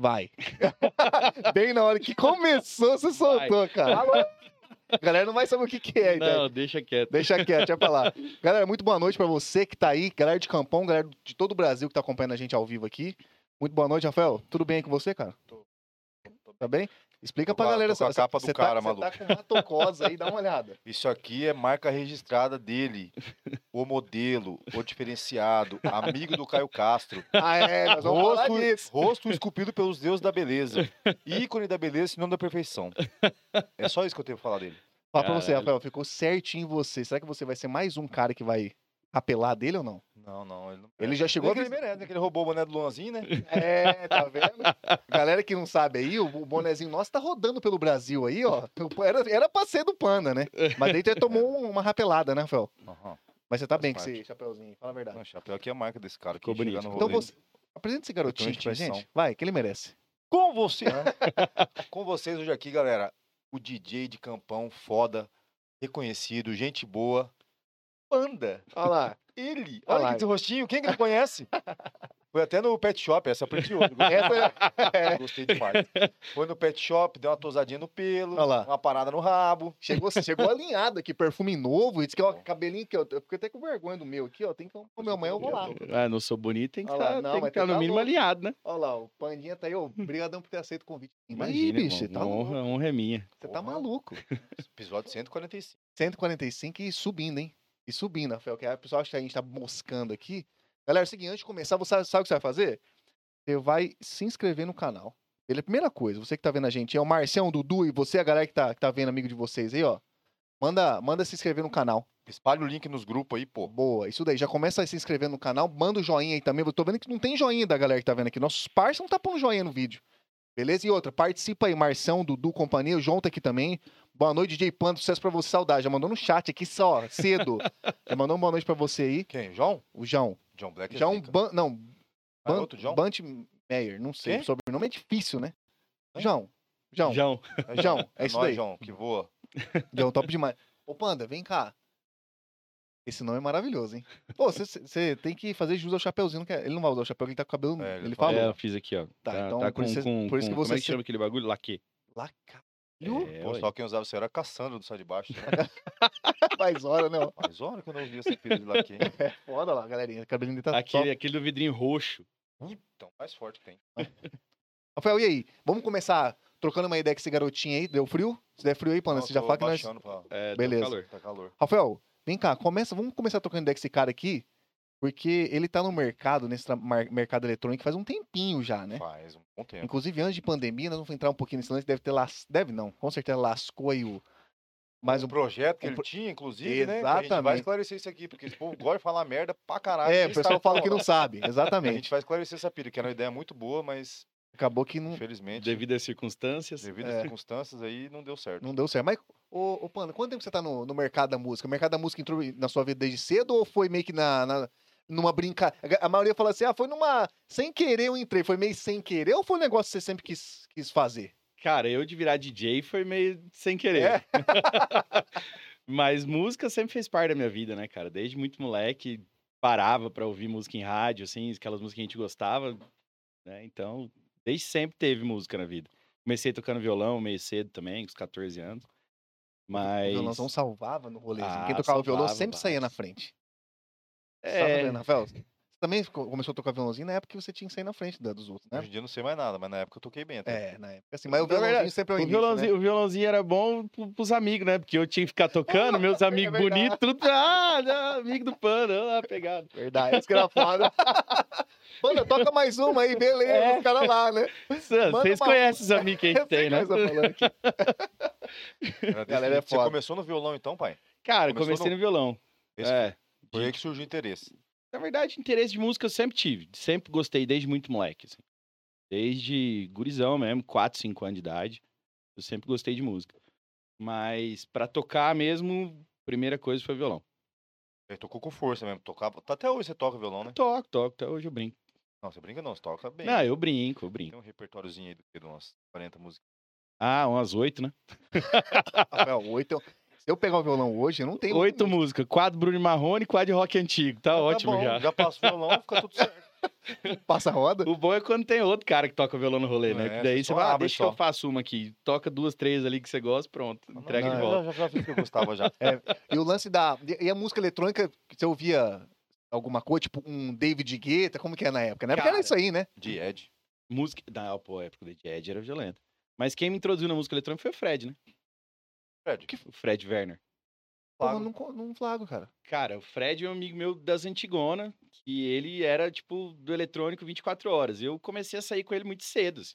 Vai. Bem na hora que começou, você soltou, cara. A galera não vai saber o que, que é, então. Tá Não, deixa quieto. Deixa quieto, deixa pra lá. Galera, muito boa noite pra você que tá aí, galera de Campão, galera de todo o Brasil que tá acompanhando a gente ao vivo aqui. Muito boa noite, Rafael. Tudo bem aí com você, cara? Tá bem? Explica Tô pra com a- galera. tô com a você- capa do você tá, cara, você maluco. tá com matocose aí, dá uma olhada. Isso aqui é marca registrada dele. O modelo, o diferenciado, amigo do Caio Castro. Ah, é, nós vamos falar Rosto, disso. rosto esculpido pelos deuses da beleza. Ícone da beleza e nome da perfeição. É só isso que eu tenho pra falar dele. Fala pra você, Caralho. Rafael, ficou certinho em você. Será que você vai ser mais um cara que vai apelar dele ou não? Não, não. Ele, não Ele já chegou a Ele, merece, né? Que ele roubou o boné do Luanzinho, né? É, tá vendo? Galera que não sabe aí, o o bonezinho nosso tá rodando pelo Brasil aí, ó. Era, era pra ser do Panda, né? Mas daí tu tomou um- uma rapelada, né, Rafael? Aham. Mas você tá bem com Faz esse chapeuzinho, fala a verdade. Não, chapéu aqui é a marca desse cara. Ficou que chega bonito. no Então rolê. você. Apresenta esse garotinho aqui pra expressão. gente. Vai, que ele merece. Com você. com vocês hoje aqui, galera. O DJ de campão, foda, reconhecido, gente boa. Panda. Olha lá. Ele. Olha Olha lá. que rostinho. Quem que não conhece? Foi até no pet shop, essa eu aprendi hoje. Essa- Gostei demais. Foi no pet shop, deu uma tosadinha no pelo, Olha lá. uma parada no rabo. chegou, chegou alinhado aqui, perfume novo. e Diz que, ó, cabelinho que eu. Eu fiquei até com vergonha do meu aqui, ó. Tem que comer amanhã, eu vou lá. Ah, não sou bonito, tem que Olha lá, não, estar mas tá, tu no tá mínimo louco. aliado, né? Olha lá, o Pandinha tá aí, ó. Obrigadão por ter aceito o convite. Imagina, aí, bicho, irmão, tá uma louco. honra, honra é minha. Você tá Porra. maluco. Episódio 145. 145 e subindo, hein? E subindo, Rafael, que a pessoa acha que a gente tá moscando aqui. Galera, é o seguinte, antes de começar, você sabe o que você vai fazer? Você vai se inscrever no canal. Ele é a primeira coisa, você que tá vendo a gente, é o Marcião, o Dudu e você, a galera que tá, que tá vendo, amigo de vocês aí, ó. Manda, manda se inscrever no canal. Espalha o link nos grupos aí, pô. Boa, isso daí. Já começa a se inscrever no canal, manda o joinha aí também. Eu tô vendo que não tem joinha da galera que tá vendo aqui. Nossos parceiros não tá pondo joinha no vídeo. Beleza? E outra, participa aí, Marcião, Dudu, companhia, o João tá aqui também. Boa noite, DJ Panda, sucesso pra você, saudade. Já mandou no chat aqui só, cedo. Já mandou uma boa noite pra você aí, Quem? João? o João. John Black. é João zica. Ban... Não, Ah, Ban... outro João? Bantmeyer, não sei. Quê? O sobrenome é difícil, né? Hã? João, João, João, João, É é isso nóis, daí. João, que voa. João, é top demais. Ô, Panda, vem cá. Esse nome é maravilhoso, hein? Pô, você tem que fazer jus ao chapeuzinho. que é- Ele não vai usar o chapéu, que ele tá com o cabelo. nu. É, ele ele falou. falou. é, eu fiz aqui, ó. Tá, então, tá por com, isso- com, por isso com- que como é você que se- chama aquele bagulho? Laque. Lá, caralho. É, Pô, ué. só quem usava isso era Cassandra do Sai de Baixo. É. Faz hora, né? ó. Mas olha que eu não ouvi essa filha de lá quem. Foda lá, galerinha. O cabelinho dele tá aquele, é. top. aquele do vidrinho roxo. Então, mais forte que tem. Rafael, e aí? Vamos começar trocando uma ideia com esse garotinho aí. Deu frio? Se der frio aí, Panda, Não, você já tô fala que nós... baixando pra- É, deu Beleza. calor. Tá calor. Rafael, vem cá. Começa, vamos começar trocando ideia com esse cara aqui. Porque ele tá no mercado, nesse tra- mar- mercado eletrônico, faz um tempinho já, né? Faz um bom tempo. Inclusive, antes de pandemia, nós vamos entrar um pouquinho nesse lance, deve ter las... deve não, com certeza lascou aí o... Mais um um... projeto que um ele pro- tinha, inclusive, né? que A gente vai Exatamente. esclarecer isso aqui, porque esse povo gosta de falar merda pra caralho. É, quem o pessoal sabe fala que falar. não sabe, A exatamente. gente vai esclarecer essa pira, que era uma ideia muito boa, mas Acabou que não, infelizmente, devido, Devido às circunstâncias. às Hum, é. circunstâncias aí, não deu certo. não deu certo. Mas, ô, ô Panda, quanto tempo você tá no, no mercado da música? O mercado da música entrou na sua vida desde cedo ou foi meio que na, na- numa brincadeira? A maioria fala assim, ah, foi numa... Sem querer eu entrei, foi meio sem querer ou foi um negócio que você sempre quis, quis fazer? Cara, eu de virar DJ foi meio sem querer. É? Mas música sempre fez parte da minha vida, né, cara? Desde muito moleque, parava pra ouvir música em rádio, assim, aquelas músicas que a gente gostava, né? Então, desde sempre teve música na vida. Comecei tocando violão meio cedo também, com os 14 anos. O Mas. violãozão salvava no rolê. assim. Quem Ah, tocava violão salvava, sempre vai. saía na frente. Você Sabe, é, né, Rafael? Você também co- começou a tocar violãozinho na época que você tinha que sair na frente da- dos outros, né? Hoje em dia eu não sei mais nada, mas na época eu toquei bem até. É, na época assim. Mas o Na verdade, violãozinho sempre é o o, início, violãozinho, o violãozinho era bom pro- pros amigos, né? Porque eu tinha que ficar tocando, meus amigos É verdade. bonitos, tudo. Ah, ah, amigo do pano, ah, pegado. né? Verdade, isso que era foda. Manda, toca mais uma aí, beleza, É. os caras lá, né? uma- Vocês conhecem os amigos que a Eu gente sei tem, o né? que nós estamos falando aqui. Era desse Galera, é jeito. Você foda. começou no violão então, pai? Cara, Começou comecei no- no violão. Esse é. Foi aí que surgiu o interesse. Na verdade, interesse de música eu sempre tive. Sempre gostei, desde muito moleque. assim. Desde gurizão mesmo, 4, 5 anos de idade. Eu sempre gostei de música. Mas pra tocar mesmo, primeira coisa foi violão. Você tocou com força mesmo, tocava. tá Até hoje você toca violão, né? Toco, toco, até hoje eu brinco. Não, você brinca não, você toca bem. Não, eu brinco, eu brinco. Tem um repertóriozinho aí do que de umas 40 músicas. Ah, umas oito, né? Rafael, oito. é um- Se eu pegar o violão hoje, eu não tenho. Oito músicas. Quatro Bruno e Marrone, quatro de rock antigo. Tá um Ah, ótimo bom, já. Já passa o violão, fica tudo certo. Passa a roda. O bom é quando tem outro cara que toca violão no rolê, né? É, Porque daí só você fala, ah, abre deixa que só. eu faço uma aqui. Toca duas, três ali que você gosta, pronto. Entrega não, de não, volta. Já, já fiz o que eu gostava já. E o lance da. E a música eletrônica, você ouvia alguma coisa, tipo um David Guetta, como que é na época? Na época era Cara. isso aí, né? De Ed. Música. Não, pô, a época de Ed era violenta. Mas quem me introduziu na música eletrônica foi o Fred, né? Fred. O Fred Werner. Porra, Flago. num, co- num flago, cara. Cara, o Fred é um amigo meu das Antigona, que ele era, tipo, do eletrônico 24 horas. Eu comecei a sair com ele muito cedo, assim,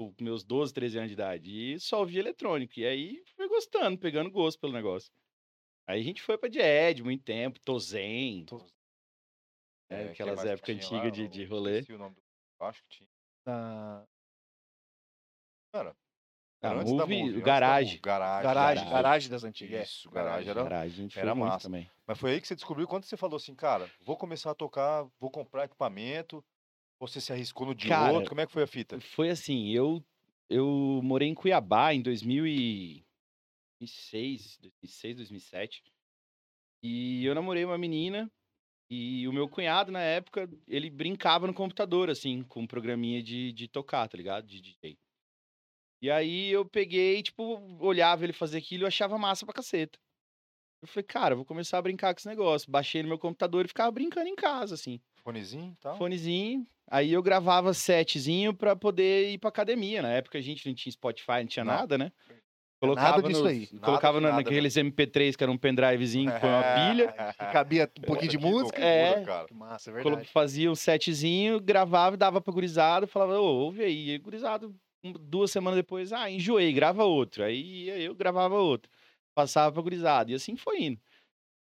Tipo, com meus 12, 13 anos de idade. E só ouvia eletrônico. E aí fui gostando, pegando gosto pelo negócio. Aí a gente foi pra Died muito tempo, Tozen, Tô- né, quem aquelas mais É, que épocas tinha lá? antigas de, Eu de rolê. esqueci o nome do- eu acho que tinha. Na- Ah, Era antes da Movie, Movie, o antes da- Garage. Garage. garagem, garagem. garagem das antigas. é. Isso, garagem era. Garage, a gente foi era muito massa. também. Mas foi aí que você descobriu quando você falou assim, cara, vou começar a tocar, vou comprar equipamento. Você se arriscou no de Cara, outro. Como é que foi a fita? Foi assim, eu eu morei em Cuiabá em 2006, 2006, 2007. E eu namorei uma menina e o meu cunhado na época, ele brincava no computador assim, com um programinha de, de tocar, tá ligado? De DJ. E aí eu peguei, tipo, olhava ele fazer aquilo e eu achava massa pra caceta. Eu falei, cara, eu vou começar a brincar com esse negócio. Baixei no meu computador e ficava brincando em casa, assim Fonezinho e tal? fonezinho. Aí eu gravava setzinho pra poder ir pra academia. Na época a gente não tinha Spotify, não tinha Não. É nada, né? Nada disso nos- aí. Nada Colocava de na- nada, naqueles MP3 que era um pendrivezinho com uma pilha. Que cabia um pouquinho de Que música. loucura, é. cara. Que massa, é colo- verdade. Fazia um setzinho, gravava, e dava pra gurizada, falava, ô, ouve aí. E gurizado, duas semanas depois, ah, enjoei, grava outro. Aí ia eu gravava outro. Passava pra gurizada. E assim foi indo.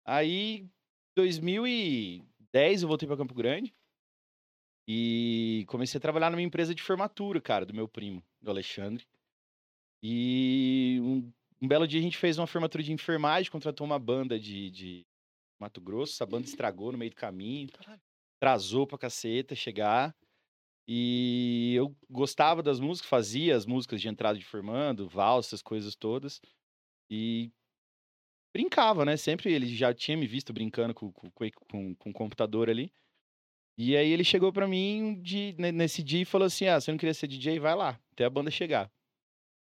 Aí, 2010, eu voltei pra Campo Grande. E comecei a trabalhar numa empresa de formatura, cara, do meu primo, do Alexandre. E um, um belo dia a gente fez uma formatura de enfermagem, contratou uma banda de, de Mato Grosso, essa banda estragou no meio do caminho, atrasou pra caceta chegar. E eu gostava das músicas, fazia as músicas de entrada de formando, valsas, coisas todas. E brincava, né? Sempre ele já tinha me visto brincando com, com, com, com- com o computador ali. E aí ele chegou pra mim um de, ne- nesse dia e falou assim: Ah, você não queria ser DJ? Vai lá, até a banda chegar.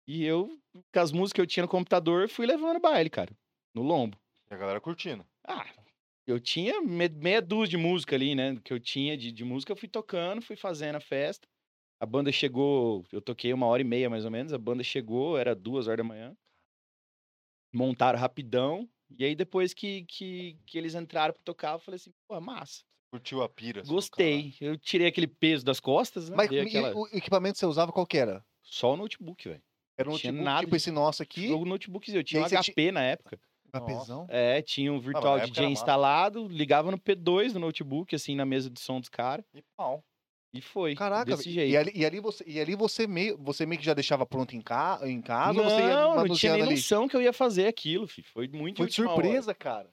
E eu, com as músicas que eu tinha no computador, fui levando o baile, cara, no lombo. E a galera curtindo. Ah, eu tinha me- meia dúzia de música ali, né? Que eu tinha de, de música, eu fui tocando, fui fazendo a festa. A banda chegou, eu toquei uma hora e meia mais ou menos. A banda chegou, era duas horas da manhã. Montaram rapidão. E aí, depois que, que, que eles entraram pra tocar, eu falei assim: pô, massa. Curtiu a pira. assim, do caralho. Gostei. Eu tirei aquele peso das costas, né? Mas Dei e aquela- o equipamento que você usava qual que era? Só o notebook, velho. Era um Tinha notebook, nada tipo de- esse nosso aqui, Jogo notebookzinho. Eu tinha um aí você HP na época. capezão. É, tinha um Ah, virtual mas na época DJ era massa. instalado, ligava no P2 do notebook, assim, na mesa de som dos caras, E pau. e foi. Caraca, desse velho. jeito. E, ali, e ali você, e ali você, meio, você meio que já deixava pronto em, ca, em casa ou você ia não, não tinha manuseando nem ali? noção que eu ia fazer aquilo, filho. Foi muito de Foi de última hora. surpresa, cara.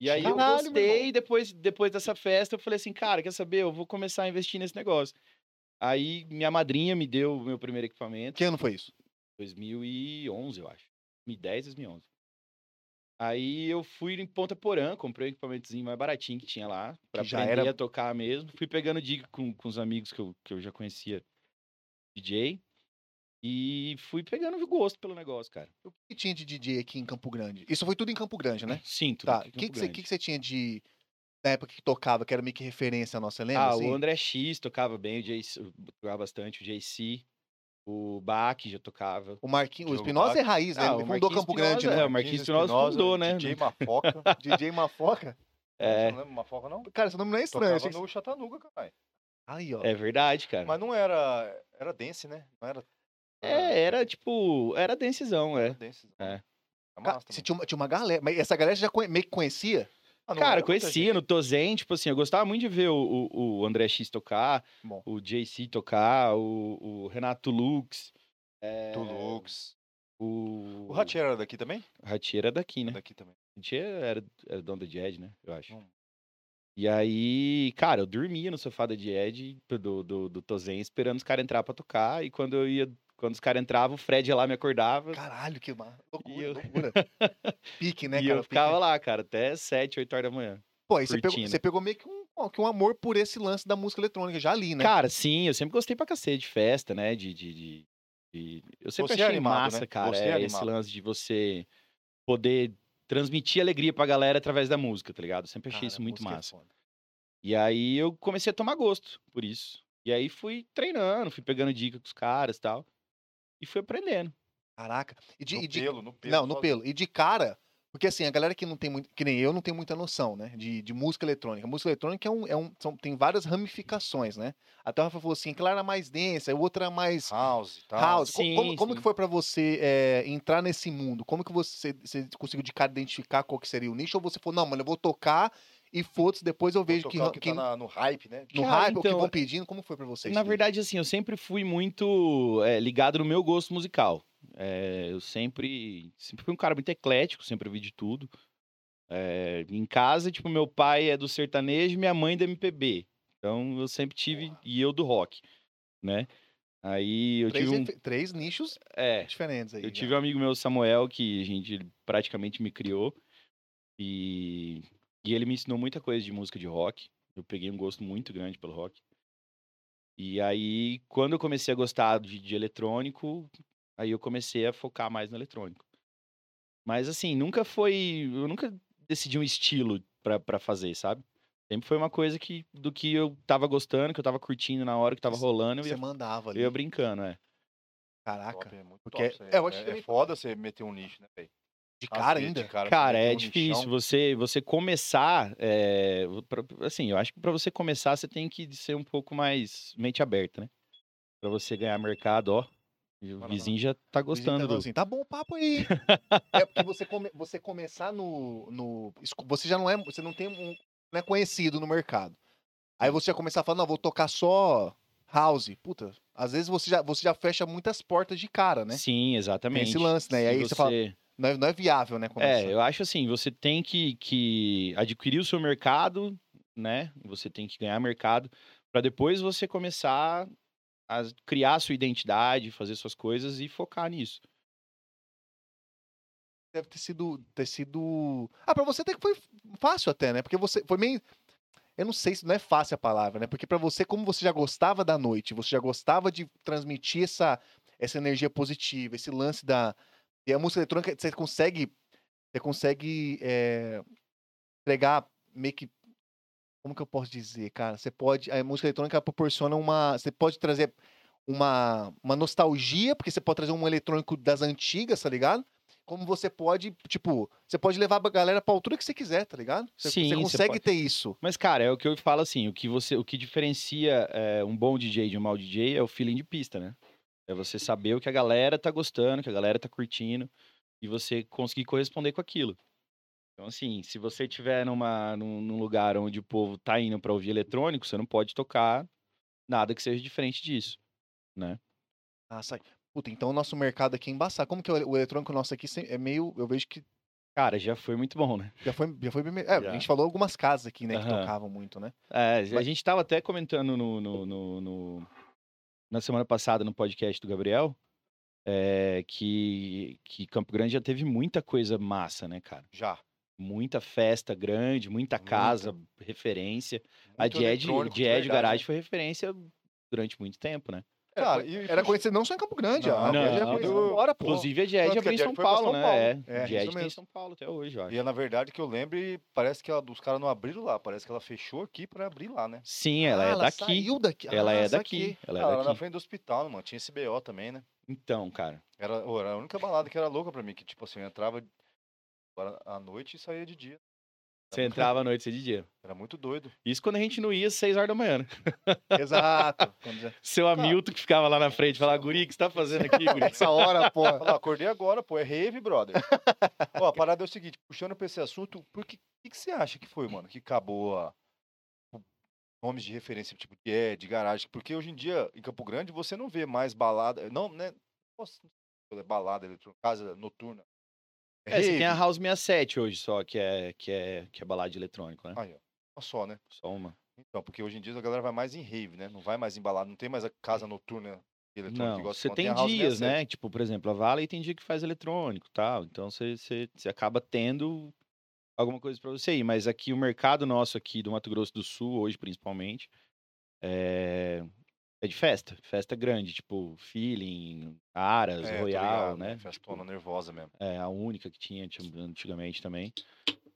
E aí eu Caralho, meu irmão. gostei, e depois, depois dessa festa eu falei assim, cara, quer saber, eu vou começar a investir nesse negócio. Aí minha madrinha me deu o meu primeiro equipamento, Que ano foi isso? 2011, eu acho. 2010, 2011. Aí eu fui em Ponta Porã, comprei um equipamentozinho mais baratinho que tinha lá, pra Que já aprender era- a tocar mesmo. Fui pegando dica com, com os amigos que eu, que eu já conhecia, DJ, e fui pegando gosto pelo negócio, cara. O que tinha de DJ aqui em Campo Grande? Isso foi tudo em Campo Grande, né? Sinto. tá. O que, que, você, que que você tinha de. Da época que tocava, que era meio que referência nossa, lembra? Ah, assim? o André X tocava bem, o JC, tocava bastante, o JC, o Bach já tocava. O Marquinhos, o Diogo Espinosa Barros. é raiz, né? Ah, Ele o fundou Marquinhos Campo Espinosa Grande, é né? o Marquinhos Espinosa fundou, né? DJ Mafoca. DJ Mafoca. É, assim, Você não lembra Mafoca, não? Cara, esse nome não é estranho. Tocava achei que- no Chatanuga, caralho. Aí, ó. é verdade, cara. Mas não era... Era dance, né? Não era... ah, É, era tipo, era decisão, é. Era dance. É. Tá Ca- massa se também. tinha, uma, tinha uma galera, mas essa galera já conhe- meio que conhecia. Ah, não Cara, era muita conhecia gente. no Tozen, tipo assim, eu gostava muito de ver o, o, o André X tocar, Bom. o JC tocar, o, o Renato Lux, é, Tulux. o. É, O Ratchet era daqui também? Ratchet era daqui, né? Daqui também. Ratchet era, era dono da Jed, né? Eu acho. Hum. E aí, cara, eu dormia no sofá da Jed, do, do, do Tozen, esperando os caras entrar pra tocar, e quando eu ia. Quando os caras entravam, o Fred ia lá me acordava. Caralho, que ma- loucura, E eu- loucura. Pique, né, e cara? eu Pique, ficava né? lá, cara, até 7, 8 horas da manhã. Pô, aí você pegou, curtindo. você pegou meio que um Bom, que um amor por esse lance da música eletrônica, já ali, né? Cara, sim, eu sempre gostei pra cacete de festa, né? De, de, de- de- Eu sempre Você é achei animado, massa, né? cara, Você é é, esse animado. lance de você poder transmitir alegria pra galera através da música, tá ligado? Eu sempre achei Cara, isso muito música é massa. foda. E aí eu comecei a tomar gosto por isso. E aí fui treinando, fui pegando dica com os caras e tal. E fui aprendendo. Caraca. E de, no e de- pelo, no pelo. não, no só- pelo. E de cara, porque assim, a galera que não tem muito, que nem eu, não tem muita noção, né? De, de música eletrônica. Música eletrônica é um, é um são, tem várias ramificações, né? Até Rafa falou assim, que ela era mais densa, o outro era mais House e tal. house. Co- sim, como como sim. que foi pra você é, entrar nesse mundo? Como que você, você conseguiu de cara identificar qual que seria o nicho? Ou você falou, não, mano, eu vou tocar e foda-se, depois eu vejo Vou que, tocar o que que- tá na- no hype, né? no Cara, hype, o que então, vão pedindo. Como foi pra você? Na isso daí? verdade, assim, eu sempre fui muito é, ligado no meu gosto musical. É, eu sempre, sempre fui um cara muito eclético, sempre ouvi de tudo. É, em casa, tipo, meu pai é do sertanejo e minha mãe é do MPB. Então, eu sempre tive, Porra. e eu do rock, né? Aí, eu três, tive um... efe- três nichos É, diferentes aí. né? eu já. tive um amigo meu, Samuel, que a gente ele praticamente me criou. E, e ele me ensinou muita coisa de música de rock. Eu peguei um gosto muito grande pelo rock. E aí, quando eu comecei a gostar de, de eletrônico, aí eu comecei a focar mais no eletrônico. Mas assim, nunca foi. Eu nunca decidi um estilo pra, pra fazer, sabe? Sempre foi uma coisa que do que eu tava gostando, que eu tava curtindo na hora, que tava Você- rolando, eu Você né? ia, mandava ali. eu ia brincando, é. Caraca. Top, é muito Porque- top isso aí. é, eu acho que é, também- é foda você meter um nicho, né, velho? De cara ainda. Cara, Cara, você meter é um difícil nichão. você você começar. é, pra- assim, eu acho que para você começar, você tem que ser um pouco mais mente aberta, né? Para você ganhar mercado, ó. E o Bora, vizinho já tá Visitando gostando. do- assim, tá bom o papo aí. é porque você, come- você começar no, no. escu- Você já não é. Você não tem um. Não é conhecido no mercado. Aí você já começar a falar, não, vou tocar só house. Puta, às vezes você já, você já fecha muitas portas de cara, né? Sim, exatamente. Tem esse lance, né? E Se aí você fala, Não é, não é viável, né? começar. É, eu acho assim, você tem que, que adquirir o seu mercado, né? Você tem que ganhar mercado para depois você começar a criar sua identidade, fazer suas coisas e focar nisso. Deve ter sido, ter sido. Ah, pra você até que foi fácil até, né? Porque você foi meio. Eu não sei se não é fácil a palavra, né? Porque pra você, como você já gostava da noite, você já gostava de transmitir essa, essa energia positiva, esse lance da. E a música eletrônica, você consegue. Você consegue é, entregar meio que. Como que eu posso dizer, cara? Você pode. A música eletrônica proporciona uma. Você pode trazer uma, uma nostalgia, porque você pode trazer um eletrônico das antigas, tá ligado? como você pode, tipo, você pode levar a galera pra altura que você quiser, tá ligado? Você, Sim, você você consegue pode. ter isso. Mas, cara, é o que eu falo assim: o que você, o que diferencia é, um bom DJ de um mau DJ é o feeling de pista, né? É você saber o que a galera tá gostando, o que a galera tá curtindo, e você conseguir corresponder com aquilo. Então, assim, se você tiver numa, num, num lugar onde o povo tá indo pra ouvir eletrônico, você não pode tocar nada que seja diferente disso. Ah, sai. Puta, então o nosso mercado aqui é embaçado. Como que o, o eletrônico nosso aqui sem- é meio. Eu vejo que Cara, já foi muito bom, né? já foi, já foi bem. É, A Já. gente falou algumas casas aqui, né, que Aham. tocavam muito, né? É, a Mas- gente tava até comentando no, no- no- no- na semana passada no podcast do Gabriel é, que, que Campo Grande já teve muita coisa massa, né, cara? Já. Muita festa grande, muita Muita. casa, referência. a Muito Jed, eletrônico, de Jed verdade, Garage né? foi referência durante muito tempo, né? Cara, era, e- era conhecido não só em Campo Grande, Não, ó. não, era não. conhecido fora, pô. Inclusive a Jed Tanto que abriu a em Jed São foi pra Paulo, São Paulo. né? É, É, isso Jed tem em mesmo. São Paulo até hoje, eu acho. E é, na verdade que eu lembre, parece que ela, os caras não abriram lá, parece que ela fechou aqui pra abrir lá, né? Sim, ela Ah, é daqui. saiu daqui. Ela Ah, é saquei. daqui. Ela Ah, lá é na daqui. frente do hospital, mano, tinha esse BO também, né? Então, cara. Era, ô, era a única balada que era louca pra mim, que tipo assim, eu entrava agora à noite e saía de dia. Você entrava à noite, você de dia. Era muito doido. Isso quando a gente não ia às 6 horas da manhã, né? Exato. Quando já- Seu Hamilton que ficava lá na frente, falava, Guri, o que você tá fazendo aqui, Guri? Essa hora, pô. Falei, "Ah, acordei agora, pô, é rave, brother. Ó, a parada é o seguinte, puxando pra esse assunto, por que, que, que você acha que foi, mano, que acabou a- o- nomes de referência, tipo de é, de garagem? Porque hoje em dia, em Campo Grande, você não vê mais balada, não, né? Nossa, é balada, eletrônica, casa noturna. É, você tem a rave. House 67 hoje só, que é, que é, que é balada de eletrônico, né? Aí, ó, uma só, né? Só uma. Então, porque hoje em dia a galera vai mais em rave, né? Não vai mais em balada, não tem mais a casa noturna eletrônica. Não, igual você falou, tem a House dias, 67. né? Tipo, por exemplo, a Valley tem dia que faz eletrônico e tal. Então você, você, você acaba tendo alguma coisa para você ir. Mas aqui, o mercado nosso aqui do Mato Grosso do Sul, hoje principalmente, é, é de festa. Festa grande, tipo Feeling, Aras, É, tô Royal, ligado, né? Festona nervosa mesmo. É a única que tinha tipo, antigamente também.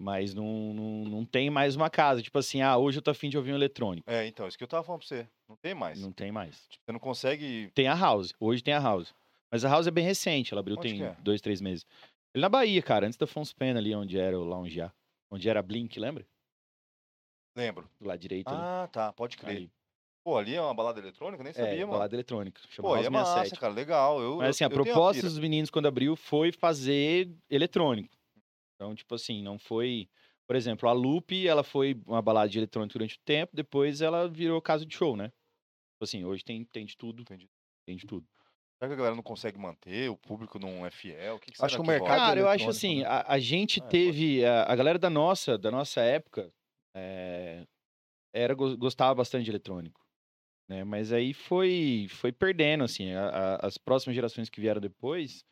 Mas não, não, não tem mais uma casa. Tipo assim, ah, hoje eu tô afim de ouvir um eletrônico. É, então, isso que eu tava falando pra você. Não tem mais. Não tem mais. Tipo, Você não consegue. Tem a House. Hoje tem a House. Mas a House é bem recente. Ela abriu Onde tem que é? dois, três meses. Ele na Bahia, cara. Antes da Fons Pena ali, onde era o Lounge A. Onde era a Blink, lembra? Lembro. Do lado direito. ali. Ah, tá, pode crer. ali. Pô, ali é uma balada eletrônica? Nem sabia, É, mano. balada eletrônica. Chama Pô, aí House é massa, 67. cara, legal. Eu, Mas assim, eu, a eu tenho proposta pira. dos meninos quando abriu foi fazer eletrônico. Então, tipo assim, não foi. Por exemplo, a Loop, ela foi uma balada de eletrônico durante o tempo, depois ela virou casa de show, né? Tipo assim, hoje tem, tem de tudo. Entendi. Tem de tudo. Será que a galera não consegue manter? O público não é fiel? O que, que Acho será que o rola? mercado Cara, eu acho eletrônico, assim, né? a, a gente Ah, pode teve. A, a galera da nossa, da nossa época é, era, go- gostava bastante de eletrônico. Né? Mas aí foi, foi perdendo, assim. a- a- as próximas gerações que vieram depois,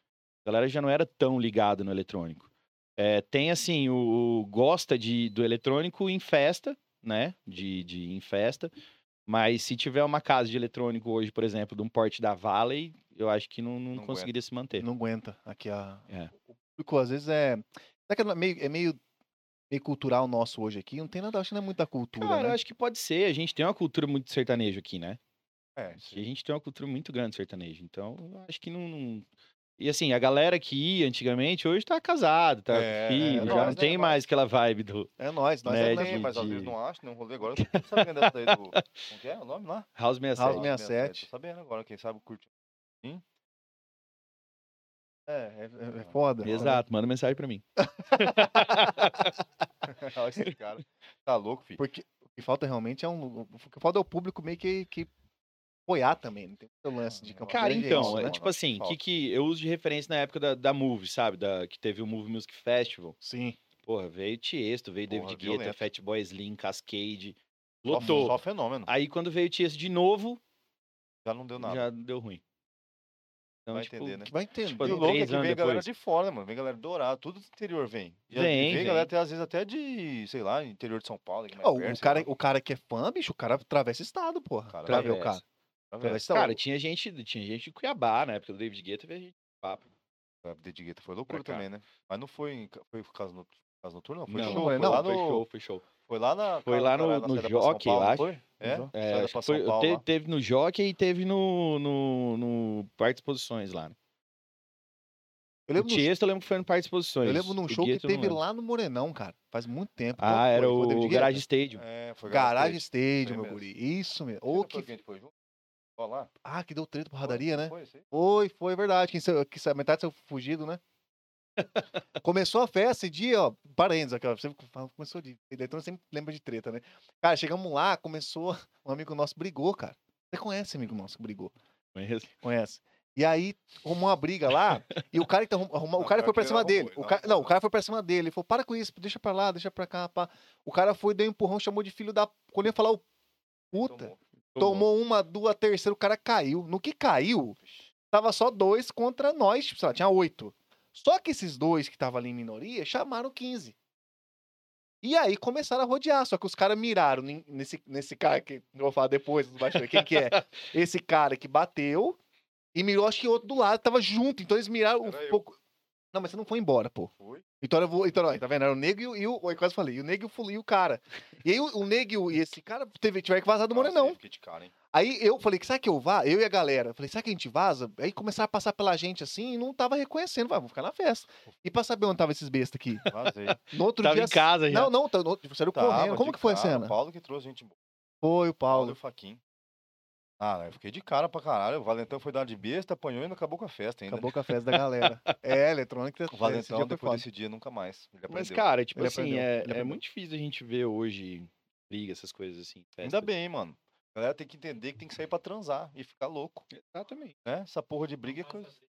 a galera já não era tão ligada no eletrônico. É, tem assim, o, o gosta de, do eletrônico em festa, né? De, de em festa. Mas se tiver uma casa de eletrônico hoje, por exemplo, de um porte da Valley, eu acho que não, não, Não conseguiria se manter. Não aguenta. Aqui a... É. O público, às vezes, é. Será que é meio, é meio, meio cultural nosso hoje aqui? Não tem nada, acho que não é muita cultura. Cara, eu né? acho que pode ser. A gente tem uma cultura muito de sertanejo aqui, né? É, E a gente tem uma cultura muito grande de sertanejo. Então, eu acho que não. não- E assim, a galera que ia antigamente, hoje tá casado, tá É, com filho, é já não nóis, né? tem mais aquela vibe do É nós, nós né, é, é, nós. de- mas às vezes de- não acho, não rolê agora. Eu tô sabendo dessa daí do. Como que é o nome lá? House 67. House 67. É, Tô sabendo agora, quem sabe curte. Sim? É, É é, é foda. né? Exato, manda mensagem pra mim. Olha esse cara. Tá louco, filho. Porque o que falta realmente é um. lu- O que falta é o público meio que, que apoiar também. Não tem o lance de Ah, campo Cara, grande, é então, isso, é né? mano, tipo assim, falta. que, que eu uso de referência na época da, da Move, sabe? Da, que teve o Move Music Festival. Sim. Porra, veio Tiesto, veio Porra, David Guetta, violento. Fatboy Slim, Cascade. Só- Lotou. Só fenômeno. Aí quando veio Tiesto de novo, Já não deu nada. já deu ruim. Então, Vai tipo, entender, né? Que vai entender. Tipo, E o Quando louco é três que vem anos galera depois. de fora, mano. Vem galera do Dourado, tudo do interior vem. E a- e Vem, vem. vem. galera até, às vezes até de, sei lá, interior de São Paulo. que é mais Ó, perto, o, sei cara, lá. o cara que é fã, bicho, o cara atravessa estado, porra. Cara, pra ver o cara. atravessa. Atravessa estado. É, Cara, tinha gente, tinha gente de Cuiabá, na época do David Guetta, veio gente de papo. A vida de gueta foi loucura cá. também, né? Mas não foi em ca- foi casa, no, casa noturna, não. Foi Não, show. foi Foi, não, lá foi no, show, foi show. foi lá na. Foi ca- lá cara, no- na no saída pra São Jockey, Paulo, eu não acho. Foi? É? Não É, Saída acho pra que foi- São Paulo. te- lá. teve no Jockey e teve no, no, no Parque de Exposições lá. Né? Eu O lembro, no, Tiesto eu lembro que foi no Parque de um Exposições. eu lembro num O show que Guetta eu não teve lembro. lá no Morenão, cara. Faz muito tempo. Qual Ah, foi? era Foi David o Guetta? Garage Stadium. É, foi Garage Garage Stadium, meu mesmo. guri. Isso mesmo. Ou Ô, que. que... a gente foi junto? Ó lá. Ah, que deu treta pra Foi? radaria, né? Foi, sim. Foi, foi verdade. Quem saiu, que saiu, metade saiu fugido, né? Começou a festa esse dia, ó, parênteses, aqui, ó, sempre fala- começou de eletrônico, sempre lembra de treta, né? Cara, chegamos lá, começou, um amigo nosso brigou, cara. Você conhece amigo nosso que brigou? Conheço. Conhece? E aí arrumou uma briga lá, e o cara que tá arrum- arrumando, o Não, cara pior foi pra que cima arrumou, então. dele. ele O não cara, não, o arrumou. cara foi pra cima dele, ele falou: "Para com isso, deixa pra lá, deixa pra cá, pá". O cara foi, deu um empurrão, chamou de filho da quando ele ia falar o puta, Tomou. tomou uma, duas, terceira, o cara caiu. No que caiu, Vixe. tava só dois contra nós, tipo, sei lá, tinha oito. Só que esses dois que estavam ali em minoria chamaram 15. E aí começaram a rodear, só que os caras miraram nem- nesse, nesse cara que eu vou falar depois, não vai saber quem que é. Esse cara que bateu e mirou, acho que o outro do lado tava junto, então eles miraram um Era eu. pouco. Não, mas você não foi embora, pô. Foi. Então, eu vou, então ó, tá vendo? Era o nego e o. E o eu quase falei, e o nego e o, fula- e o cara. E aí o, o nego e, o- e esse cara teve, tiveram que vazar do Nossa, Morenão. eu fiquei de cara, hein? Aí eu falei, que será que eu vá? Eu e a galera. Falei, será que a gente vaza? Aí começaram a passar pela gente assim e não tava reconhecendo. Falei, "Ah, vou ficar na festa. E pra saber onde tava esses bestas aqui? Vazei. No outro Tava dia. em casa já. Não, não, tá- no outro- saiu correndo. Tava Como de que foi cara, a cena? O Paulo que trouxe gente Foi o Paulo e o Paulo. Faquin. Ah, eu fiquei de cara pra caralho. O Valentão foi dar de besta, apanhou e não acabou com a festa ainda. Acabou com a festa da galera. É, eletrônica. O esse dia Valentão, foi depois foda. desse dia, nunca mais. Ele Mas, aprendeu. cara, tipo Ele assim, aprendeu, ele é, é aprendeu. muito difícil a gente ver hoje briga, essas coisas assim. Ainda festa. bem, mano. A galera tem que entender que tem que sair pra transar e ficar louco, Exatamente. né? Essa porra de briga é coisa.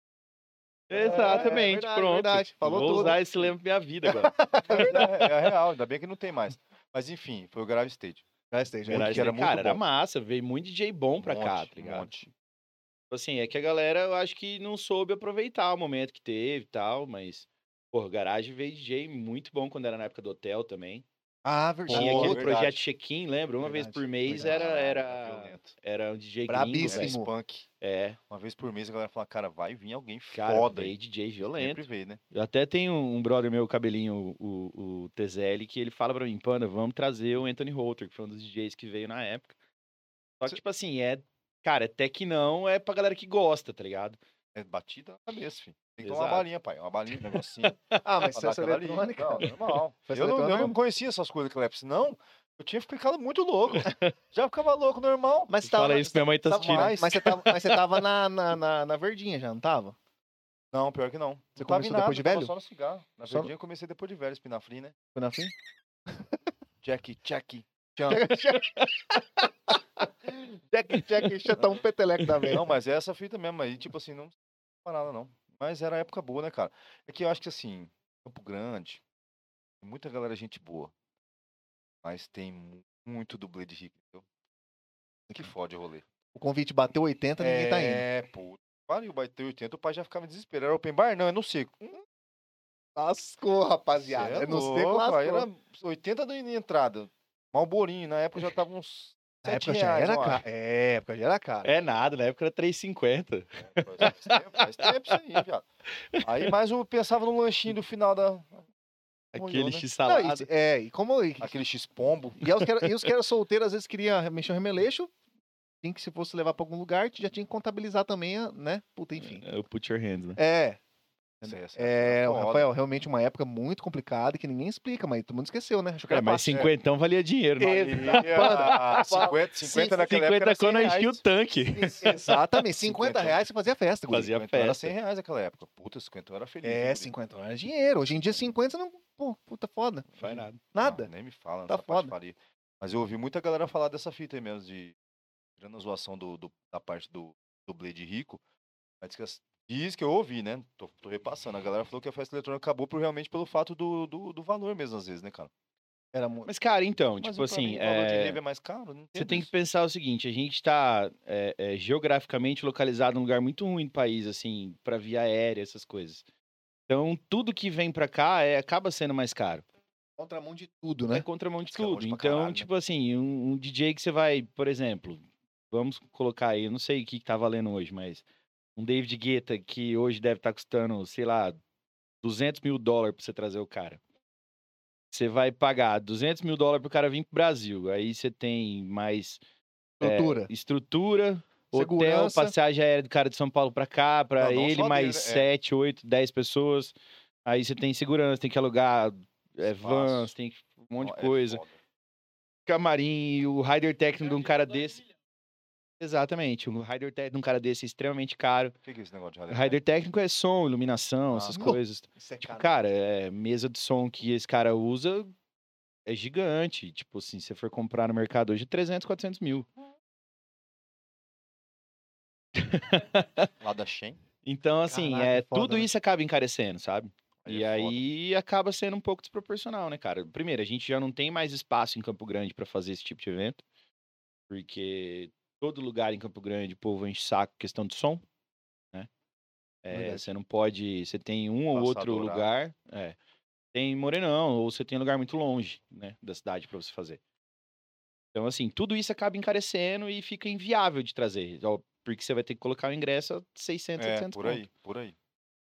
Exatamente, é verdade, pronto. verdade. Falou Vou tudo. usar esse lema pra minha vida agora. É, é real, ainda bem que não tem mais. Mas enfim, foi o Grave Stage. Já esteja, já. Era- Garage que Day, muito cara, era bom. massa, veio muito DJ bom pra Um cá, monte, tá um ligado? monte. Tipo Assim, é que a galera, eu acho que não soube aproveitar o momento que teve e tal, mas Porra, garagem VJ, muito bom quando era na época do hotel também. Ah, verdade. Tinha Pô, aquele é verdade. projeto check-in, lembra? Uma vez Verdade, por mês verdade. era, Ah, Era era, violento. era um DJ gringo, Brabíssimo. velho. Era punk. É, Uma vez por mês a galera fala, cara, vai vir alguém cara, foda. veio DJ violento. Sempre veio, né? Eu até tenho um brother meu, cabelinho, o, o TZL, que ele fala pra mim, Panda, vamos trazer o Anthony Holter, que foi um dos DJs que veio na época. Só que, Cê- tipo assim, é. Cara, até que não é pra galera que gosta, tá ligado? É batida na cabeça, filho. Tem que tomar uma Exato. balinha, pai. Uma balinha, um negocinho. Ah, mas pra festa dar aquela ali. eletrônica. Não, normal. Festa eu, não, eu eletrônica- é não conhecia essas coisas, Cleps. Senão, eu tinha ficado muito louco. Já ficava louco, normal. Mas tava, Fala isso, minha mãe tá tava- assistindo. mas você tava, mas você tava na, na, na, na verdinha já, não tava? Não, pior que não. Você Não tava em começou depois de nada, tava velho? Só no cigarro. Na Só- verdinha eu comecei depois de velho, espinafrim, né? Foi na fim? Jack, Jack, Chan. Jack, Jack, chutar um peteleco da vez. Não, mas é essa fita mesmo. Aí, tipo assim, não foi nada, não. Mas era época boa, né, cara? É que eu acho que, assim, Campo Grande, tem muita galera gente boa. Mas tem mu- muito dublê de rico, entendeu? Que fode o rolê. O convite bateu 80, ninguém tá indo. É, pô. Pariu, bateu 80, o pai já ficava desesperado. Era open bar? Não, é no seco. Hum, Lascou, cê rapaziada. é Eu não sei louco, lascou. aí Era 80 da entrada. Malborinho, na época já tava uns Na 7 época já reais, era eu cara. É, época já era cara. É nada, na época era 3,50. acho. Faz tempo, faz tempo isso aí, viado. Aí mais eu pensava no lanchinho do final da... Olhou, Aquele né? Não, x-salada. e se- é, e como. E, Aquele X-pombo. e é os que era- e os que eram solteiros, às vezes queria mexer o remeleixo. Tinha que, se fosse levar pra algum lugar, já tinha que contabilizar também, a- né? Puta, enfim. É, O Put Your Hands, né? É, Essa- essa é, era o foda. Rafael, realmente uma época muito complicada que ninguém explica, mas todo mundo esqueceu, né? Achou que É, era mas fácil. 50 valia dinheiro, né? É, tá Valia 50, 50 naquela 50 época era 100 quando reais. enchia o tanque. Exatamente, 50 50. reais você fazia festa, guri. Fazia 50 era festa. 100 reais naquela época. Puta, 50 eu era feliz. É, hein, 50 reais é dinheiro. Hoje em dia, 50 você não. Pô, puta foda. Não faz nada. Não, Nada. nem me fala, Tá nessa foda. patifaria. Mas eu ouvi muita galera falar dessa fita aí mesmo, de tirando a zoação do, do- da parte do dublê de rico. Mas diz que, as- diz que eu ouvi, né? Tô, tô repassando. A galera falou que a festa eletrônica acabou por, realmente pelo fato do, do, do valor mesmo, às vezes, né, cara? Era muito. Mas, cara, então, Mas tipo pra mim, assim. o valor de é, rave é mais caro? Não Você entendo tem que isso. pensar o seguinte: a gente está geograficamente localizado num lugar muito ruim do país, assim, para via aérea, essas coisas. Então, tudo que vem para cá é, acaba sendo mais caro. Contramão de tudo, É né? contramão de Isso que é longe tudo. pra Então, caralho, né? tipo assim, um, um DJ que você vai, por exemplo, vamos colocar aí, eu não sei o que, que tá valendo hoje, mas um David Guetta que hoje deve estar custando, sei lá, 200 mil dólares pra você trazer o cara. Você vai pagar 200 mil dólares pro cara vir pro Brasil. Aí você tem mais Estrutura. É, estrutura, hotel, Segurança. passagem aérea do cara de São Paulo pra cá, pra Não, não ele só mais dele, né? É. 7, 8, 10 pessoas. Aí você tem segurança, tem que alugar é, vans, Espaço. tem que- um monte de Ó, é coisa. foda. Camarim, e o rider técnico de um cara desse. Exatamente, um rider técnico de um cara desse é extremamente caro. O que que é esse negócio de O ralé? rider técnico é som, iluminação, Ah, essas não. coisas. Isso é Tipo, caro. cara, é, mesa de som que esse cara usa é gigante. Tipo assim, se você for comprar no mercado hoje, 300, 400 mil. Lá da Shen? Então, assim, Caraca, é, foda, tudo né? isso acaba encarecendo, sabe? Aí e é foda. aí acaba sendo um pouco desproporcional, né, cara? Primeiro, a gente já não tem mais espaço em Campo Grande pra fazer esse tipo de evento, porque todo lugar em Campo Grande, o povo enche saco questão de som, né? É, Verdade. você não pode, você tem um ou Passar outro do lugar, é, tem Morenão, ou você tem lugar muito longe, né, da cidade pra você fazer. Então, assim, tudo isso acaba encarecendo e fica inviável de trazer, ó, porque você vai ter que colocar o ingresso a 600, É, 700 por conto. aí, por aí.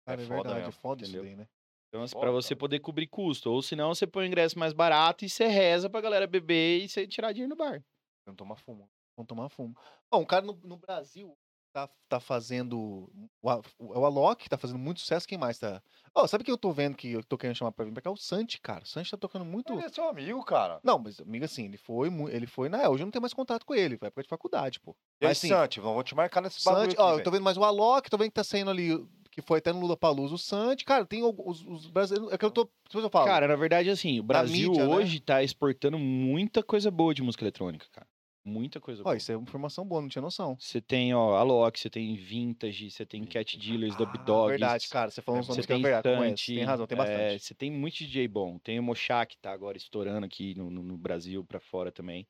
Cara, é é foda verdade, é mesmo, foda isso entendeu? daí, né? Então, assim, pra Foda, você cara. poder cobrir custo. Ou senão você põe o ingresso mais barato e você reza pra galera beber e você tirar dinheiro no bar. Não toma fumo. Vão tomar fumo. Bom, um cara no, no Brasil tá, tá fazendo. O, A- o, é o Alok, tá fazendo muito sucesso. Quem mais tá? Ó, sabe quem eu tô vendo que eu tô querendo chamar pra vir pra cá? O Santi, cara. O Santi tá tocando muito. Ele é seu amigo, cara. Não, mas amigo, assim, ele foi. mu- Ele foi. Na, é, hoje eu não tenho mais contato com ele. Foi época de faculdade, pô. E aí, Mas, assim, Santi, vamos- vou te marcar nesse bagulho Santi, ó, aqui, eu tô vendo mais o Alok, tô vendo que tá saindo ali, que foi até no Lula Palusa. O Santi, cara, tem algu- os, os brasileiros. É que eu tô. Depois eu falo. Cara, na verdade, assim, o Brasil mídia, né? hoje tá exportando muita coisa boa de música eletrônica, cara. Muita coisa ó, boa. isso é uma informação boa, não tinha noção. Você tem, ó, Alok, você tem Vintage, você tem Cat Dealers, Dub Dogs. Ah, verdade, cara. Você falou uns É, Você nomes Você que eu tem verdade. conheço, Stunt, Tem razão, tem é, bastante. Você tem muito DJ bom. Tem o Mochá, que tá agora estourando aqui no, no- no Brasil, pra fora também.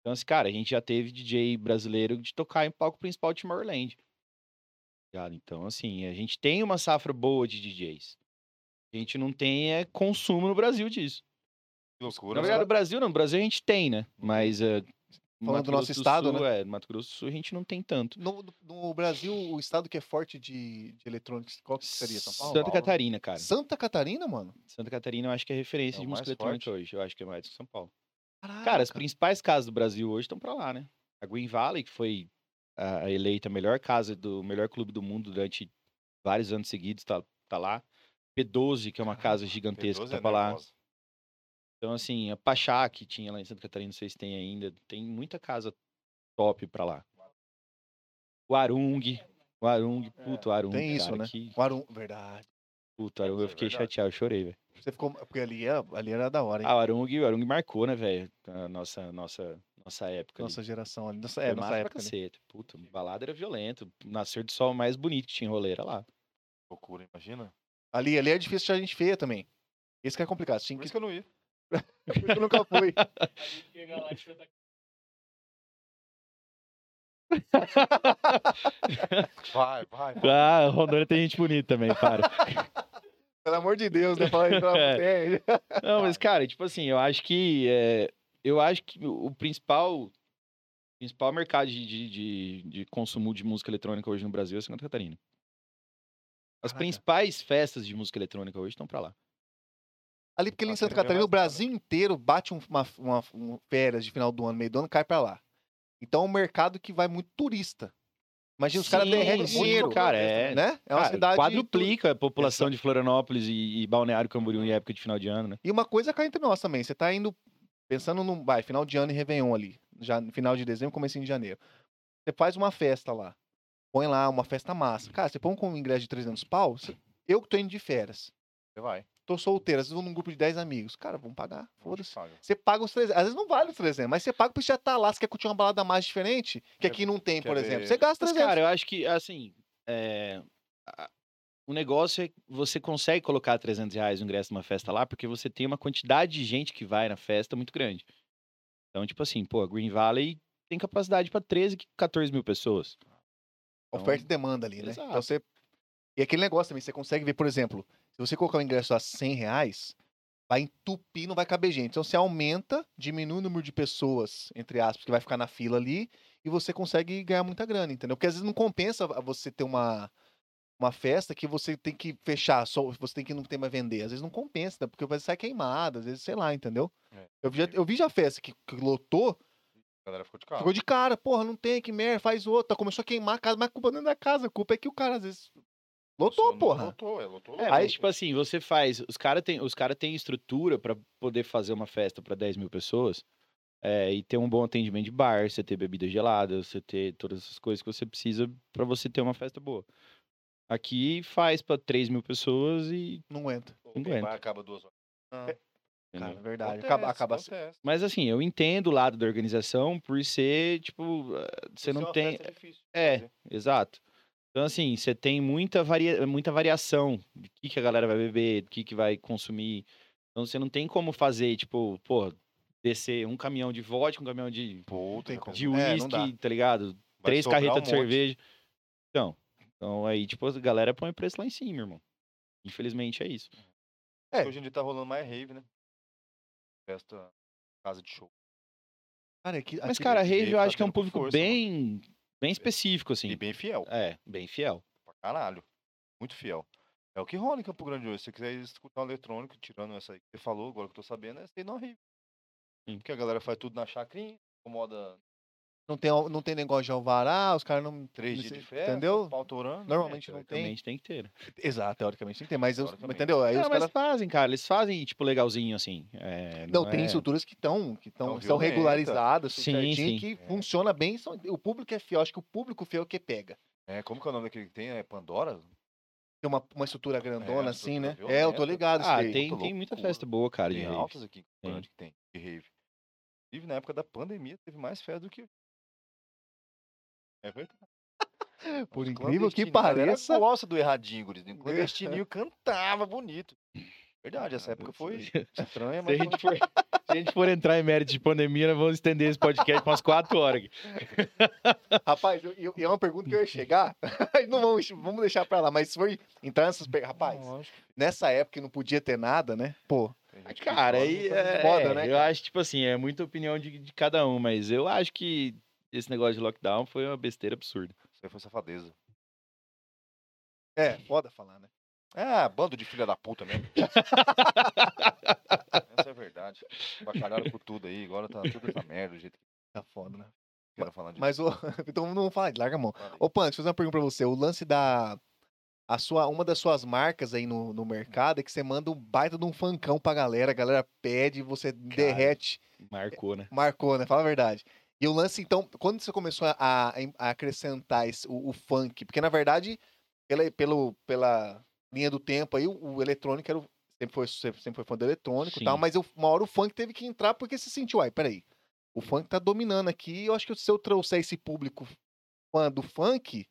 Então, assim, cara, a gente já teve DJ brasileiro de tocar em palco principal de Tomorrowland. Ligado? Então, assim, a gente tem uma safra boa de DJs. A gente não tem é, consumo no Brasil disso. Que loucura. Na né? verdade, no Brasil não. No Brasil a gente tem, né? Mas. é, no um Uhum. Falando Mato do nosso Grosso estado, né? Sul, É, no Mato Grosso do Sul a gente não tem tanto. No, no Brasil, o estado que é forte de, de eletrônicos, qual que seria? São Paulo? né? Santa Paulo? Catarina, cara. Santa Catarina, mano? Santa Catarina eu acho que é referência É o de música mais eletrônica hoje. Eu acho que é mais que São Paulo. Caraca. Cara, as principais casas do Brasil hoje estão pra lá, né? A Green Valley, que foi a a eleita melhor casa do melhor clube do mundo durante vários anos seguidos, tá, tá lá. P12, que é uma casa gigantesca, P12 tá é pra lá. nervosa. Então, assim, a Pachá, que tinha lá em Santa Catarina, não sei se tem ainda, tem muita casa top pra lá. O Arung, o Arung, puto, o Arung, tem isso, cara, né? que Guarum... Verdade. puto, Arung, eu Isso é fiquei verdade. chateado, eu chorei, velho. Você ficou... Porque ali, é- ali era da hora, hein? Ah, o Arung, o Arung marcou, né, velho, a nossa, nossa, nossa época ali. nossa geração ali. Nossa, é, É, nossa massa pra época ali. cacete. Puta, balada era violento. Nascer do sol mais bonito que tinha em roleira lá. Loucura, imagina. ali. Ali é difícil achar gente feia também. Esse que é complicado. Tinha Por que... isso que eu não ia. eu nunca fui. Chega lá, chuta Vai, vai. vai. Ah, Rondônia tem gente bonita também, para. Pelo amor de Deus, né? Fala aí, pelo amor- é. Não, mas, cara, tipo assim, eu acho que. é, eu acho que o o principal. Principal mercado de, de, de- de consumo de música eletrônica hoje no Brasil é Santa Catarina. As Caraca. principais festas de música eletrônica hoje estão pra lá. Ali, porque ali em Nossa, é Santa eu não vi Catarina, o mais Brasil inteiro bate um- uma, uma, um férias de final do ano, meio do ano, cai pra lá. Então é um mercado que vai muito turista. Imagina, os caras Sim, derretem sim, dinheiro, cara, é. né? É uma Cara, cidade... Quadruplica a população de Florianópolis e, e Balneário Camboriú em época de final de ano, né? E uma coisa cai entre nós também. Você tá indo, pensando no vai, final de ano e Réveillon ali. Já no final de dezembro, comecinho de janeiro. Você faz uma festa lá. Põe lá uma festa massa. Cara, você põe um ingresso de 300 pau, você- eu que tô indo de férias. Você vai. Tô solteiro, às vezes vou num grupo de 10 amigos. Cara, vamos pagar. Foda-se. Paga. Você paga os 300. Às vezes não vale os 300, mas você paga porque já tá lá. Você quer curtir uma balada mais diferente, que Quer- aqui não tem, quer por ver- exemplo. Você gasta Mas, 300. cara, eu acho que, assim, é, a- o negócio é que você consegue colocar 300 reais no ingresso numa festa lá, porque você tem uma quantidade de gente que vai na festa muito grande. Então, tipo assim, pô, a Green Valley tem capacidade pra 13, 14 mil pessoas. Então Oferta e demanda ali, né? Exato. Então você... E aquele negócio também, você consegue ver, por exemplo, se você colocar o ingresso a 100 reais, vai entupir, não vai caber gente. Então você aumenta, diminui o número de pessoas, entre aspas, que vai ficar na fila ali, e você consegue ganhar muita grana, entendeu? Porque às vezes não compensa a- você ter uma, uma festa que você tem que fechar, só, você tem que não ter mais vender. Às vezes não compensa, né? porque vai sair queimada, às vezes, sei lá, entendeu? É. Eu, vi já, eu vi já festa que, que lotou, A galera ficou de carro. Ficou de cara, porra, não tem, que merda, faz outra. Começou a queimar a casa, mas a culpa não é da casa, a culpa é que o cara às vezes lotou, porra. Lotou, é, lotou. É, lotou. mas, tipo assim, você faz. Os caras têm cara tem estrutura pra poder fazer uma festa pra 10 mil pessoas é, e ter um bom atendimento de bar, você ter bebida gelada, você ter todas essas coisas que você precisa pra você ter uma festa boa. Aqui faz pra 3 mil pessoas e. Não entra. Pô, não quem aguento. vai acaba duas horas. Cara, entendeu? verdade. Acontece, Acaba, acaba assim. acontece. Mas assim, eu entendo o lado da organização por ser, tipo, eh, você Isso é não uma tem. festa difícil de É, fazer. Exato. Então, assim, você tem muita, varia... muita variação do que, que a galera vai beber, do que, que vai consumir. Então, você não tem como fazer, tipo, pô, descer um caminhão de vodka, um caminhão de, Pô, tem como. de É, não uísque, dá. tá ligado? Vai Três sobrar carretas um de monte. cerveja. Então, então, aí, tipo, a galera põe o preço lá em cima, irmão. Infelizmente, é isso. É. Hoje em dia tá rolando mais rave, né? Festa, casa de show. Cara, é que- Mas, aqui- cara, a desse rave jeito eu tá acho que é um tendo com público força, mano. bem, bem É. específico, assim. E bem fiel, É, bem fiel. pra caralho. Muito fiel. É o que rola em Campo Grande hoje. Se você quiser escutar um eletrônico, tirando essa aí que você falou, agora que eu tô sabendo, é stay no rave. Sim. Porque a galera faz tudo na chacrinha, incomoda não, tem, al- não tem negócio de alvará, os caras não. três não dias sei- de festa, é, Entendeu? pautorando. Normalmente não tem. Realmente tem que ter. Exato, teoricamente tem que ter, mas eu, Teoricamente. entendeu? Aí Não, os mas caras. fazem, cara. Eles fazem, tipo, legalzinho, assim. É, Não, tem é- estruturas que estão que tão, Não, são violenta. regularizadas, tudo Sim, certinho, sim. que funciona bem. são- o público é fiel, acho que o público fiel é o que pega. É, como que é o nome daquele que tem? É Pandora? Tem uma, uma estrutura grandona uma assim, estrutura né? É, eu tô violenta. ligado. isso Ah, daí. tem, Puta tem muita loucura. festa boa, cara, de Tem rave. altas aqui em Campo Tem. Grande que tem de rave. Inclusive, na época da pandemia, teve mais festa do que... É verdade. Por Os incrível que clandestinos, a galera pareça. gosta do erradinho, guris. O clandestininho cantava bonito. Verdade, essa Ah, época putz. foi estranha, Se a, mas. gente for, se a gente for entrar em mérito de pandemia, nós vamos estender esse podcast para umas quatro horas. aqui. Rapaz, eu- eu- e é uma pergunta que eu ia chegar, mas não vamos, vamos deixar pra lá, mas se for entrar nessas... per- Rapaz, nessa época que não podia ter nada, né? Pô, Tem gente que Cara, chora, aí não é, faz foda, né, eu cara? acho, tipo assim, é muita opinião de, de cada um, mas eu acho que esse negócio de lockdown foi uma besteira absurda. Isso aí foi safadeza. é, foda falar, né? É, bando de filha da puta mesmo. Essa é a verdade. Bacalharam por tudo aí, agora tá tudo essa merda, do jeito que Tá foda, né? eu quero falar de Mas, o... então não vamos falar, disso, larga a mão. Fala aí. Ô, Pan, deixa eu fazer uma pergunta pra você. O lance da. A sua, uma das suas marcas aí no, no mercado é que você manda um baita de um fancão pra galera, a galera pede, você derrete. Marcou, né? Marcou, né? Fala a verdade. E o lance, então, quando você começou a, a- a acrescentar esse- o, o funk? Porque, na verdade, pela, pelo, pela linha do tempo aí, o, o eletrônico era o- sempre, foi, sempre sempre foi fã do eletrônico e tal, Sim. mas eu, uma hora o funk teve que entrar porque se sentiu, ai, peraí, o funk tá dominando aqui, eu acho que se eu trouxer esse público fã do funk,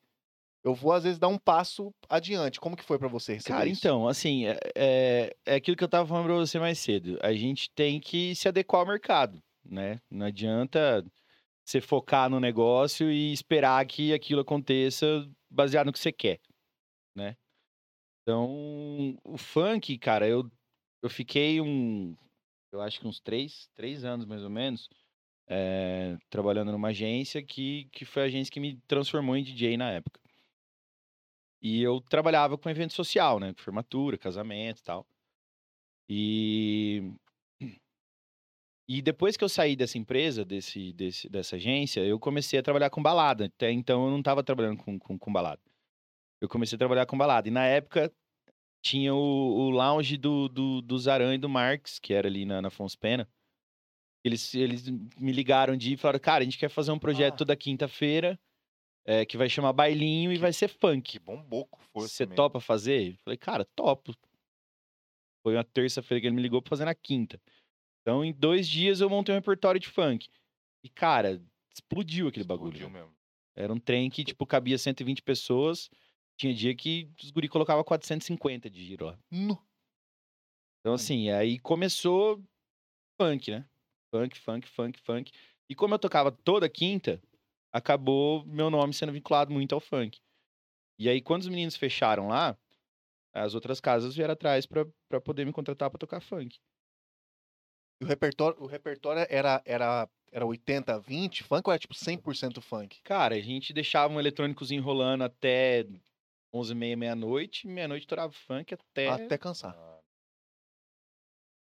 eu vou, às vezes, dar um passo adiante. Como que foi pra você receber Cara, isso? então, assim, é, é, é aquilo que eu tava falando pra você mais cedo. A gente tem que se adequar ao mercado, né? Não adianta você focar no negócio e esperar que aquilo aconteça baseado no que você quer, né? Então, o funk, cara, eu, eu fiquei um... Eu acho que uns três, três anos, mais ou menos, é, trabalhando numa agência que, que foi a agência que me transformou em DJ na época. E eu trabalhava com evento social, né? com Formatura, casamento e tal. E... E depois que eu saí dessa empresa, desse, desse, dessa agência, eu comecei a trabalhar com balada. Até então eu não estava trabalhando com, com, com balada. Eu comecei a trabalhar com balada. E na época tinha o, o lounge do, do, do Zaran e do Marx, que era ali na, na Fons Pena. Eles, eles me ligaram de e falaram, cara, a gente quer fazer um projeto Ah. toda quinta-feira é, que vai chamar Bailinho e vai ser funk. Que bomboco foi. Você também. topa fazer? Eu Falei, cara, topo. Foi uma terça-feira que ele me ligou pra fazer na quinta. Então, em dois dias, eu montei um repertório de funk. E, cara, explodiu aquele bagulho. Explodiu velho. mesmo. Era um trem que, tipo, cabia 120 pessoas. Tinha dia que os guri colocava 450 de giro lá. No- Então, assim, aí começou funk, né? Funk, funk, funk, funk. E como eu tocava toda quinta, acabou meu nome sendo vinculado muito ao funk. E aí, quando os meninos fecharam lá, as outras casas vieram atrás pra pra poder me contratar pra tocar funk. E o repertório, o repertório era, era, era 80, 20 funk ou era tipo 100% funk? Cara, a gente deixava um eletrônicozinho rolando até 11h30, meia-noite. Meia-noite torava funk até... Até cansar. Ah,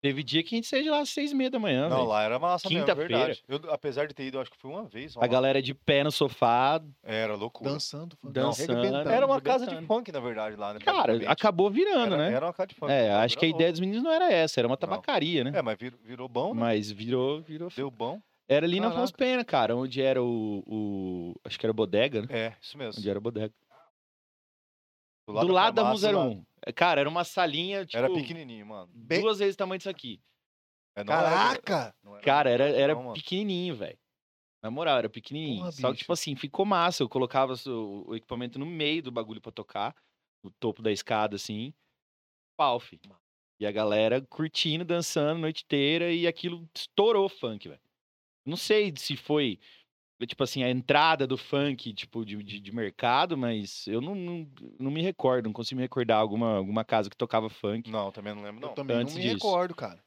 Teve dia que a gente seja lá às 6h30 da manhã, Não, velho. lá era massa mesmo, é Quinta-feira. verdade. Eu, apesar de ter ido, acho que foi uma vez. só A lá. galera de pé no sofá, Era loucura. Dançando, funk. Dançando. arrebentando. Era uma Tava casa de arrebentando. funk, na verdade, lá. Né? cara, praticamente. acabou virando, era, né? Era uma casa de funk. É, Era acho que a louco. ideia dos meninos não era essa, era uma tabacaria, né? É, mas virou, virou bom, né? Mas virou, virou. Deu bom. Era ali na Caraca. Afonso Pena, cara, onde era o, o- Acho que era a bodega, né? É, isso mesmo. Onde era a bodega. Do Do lado da farmácia, lá. 101. Cara, era uma salinha, tipo. Era pequenininho, mano. Bem- Duas vezes o tamanho disso aqui. É, não era- Caraca! não era- Cara, era, era Não, mano. pequenininho, velho. Na moral, era pequenininho. Porra, Só que, bicho. tipo assim, ficou massa. Eu colocava o o equipamento no meio do bagulho pra tocar, no topo da escada, assim. Pau, fi. E a galera curtindo, dançando a noite inteira e aquilo estourou o funk, velho. Não sei se foi, tipo assim, a entrada do funk, tipo, de, de, de mercado, mas eu não, não, não me recordo, não consigo me recordar alguma, alguma casa que tocava funk. Não, também não lembro, Eu não. também antes não me disso. recordo, cara.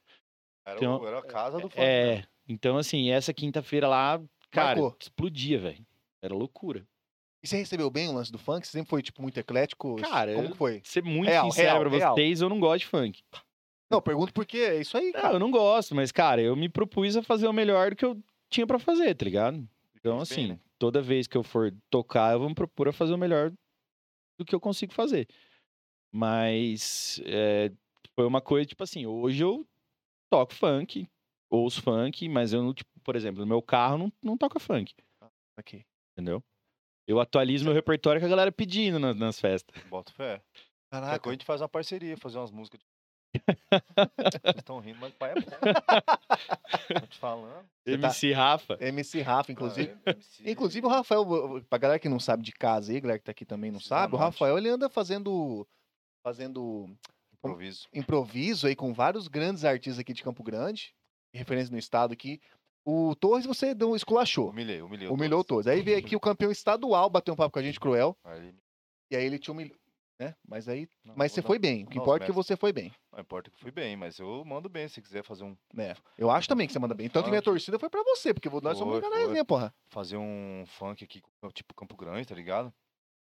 Era, Tem o- uma- era a casa do funk. né? É, então assim, essa quinta-feira lá, cara, Marcou. explodia, velho. Era loucura. E você recebeu bem o lance do funk? Você sempre foi, tipo, muito eclético? Cara, Como eu- que foi? Ser muito Real, sincero real, pra real. vocês, eu não gosto de funk. Não, pergunto porque é isso aí, Não, cara. eu não gosto, mas cara, eu me propus a fazer o melhor do que eu tinha pra fazer, tá ligado? Então Fez bem, assim, né? toda vez que eu for tocar, eu vou me procurar fazer o melhor do que eu consigo fazer. Mas é, foi uma coisa, tipo assim, hoje eu toco funk, ouço funk, mas eu não, tipo, por exemplo, no meu carro não, não toca funk, Aqui. entendeu? Eu atualizo meu repertório que a galera pedindo na- nas festas. Bota fé. Daqui a Caraca. pouco a gente faz uma parceria, fazer umas músicas. De... Vocês estão rindo, mas o pai é bom. Tô te falando. Você tá- MC Rafa. MC Rafa, inclusive. Ah, é MC. Inclusive, o Rafael, pra galera que não sabe de casa aí, galera que tá aqui também não Esses sabe, o anotes. Rafael ele anda fazendo. Fazendo é improviso. improviso aí com vários grandes artistas aqui de Campo Grande, referência no estado aqui. O Torres você deu um esculachou, Humilhei, humilhei. o humilhou Douglas. todos. Aí veio aqui o campeão estadual bater um papo com a gente cruel, Aí- e aí ele te humilhou, né? Mas aí, não, mas vou você dar- foi bem. O que Não, importa é que mestre. você foi bem, Não importa que eu fui bem, mas eu mando bem. Se quiser fazer um, né? Eu acho também que você manda bem. Tanto que minha Ótimo. torcida foi pra você, porque nós somos Foi, um canalzinha, porra. fazer um funk aqui, tipo Campo Grande, tá ligado?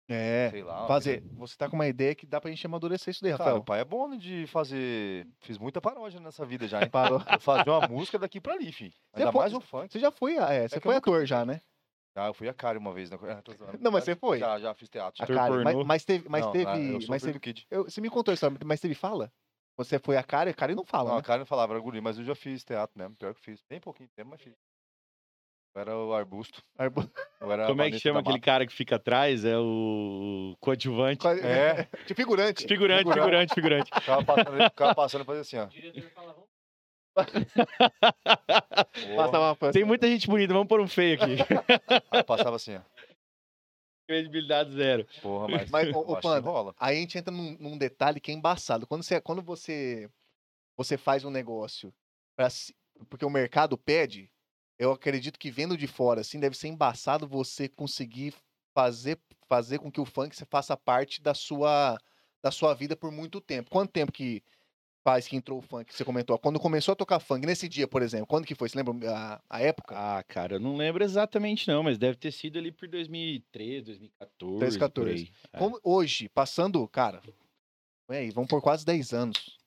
É. Sei lá. uma Fazer. Você tá com uma ideia que dá pra gente amadurecer isso daí, Cara, Rafael. o pai é bom de fazer. Fiz muita paródia nessa vida já, hein? Parou. Eu fazer uma música daqui pra ali, fi. Ainda foi- mais um funk. Você já foi, ah, é, você que foi eu ator já, né? Ah, eu fui a cara uma vez. Na... Ah, tô zoando. Não, mas você foi. Já, já fiz teatro. A já. Ator cara, mas, pornô. mas teve, mas Não, teve, ah, eu sou mas teve, filho do Kid. eu- você me contou isso, mas teve fala? Você foi a cara, e a cara não fala, Não, né? a cara não falava, era guri, mas eu já fiz teatro mesmo. Pior que fiz. Bem pouquinho tempo, mas fiz. Eu era o arbusto. Aí, bo- Eu era a Como é que Vanessa chama da aquele cara que fica atrás? É o coadjuvante. quase- É. De figurante. Figurante, figurante, figurante. Mata. Ficava passando, ficava passando e fazia assim, ó. O diretor fala, vamos Passava, Passava a Tem muita gente bonita, vamos pôr um feio aqui. aí passava assim, ó. Credibilidade zero. Porra, mas. Mas, ô, eu ô, acho que Panda, rola. Aí a gente entra num, num detalhe que é embaçado. Quando você, quando você, você faz um negócio pra se- porque o mercado pede, eu acredito que vendo de fora, assim, deve ser embaçado você conseguir fazer, fazer com que o funk se faça parte da sua, da sua vida por muito tempo. Quanto tempo que faz que entrou o funk? Você comentou. Quando começou a tocar funk, nesse dia, por exemplo, quando que foi? Você lembra a, a época? Ah, cara, eu não lembro exatamente não, mas deve ter sido ali por 2003, 2014. 2014. por aí. É. Como hoje, passando, cara, põe aí, vão por quase 10 anos.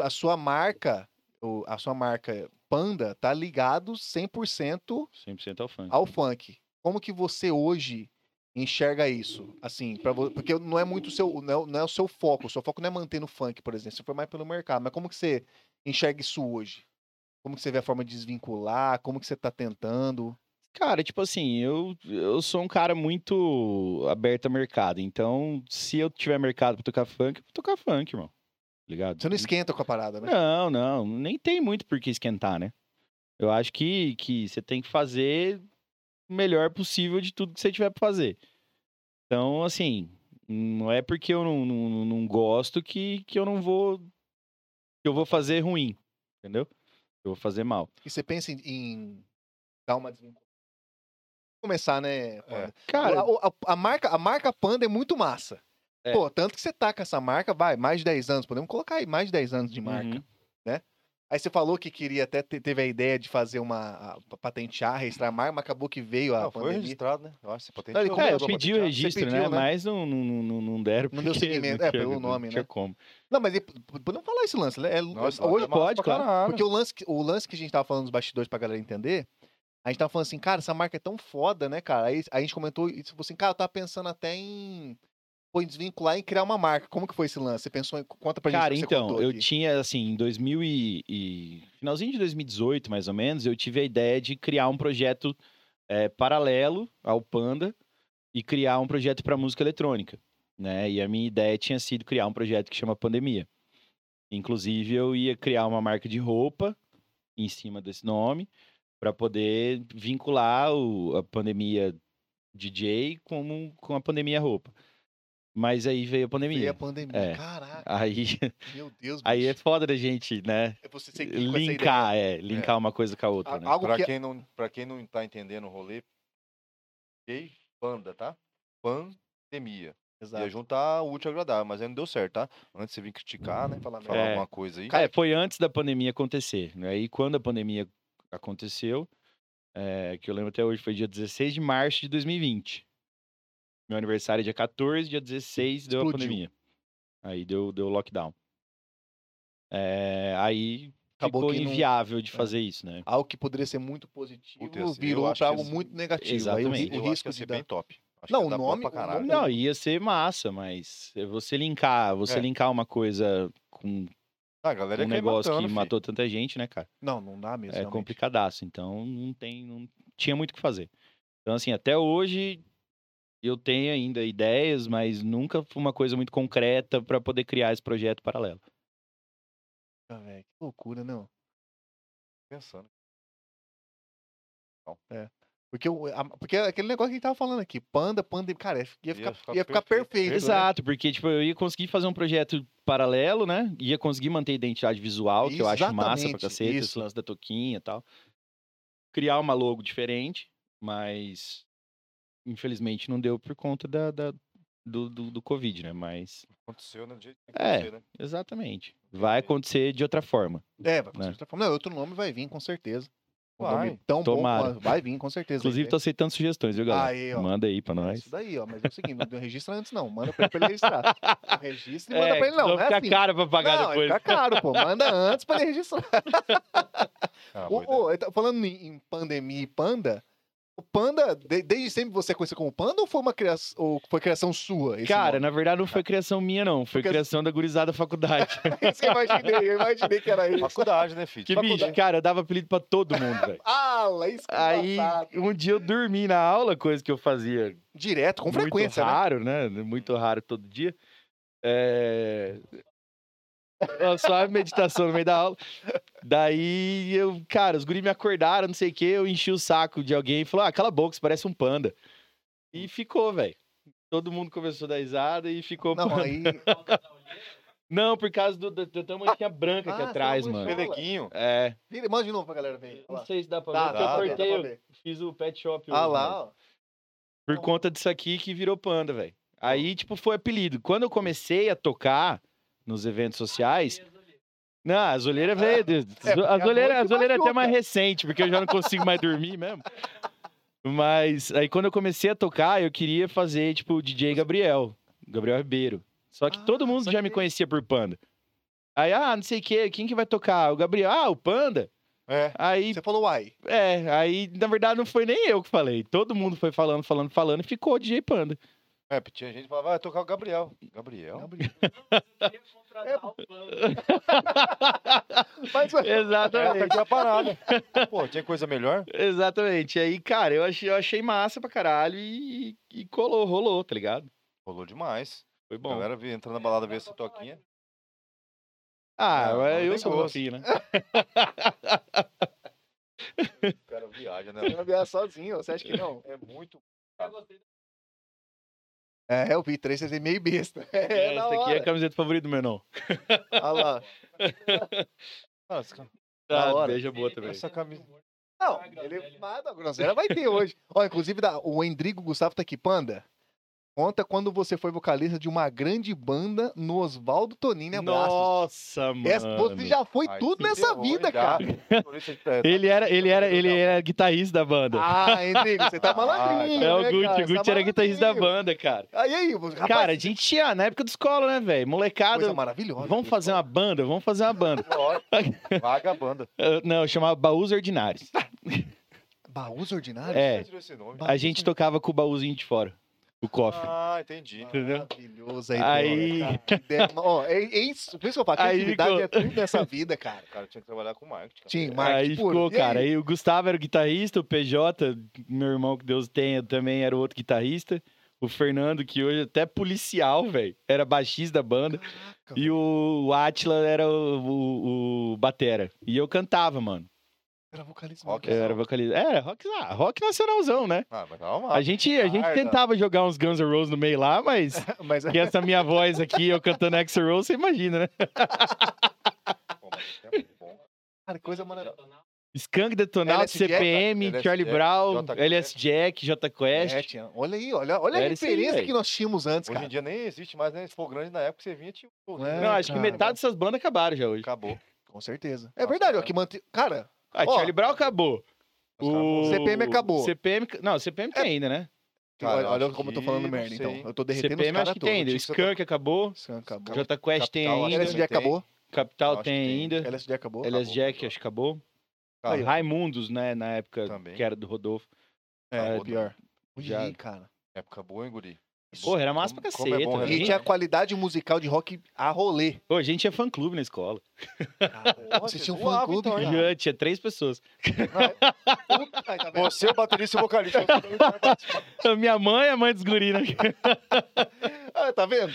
A sua marca, o- a sua marca Panda tá ligado 100% 100% ao funk. ao funk. Como que você hoje enxerga isso? Assim, para porque não é muito o seu, não é, o- não é o seu foco, o seu foco não é manter no funk, por exemplo, você foi mais pelo mercado, mas como que você enxerga isso hoje? Como que você vê a forma de desvincular? Como que você tá tentando? Cara, tipo assim, eu, eu sou um cara muito aberto a mercado, então se eu tiver mercado pra tocar funk, eu vou tocar funk, irmão. Tá Ligado? Você não esquenta com a parada, né? Não, não, nem tem muito por que esquentar, né? Eu acho que, que você tem que fazer o melhor possível de tudo que você tiver pra fazer. Então, assim, não é porque eu não, não, não- não gosto que, que eu não vou. que eu vou fazer ruim, entendeu? Eu vou fazer mal. E você pensa em, em dar uma desvinculada? Começar, É. né? Panda? Cara, a, a- a marca, a marca Panda é muito massa. É. Pô, tanto que você tá com essa marca, vai, mais de 10 anos. Podemos colocar aí mais de 10 anos de marca. uhum. Aí você falou que queria até te- teve a ideia de fazer uma. a- patentear, registrar a marca, mas acabou que veio a Não, foi pandemia. registrado, né? Eu acho que patente. Não, ele eu Como É, é eu que eu vou pedi o patentear? Você registro, pediu, né? né? Mas não, não, não, não deram. Não deu porque seguimento, é, tinha- pelo nome, tinha né? como. Não, mas e- p- podemos falar esse lance, né? É, Nossa, hoje, é massa pode, pra claro. caralho. Porque o lance, que- o lance que a gente tava falando dos bastidores pra galera entender, a gente tava falando assim, cara, essa marca é tão foda, né, cara? Aí a gente comentou e falou assim, cara, eu tava pensando até em pô, em desvincular e criar uma marca. Como que foi esse lance? Você pensou em. Conta pra gente Cara, o que você então, contou eu aqui. tinha, assim, em 2000 e, e- Finalzinho de 2018, mais ou menos, eu tive a ideia de criar um projeto eh, paralelo ao Panda e criar um projeto para música eletrônica, né? E a minha ideia tinha sido criar um projeto que chama Pandemia. Inclusive, eu ia criar uma marca de roupa em cima desse nome para poder vincular o- a pandemia DJ com, com a pandemia roupa. Mas aí veio a Veio pandemia. a pandemia. É. Caraca, Aí meu Deus, Aí é bicho. foda da gente, né? É você seguir com essa ideia. Linkar, é, linkar uma coisa com a outra, A- né? Algo Pra que. é quem, não, pra quem não tá entendendo o rolê, gay, panda, tá? Pandemia. Exato. Ia juntar o útil ao agradável, mas aí não deu certo, tá? Antes você vir criticar, né? Falar Falar, merda. alguma coisa aí. É, foi antes da pandemia acontecer, né? E quando a pandemia aconteceu, é, que eu lembro até hoje, foi dia 16 de março de 2020. Meu aniversário é dia 14, dia 16 deu a Explodiu. pandemia. Aí deu deu lockdown. É, aí Acabou ficou que não- é. inviável de fazer isso, né? Algo que poderia ser muito positivo Puta, eu virou acho pra que algo esse- muito negativo. Aí o ri- Exatamente. o, Eu acho que risco ia de ser dar- bem top. Acho que Ah, Não, ia o dar boa nome- pra o nome caralho. da- Não, ia ser massa, mas é você linkar, você É. linkar uma coisa com Ah, a galera um quer ir negócio matando, que fi. matou tanta gente, né, cara? Não, não dá mesmo. é realmente. complicadaço. Então não tem, não tinha muito o que fazer. Então assim, até hoje eu tenho ainda ideias, mas nunca foi uma coisa muito concreta para poder criar esse projeto paralelo. Ah, velho, que loucura, não. Pensando. é. Porque, o- a- porque é aquele negócio que a gente tava falando aqui, panda, panda, cara, ia ficar, ia ficar, perfeito. é né? Exato, porque tipo, eu ia conseguir fazer um projeto paralelo, né? Ia conseguir manter a identidade visual, que eu acho massa pra Exatamente, cacete, esse isso. lance da toquinha e tal. Criar uma logo diferente, mas infelizmente não deu por conta da, da- do, do, do Covid, né? Mas, Aconteceu no dia que É. aconteceu, né? exatamente. Vai acontecer de outra forma. É, vai Né? né? Não, outro nome vai vir, com certeza. Um Vai. nome tão Tomara. bom quanto- vai vir, com certeza. Inclusive, tô aceitando sugestões, viu, galera? Aí, ó. Manda aí pra É nós. Isso daí, ó. Mas é o seguinte, não registra antes, não. Manda pra ele, pra ele registrar. Não registra e manda É, pra ele, não. senão Não é fica assim. caro pra pagar não, depois. Fica caro, pô. Manda antes pra ele registrar. Ah, Ô, boa ideia. ô, eu tô falando em, em pandemia e panda, o panda, de- desde sempre você é conhecido como panda ou foi uma criação, ou foi criação sua? esse Cara, nome? na verdade não foi criação minha, não. Foi Porque- criação da gurizada da faculdade. Isso que eu imaginei, eu imaginei que era isso. Faculdade, né, filho? Que Faculdade. bicho, cara, eu dava apelido pra todo mundo, velho. Ah, lá, isso que Aí, engraçado. um dia eu dormi na aula, coisa que eu fazia Direto, com muito frequência, né? raro, né? Muito raro todo dia. É... Só a meditação no meio da aula. Daí, eu, cara, os guris me acordaram, não sei o quê, eu enchi o saco de alguém e falou, ah, cala a boca, você parece um panda. Hum. E ficou, velho. Todo mundo começou a dar risada e ficou... Não, panda. aí... Não, por causa do, do, do tamanho que a branca aqui Ah, atrás, você é uma mano. manchou. Peleguinho. É, Vira, manda de novo pra galera ver. não Olha lá. sei se dá pra Dá, ver, dá, porque pra eu ver, dá pra cortei, eu ver. fiz o pet shop. Ah hoje, né? mas- lá, ó. Por Então conta disso aqui que virou panda, velho. Aí, tipo, foi apelido. Quando eu comecei a tocar nos Ah, eventos sociais. Não, as olheiras veio. de- É, porque as a olheiras, noite as olheiras é até machuca. mais recente, porque eu já não consigo mais dormir mesmo. Mas aí quando eu comecei a tocar, eu queria fazer, tipo, o DJ Gabriel. Gabriel Ribeiro. Só que Ah, todo mundo só já que me daí- conhecia por panda. Aí, ah, não sei o quê, quem que vai tocar? O Gabriel. Ah, o panda? É. Aí, Você falou uai. é, aí, na verdade, não foi nem eu que falei. Todo mundo foi falando, falando, falando, e ficou DJ Panda. É, porque tinha gente que falava, vai tocar o Gabriel. Gabriel? Gabriel. queria contratar o Panda. Mas, Essa Exatamente, aqui é a parada. Pô, tinha coisa melhor? exatamente. Aí, cara, eu achei, eu achei massa pra caralho e, e colou, rolou, tá ligado? Rolou demais. Foi A bom. galera vê- entra na balada, vê essa toquinha. ah, Ah, eu- não é, eu tem sou gosto. fofinho, né? O cara viaja, né? Você vai sozinho, você acha que não? É muito. Eu gostei do É, eu vi três, vocês é meio besta. É, na Essa aqui é a hora. camiseta favorita do meu irmão. Olha lá. Cara, esse cara- Da Tá, hora. beija boa Ele também. tem Essa senso camisa- de humor. Não, Ah, ele groselha. nada, a groselha vai ter hoje. Ó, inclusive, da- o Endrigo Gustavo tá aqui, Panda. Conta quando você foi vocalista de uma grande banda no Oswaldo Tonini Abraços. Nossa, mano. Essa, você já foi Ai, tudo se nessa ferrou, hein, vida, já. cara. Por isso ele tá- Ele era, ele era, ele era guitarrista da banda. Ah, Endrigo, você tá malandrinho. é o né, Gucci, cara? o Você tá Gucci era guitarrista da malandrinho. banda, cara. Aí, aí, você- rapaz, cara, a gente tinha na época da escola, né, velho? coisa Molecada, maravilhosa. vamos fazer uma banda, vamos fazer uma banda. Lógico. Vaga a banda. Eu- Ah, Não, eu chamava Baús Ordinários. Baús ordinários? É. Quem tirou esse nome? A gente tocava com o baúzinho de fora, o cofre. Ah, entendi. Entendeu? Maravilhoso aí, Aí- Dora, cara. Que ideia- Ó, é, é isso. Por isso que eu falo, Aí criatividade ficou. é tudo nessa vida, cara. O cara tinha que trabalhar com marketing. cara. Tim, aí marketing puro. ficou, E aí? cara. Aí o Gustavo era o guitarrista, o PJ, meu irmão que Deus tenha, também era o outro guitarrista. O Fernando, que hoje é até policial, velho, era baixista da banda. Caraca, E o Atila era o, o- o batera. E eu cantava, mano. Era vocalista. Rock. Eu era vocalista. Era rock, ah, rock nacionalzão, né? Ah, mas calma. A gente, a gente Carda. tentava jogar uns Guns N' Roses no meio lá, mas Mas é, que é essa minha voz aqui, eu cantando Axl Rose, você imagina, né? Pô, mas é muito bom. Cara, coisa maravilhosa. Skunk Detonauts, LS Jack, CPM, LS Charlie Jack, Brown, J Quest. LS Jack, J Quest. É, tinha- Olha aí, olha, olha a Era isso aí, referência velho. que nós tínhamos antes, Hoje cara. em dia nem existe mais, né? Se for grande na época, você vinha tipo. É, Não, acho que cara. metade dessas bandas acabaram já hoje. Acabou. Com certeza. É Nossa, verdade, ó, cara. que mantém. Cara, Ah, Ó. Charlie Brown acabou. O CPM acabou. CPM, não, CPM É, tem ainda, né? Cara, olha, eu olha acho como eu tô que falando não merda, sei, então. hein. Eu tô derretendo CPM os acho caras que todos. tem ainda. Tinha que ser da- Skunk acabou, Skank acabou. J Quest tem Capital, acho ainda, que LSD tem. acabou. Capital acho que tem tem. ainda, LSD acabou. LS Jack acho que acabou. Cara, Aí, ó. Raimundos, né, na época Também. que era do Rodolfo. É, acabou, pior. Já- Ih, cara. Época boa, hein, guri? Porra, era massa pra Como- como caceta. é bom velho. E relembrar. gente, tinha qualidade musical de rock a rolê. pô, a gente tinha fã-clube na escola. Você vocês tinha um zoavam, fã-clube, então, hein? cara. Já tinha três pessoas. Puta, tá vendo? Você, o baterista e o vocalista. Minha mãe é a mãe dos guri, né? Ah, É, tá vendo?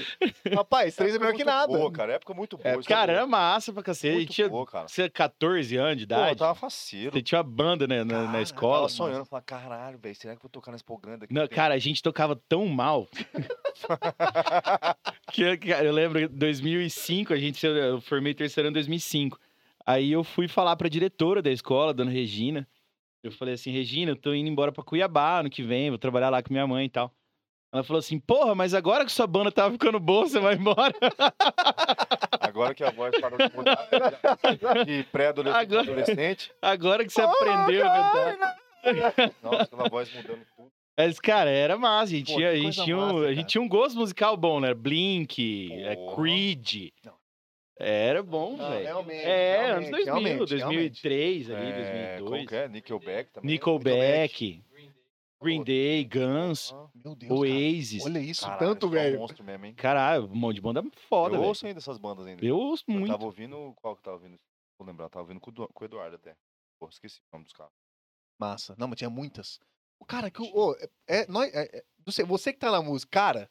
Rapaz, três é melhor Época que muito nada. Boa, cara. Época muito boa. isso Cara, é era massa pra muito cacete. Ele tinha boa, cara. tinha 14 anos de Pô, eu idade. tava faceiro. Você tinha uma banda né, na, na Cara, Eu escola. tava sonhando, falava, caralho, velho, será que eu vou tocar nessa propaganda aqui? Não, cara, a gente tocava tão mal. que eu, cara, eu lembro, em 2005, a gente, eu formei terceiro ano em 2005. Aí eu fui falar pra diretora da escola, dona Regina. Eu falei assim, Regina, eu tô indo embora pra Cuiabá ano que vem, vou trabalhar lá com minha mãe e tal. Ela falou assim, porra, mas agora que sua banda tava ficando boa, você vai embora? Agora que a voz parou de mudar de pré-adolescente pra Agora- adolescente. Agora que você aprendeu a cantar. Nossa, aquela voz mudando tudo. Mas, cara, era massa. A gente, Pô, que tinha, a gente, coisa tinha, um, massa, a gente cara. tinha um gosto musical bom, né? Blink, é, Porra. Creed. Não. Era bom, Não, velho. Ah, realmente, É, realmente, anos 2000, realmente, 2003 É, ali, como 2002. que é? Nickelback também. Nickelback, Green Day. Green Day, Guns, Ah, Meu Deus, cara. Oasis. Olha isso, caralho, tanto, isso é um velho. monstro mesmo, hein? Caralho, um monte de banda foda, eu velho. ouço ainda essas bandas ainda. Eu ouço Eu muito. tava ouvindo. Qual que eu tava ouvindo? Vou lembrar, eu tava ouvindo com o Du- com o Eduardo até. Pô, esqueci o nome dos caras. Massa. Não, mas tinha muitas. O cara que. o- ô, é, é- nós, é- é- você, você que tá na música, cara.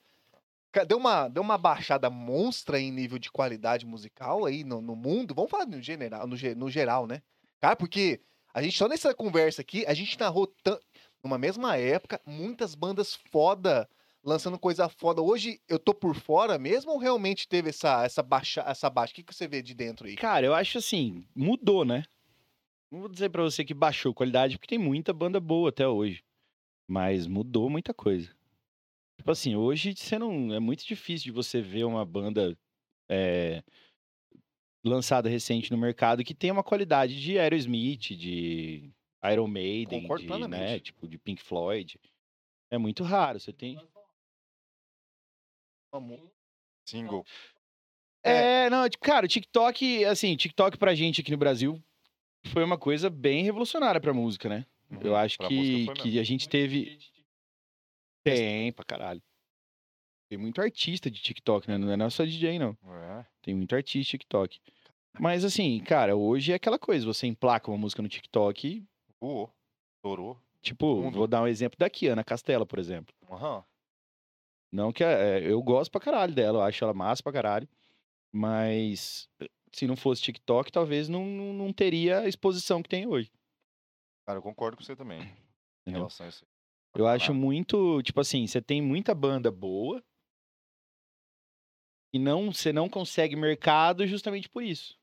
ca- Deu uma, deu uma baixada monstra em nível de qualidade musical aí no, no mundo. Vamos falar no general, no, ge- no geral, né? Cara, porque a gente só nessa conversa aqui, a gente narrou tan- numa mesma época, muitas bandas foda lançando coisa foda. Hoje eu tô por fora mesmo ou realmente teve essa, essa baixa, essa baixa? O que, que você vê de dentro aí? Cara, eu acho assim, mudou, né? Não vou dizer pra você que baixou qualidade, porque tem muita banda boa até hoje. Mas mudou muita coisa. Tipo assim, hoje você não. É muito difícil de você ver uma banda é, lançada recente no mercado que tem uma qualidade de Aerosmith, de Iron Maiden, Concordo de, plenamente. né, tipo, de Pink Floyd. É muito raro. Você tem. Uhum. Single. É, não, tipo, cara, o TikTok, assim, TikTok pra gente aqui no Brasil foi uma coisa bem revolucionária pra música, né? Eu acho Uhum. Pra que, música foi que a gente teve. Tem, pra caralho. Tem muito artista de TikTok, né? Não é só DJ, não. mesmo. É. Tem muito artista de TikTok. Mas assim, cara, hoje é aquela coisa, você emplaca uma música no TikTok, e, Voou. Estourou. tipo, Mundo. vou dar um exemplo daqui, Ana Castela, por exemplo. Aham. Não que é, eu gosto pra caralho dela, eu acho ela massa pra caralho. Mas eh, se não fosse TikTok, talvez não, não, não teria a exposição que tem hoje. Cara, eu concordo com você também. Uhum. Em Entendeu? relação a isso. Eu acho Ah. muito, tipo assim, você tem muita banda boa e não você não consegue mercado justamente por isso.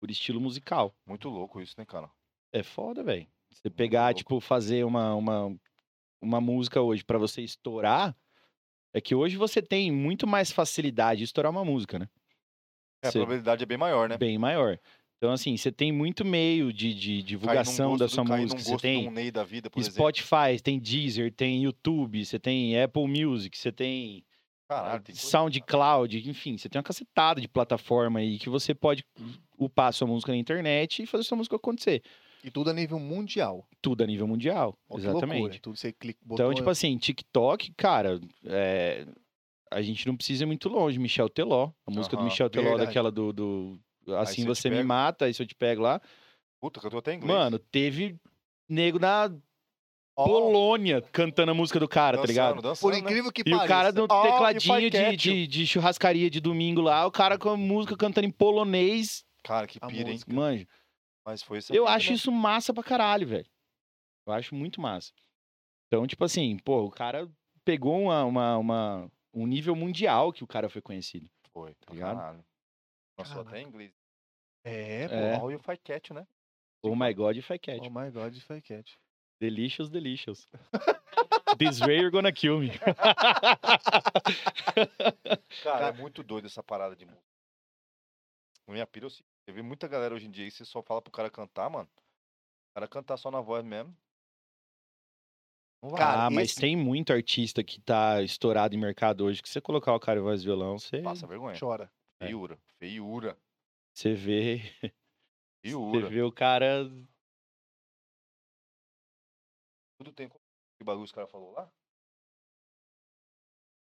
Por estilo musical. Muito louco isso, né, cara? É foda, velho. Você Muito pegar, louco. tipo, fazer uma, uma, uma música hoje pra você estourar, é que hoje você tem muito mais facilidade de estourar uma música, né? É, a Você- probabilidade é bem maior, né? bem maior. Então, assim, você tem muito meio de, de divulgação da sua música. Você de tem um Ney da vida, por exemplo. Spotify, tem Deezer, tem YouTube, você tem Apple Music, você tem Caralho, tem coisa, SoundCloud, enfim, você tem uma cacetada de plataforma aí que você pode upar sua música na internet e fazer sua música acontecer. E tudo a nível mundial. Tudo a nível mundial. Ó, que loucura. exatamente. Tudo você clica, Então, botou- tipo assim, TikTok, cara, é, a gente não precisa ir muito longe. Michel Teló, a música Aham, do Michel Teló, verdade. daquela do, do Assim se eu te Você Me pego. Mata, aí se eu te pego lá. Puta, que eu tô até em inglês. Mano, teve nego na Ó, Polônia cantando a música do cara, tá Dançando, ligado? dançando, Por né? incrível que E pareça. o cara no Oh, tecladinho if de, I catch you. de, de churrascaria de domingo lá, o cara com a música cantando em polonês. Cara, que A pira, hein? música. Manjo, Mas foi isso. né? eu acho isso massa pra caralho, velho. Eu acho muito massa. Então, tipo assim, pô, o cara pegou uma, uma, uma- um nível mundial que o cara foi conhecido. Foi, tá ligado? ligado? Nossa, eu até Caraca. em inglês. É, pô. É. All you fight cat, né? Oh my god, if I catch. Oh you. my god, foi cat. Delicious, delicious. This way you're gonna kill me. Cara, é muito doido essa parada de música. Na minha pira, eu sei. Você vê muita galera hoje em dia aí, você só fala pro cara cantar, mano. O cara cantar só na voz mesmo. Não vai. Cara, ah, mas esse- tem muito artista que tá estourado em mercado hoje que você colocar o cara em voz e violão, você, Passa vergonha. Chora. É. Feiura, feiura, você vê Você feiura. vê o cara. Tudo tem. Que bagulho os caras falou lá?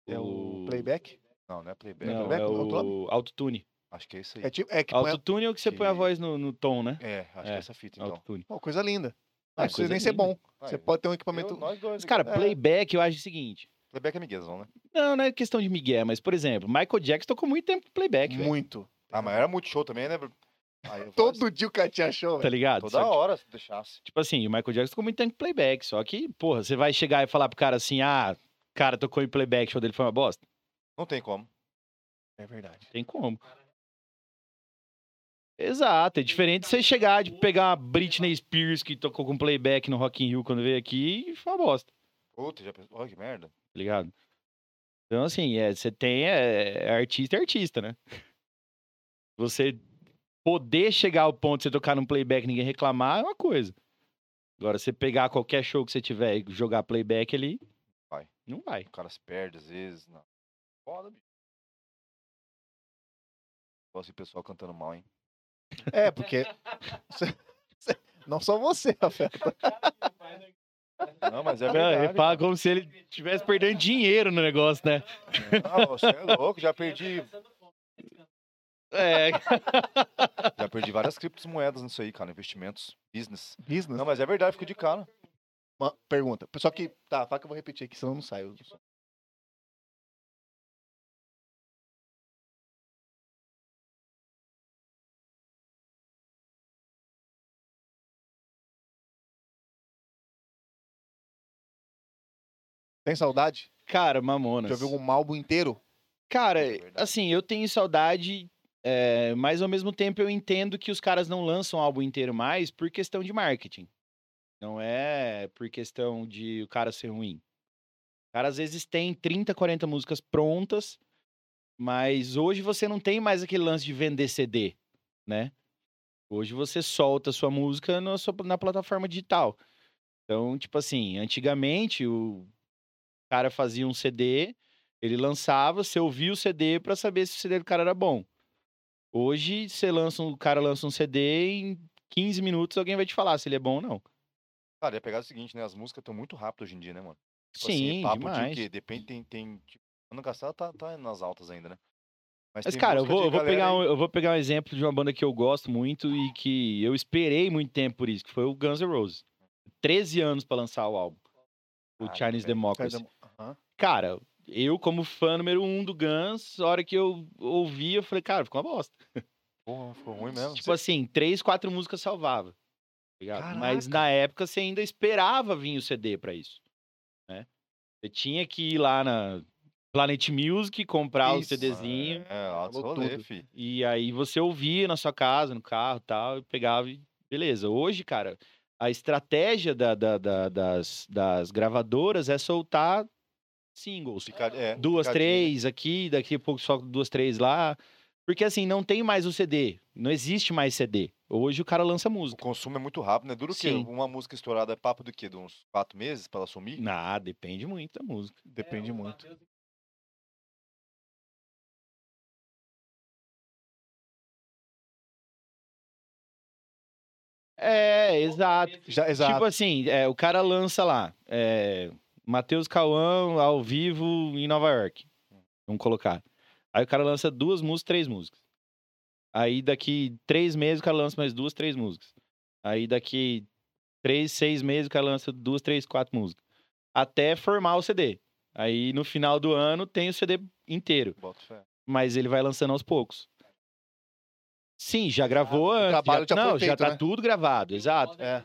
É o playback? né? Não, não é playback. Não, Playback, é não, outro o autotune. Acho que é isso aí. É tipo, é que põe a- Autotune é o que você põe a Que- voz no, no tom, né? É, acho que é É, essa fita, então. Autotune. Pô, coisa linda. Não Ah, precisa coisa nem ser linda. bom. Você Aí, pode ter um eu- equipamento. nós dois Mas, aqui, cara, é, playback eu acho o seguinte: Playback é miguezão, né? Não, não é questão de Miguel, mas, por exemplo, Michael Jackson tocou muito tempo playback, velho. Muito. Ah, mas era muito show também, né? Aí eu falo assim, É. Todo dia o cara tinha show, Tá velho. ligado? Só Toda que, hora, se deixasse. Tipo assim, o Michael Jackson tocou muito tempo playback. Só que, porra, você vai chegar e falar pro cara assim, ah, cara, tocou em playback, o show dele foi uma bosta? Não tem como. É verdade. Tem como. Exato, é diferente de você chegar de pegar a Britney Spears que tocou com playback no Rock in Rio quando veio aqui e foi uma bosta. Puta, já pensou? Olha que merda. tá ligado? Então, assim, é, você tem é, é artista é artista, né? Você poder chegar ao ponto de você tocar num playback e ninguém reclamar é uma coisa. Agora, você pegar qualquer show que você tiver e jogar playback ali, Vai. não vai. O cara se perde às vezes. Não. Foda, bicho. Gosto de pessoal cantando mal, hein? É, porque. Não só você, Rafael. Não, mas é Não, verdade. ele fala como se ele estivesse perdendo dinheiro no negócio, né? Não, você é louco, já perdi, É, já perdi várias criptomoedas nisso aí, cara. Investimentos, business. Business. Não, mas é verdade, fico de cara. Uma pergunta. Só que. Tá, fala que eu vou repetir aqui, senão eu não saio. Tem saudade? cara, Mamonas. Já ouviu algum álbum inteiro? Cara, É verdade. assim, eu tenho saudade, é, mas ao mesmo tempo eu entendo que os caras não lançam o álbum inteiro mais por questão de marketing. Não é por questão de o cara ser ruim. O cara às vezes tem 30, 40 músicas prontas, mas hoje você não tem mais aquele lance de vender CD, né? Hoje você solta a sua música na, sua- na plataforma digital. Então, tipo assim, antigamente o cara fazia um CD, ele lançava, você ouvia o CD pra saber se o CD do cara era bom. Hoje, você lança um, o cara lança um CD em 15 minutos alguém vai te falar se ele é bom ou não. Cara, ia pegar o seguinte, né? As músicas estão muito rápidas hoje em dia, né, mano? Tipo assim, Sim, papo demais. de quê? Depende, tem. tem tipo, ano gastado tá, tá nas altas ainda, né? Mas, tem cara, eu música vou, de eu vou galera pegar aí- um, eu vou pegar um exemplo de uma banda que eu gosto muito e que eu esperei muito tempo por isso, que foi o Guns N' Roses. 13 anos pra lançar o álbum. O Ah, Chinese velho. Democracy. Aham. Cara, eu como fã número um do Guns, a hora que eu ouvi, eu falei, cara, ficou uma bosta. Porra, ficou ruim mesmo. Tipo assim, três, quatro músicas salvava. tá ligado? Caraca. Mas na época você ainda esperava vir o CD pra isso. Né? Você tinha que ir lá na Planet Music, comprar o Isso. CDzinho. É, altos Falou rolê, tudo. fi. E aí você ouvia na sua casa, no carro e tal, e pegava e beleza. Hoje, cara, a estratégia da- da- da- das, das gravadoras é soltar singles. Fica- é, Duas, picadinho, né? três aqui, daqui a pouco só duas, três lá. Porque assim, não tem mais o CD. Não existe mais CD. Hoje o cara lança O música. consumo é muito rápido, né? Dura o quê? Sim. Uma música estourada é papo do quê? De uns quatro meses pra ela sumir? Ah, depende muito da música. Depende muito. É, exato. Já, exato. Tipo assim, é, o cara lança lá, é, Matheus Cauã ao vivo em Nova York. Vamos colocar. Aí o cara lança duas músicas, três músicas. Aí daqui três meses o cara lança mais duas, três músicas. Aí daqui três, seis meses o cara lança duas, três, quatro músicas. Até formar o CD. Aí no final do ano tem o CD inteiro. Bota fé. Mas ele vai lançando aos poucos. Sim, já gravou antes. Ah, trabalho já foi não, já feito, tá né? tudo gravado, exato. é.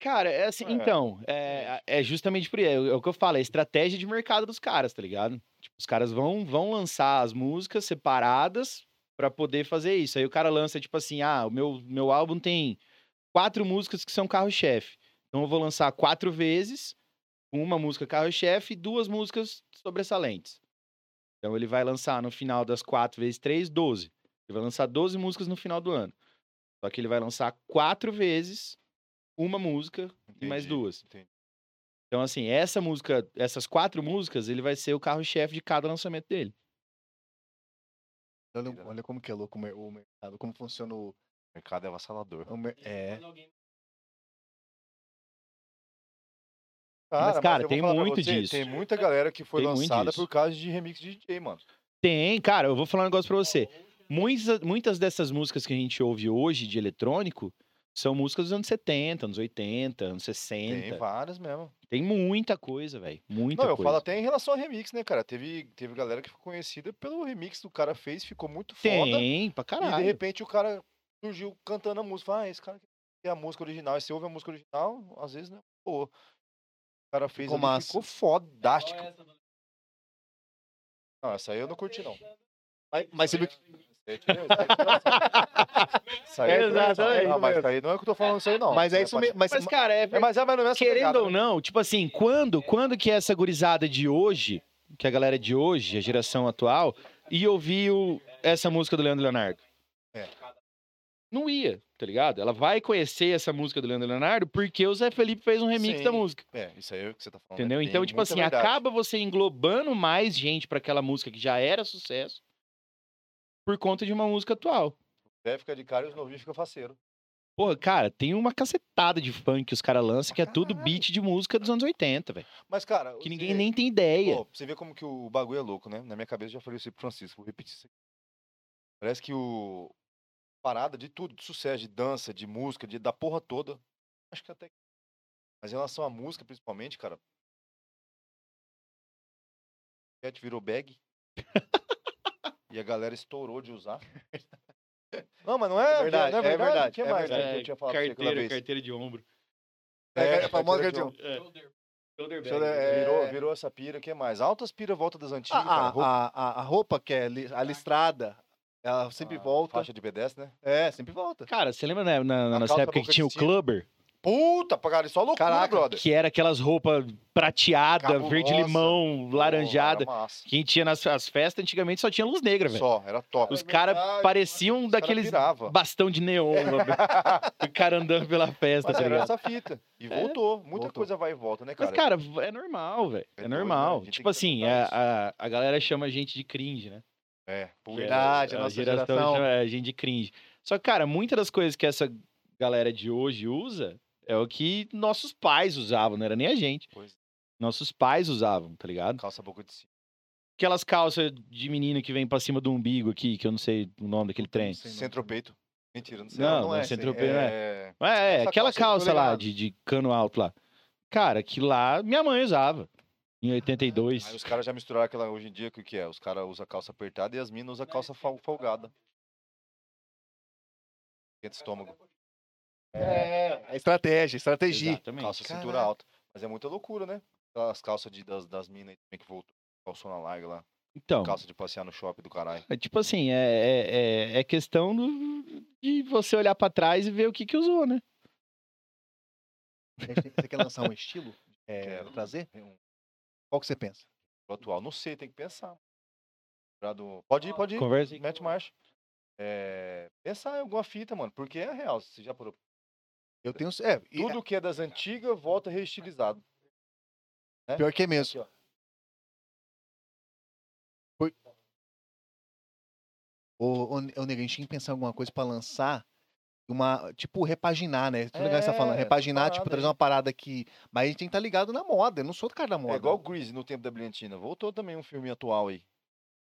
Cara, é assim, É, então, é, é justamente por isso, é, o que eu falo, é a estratégia de mercado dos caras, tá ligado? Tipo, os caras vão, vão lançar as músicas separadas pra poder fazer isso. Aí o cara lança, tipo assim, ah, o meu, meu álbum tem quatro músicas que são carro-chefe. Então eu vou lançar quatro vezes, uma música carro-chefe e duas músicas sobressalentes. Então ele vai lançar no final das quatro vezes três, 12. Ele vai lançar 12 músicas no final do ano. Só que ele vai lançar quatro vezes uma música e mais Entendi, duas. entendi. Então, assim, essa música, essas quatro músicas, ele vai ser o carro-chefe de cada lançamento dele. Olha, olha como que é louco o mer- o mercado, como funciona o. O mercado é avassalador. o mer- É. Cara, eu cara, vou tem falar pra muito você, disso. Tem muita galera que foi Tem muito lançada disso. por causa de remix de DJ, mano. Tem, cara, eu vou falar um negócio pra você. Muitas, muitas dessas músicas que a gente ouve hoje de eletrônico São músicas dos anos 70, anos 80, anos 60. Tem Tem, várias mesmo. muita coisa, velho. Muita Não, eu coisa. falo até em relação ao remix, né, cara? Teve, teve galera que ficou conhecida pelo remix que o cara fez, ficou muito foda. Tem, pra E de caralho. repente o cara surgiu cantando a música. Fala, Ah, esse cara tem a música original. E você ouve a música original, às vezes, né? Pô. O cara fez Ficou ficou, ali, massa. ficou fodástico. Qual é essa do- Não, essa aí eu não curti, não. Mas, mas você viu que. É, entendeu? Isso aí é engraçado. Isso aí é Exatamente, engraçado. Não, mas mesmo. isso aí não é o que eu tô falando isso aí, não. Mas é É isso pra- mesmo. Mas, Mas, cara, é, É, mas é mais ou menos essa Querendo pegada, ou né? não, tipo assim, quando, quando que essa gurizada de hoje, que é a galera de hoje, a geração atual, ia ouvir o- essa música do Leandro Leonardo? É. Não ia, tá ligado? Ela vai conhecer essa música do Leandro Leonardo porque o Zé Felipe fez um remix Sim. da música, É, isso aí é o que você tá falando. né? entendeu? Tem Então, tipo muita assim, verdade. acaba você englobando mais gente pra aquela música que já era sucesso por conta de uma música atual. Deve ficar de cara e os novinhos ficam faceiro. Porra, cara, tem uma cacetada de funk que os caras lançam que é tudo beat de música dos anos 80, velho. Mas, cara. Que você- ninguém nem tem ideia. Pô, pra você vê como que o bagulho é louco, né? Na minha cabeça eu já falei isso aí pro Francisco, vou repetir isso aqui. Parece que o. Parada de tudo, de sucesso, de dança, de música, de, da porra toda. Acho que até. que- Mas em relação à música, principalmente, cara. Cat virou bag. e a galera estourou de usar. Não, mas não é, É verdade, não é verdade, O que é mais verdade. né, que eu tinha falado pra você aquela carteira, vez? carteira de ombro. É, é, a famosa carteira de carteira ombro. Shoulder- shoulder Deixa eu bag. ver, É. né? Virou, virou essa pira, o que mais? Altas pira volta das A, antigas, cara, a, roupa, a, a- a roupa que é li- a listrada, ela sempre a volta. Ah, Faixa de pedestre, né? É, sempre volta. Cara, você lembra né, na, na, na A nossa calça época que boca tinha o de sino. clubber? Puta, pra cara, isso é loucura, Caraca, brother. Que era aquelas roupas prateada, Cabulosa. verde-limão, laranjada. Pô, era massa. Quem tinha nas as festas antigamente só tinha luz negra, velho. Só, era top. Os caras verdade, pareciam cara daqueles pirava. bastão de neon, velho. o cara andando pela festa, Mas tá era ligado? essa fita. E voltou. Muita Voltou. coisa vai e volta, né, Mas, cara? cara, é normal, velho. É É, doido, né? A normal. gente tem Tipo que assim, a, aceitar a, a galera chama a gente de cringe, né? É, puta. Verdade, a nossa geração. chama a é gente de cringe. Só que, cara, muitas das coisas que essa galera de hoje usa é o que nossos pais usavam, não era nem a gente. Pois. Nossos pais usavam, tá ligado? Calça boca de cima. Aquelas calças de menino que vem pra cima do umbigo aqui, que eu não sei o nome daquele trem. sei não. Centropeito. Mentira, não sei. Não, não é não é esse, centropeito, né? É... É, é, essa aquela calça, calça eu tô lá ligado. de, de cano alto lá. Cara, que lá minha mãe usava. Em 82. Ah, Aí os caras já misturaram aquela hoje em dia, que o que é? Os caras usam calça apertada e as minas usam calça fal- folgada. Quente estômago. É estratégia, estratégia. Exatamente. Calça cintura Caraca. alta. Mas é muita loucura, né? As calças de, das, das minas aí também que voltou. Calçona larga lá. Então, Calça de passear no shopping do caralho. é tipo assim, é, é, é- é questão do- de você olhar pra trás e ver o que que usou, né? A gente tem- Você quer lançar um estilo? É, Quero. trazer? Tem um Qual que você pensa? atual. Não sei, tem que pensar. Pra do- Pode ir, pode ir. Conversa. Mete marcha. É, pensar em alguma fita, mano, porque é real. Você já parou. Eu tenho. É, Hum. e- Tudo que é das antigas volta reestilizado. é pior que é mesmo. Aqui, ó. O, o, o Neguinho tinha que pensar em alguma coisa pra lançar. Uma, tipo, repaginar, né? Tudo legal que você tá falando. É, Repaginar, parada tipo, aí. trazer uma parada que. Mas a gente tem que estar ligado na moda. Eu não sou do cara da moda. É igual o Grease no tempo da Brilhantina. Voltou também um filme atual aí.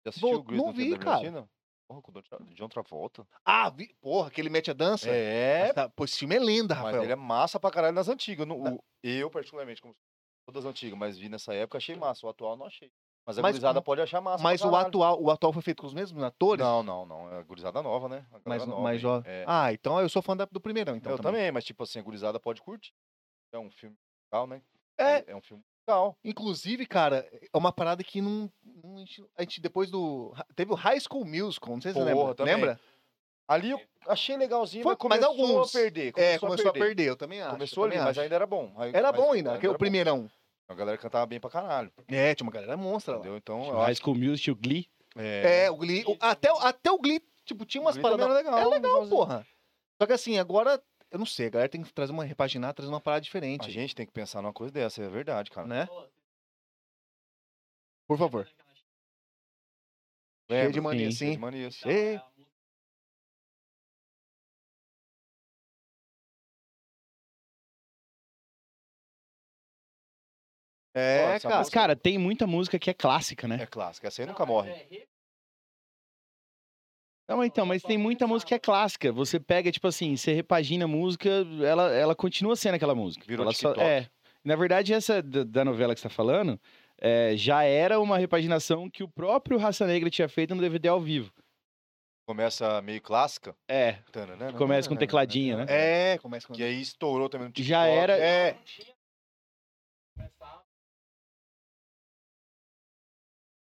Já assistiu Vol- o Grease não no tempo vi, da cara. Brilhantina? Porra, com o John Tra- John Travolta. Ah, vi- porra, que ele mete a dança? É, Mas tá- Pô, esse filme é lenda, mas Rafael. ele é massa pra caralho nas antigas. No- o- eu, particularmente, como todas as antigas, mas vi nessa época, achei massa. O atual não achei. Mas a Mas- gurizada pode achar massa. pra Mas o caralho. atual, o atual foi feito com os mesmos atores? Não, não, não. É a gurizada nova, né? A Mas, galera nova mas aí. ó, É. Ah, então eu sou fã da- do primeirão, então. eu também. também. mas tipo assim, a gurizada pode curtir. É um filme legal, né? É. É um filme legal. Inclusive, cara, é uma parada que não. não- a, gente, a gente depois do. Teve o High School Musical, não sei se você Porra, lembra. também. Lembra? Ali eu achei legalzinho, Foi, mas mas começou alguns. a perder. é, começou a perder. eu também acho. Começou eu ali, também mas acho. ainda era bom. Aí- Era mas bom ainda, era aquele, o bom. primeirão. A galera cantava bem pra caralho, É, tinha uma galera monstra lá. entendeu? Então, eu High acho School Music, o Glee. É, o Glee. o- até, o- até o Glee, tipo, tinha umas Glee também paradas. era legal. É legal, legalzinho. porra. Só que assim, agora, eu não sei, a galera tem que trazer uma repaginar, trazer uma parada diferente. A gente tem que pensar numa coisa dessa, é verdade, cara. Né? Pô, Por favor. Cheio de Lembra? mania, sim. sim. De manias. não, é Ê. a música- É, Nossa, cara. Mas, cara, tem muita música que é clássica, né? É clássica, essa aí Não, nunca mas morre. é re- Não, mas então, mas tem muita música que é clara. clássica. Você pega, tipo assim, você repagina a música, ela, ela continua sendo aquela música. Virou ela TikTok. é. Na verdade, essa da, da novela que você tá falando é, já era uma repaginação que o próprio Raça Negra tinha feito no DVD ao vivo. Começa meio clássica. É, Tananana, começa com tananana, tecladinho, né? É, começa com. Que aí estourou também no TikTok. Já era- É,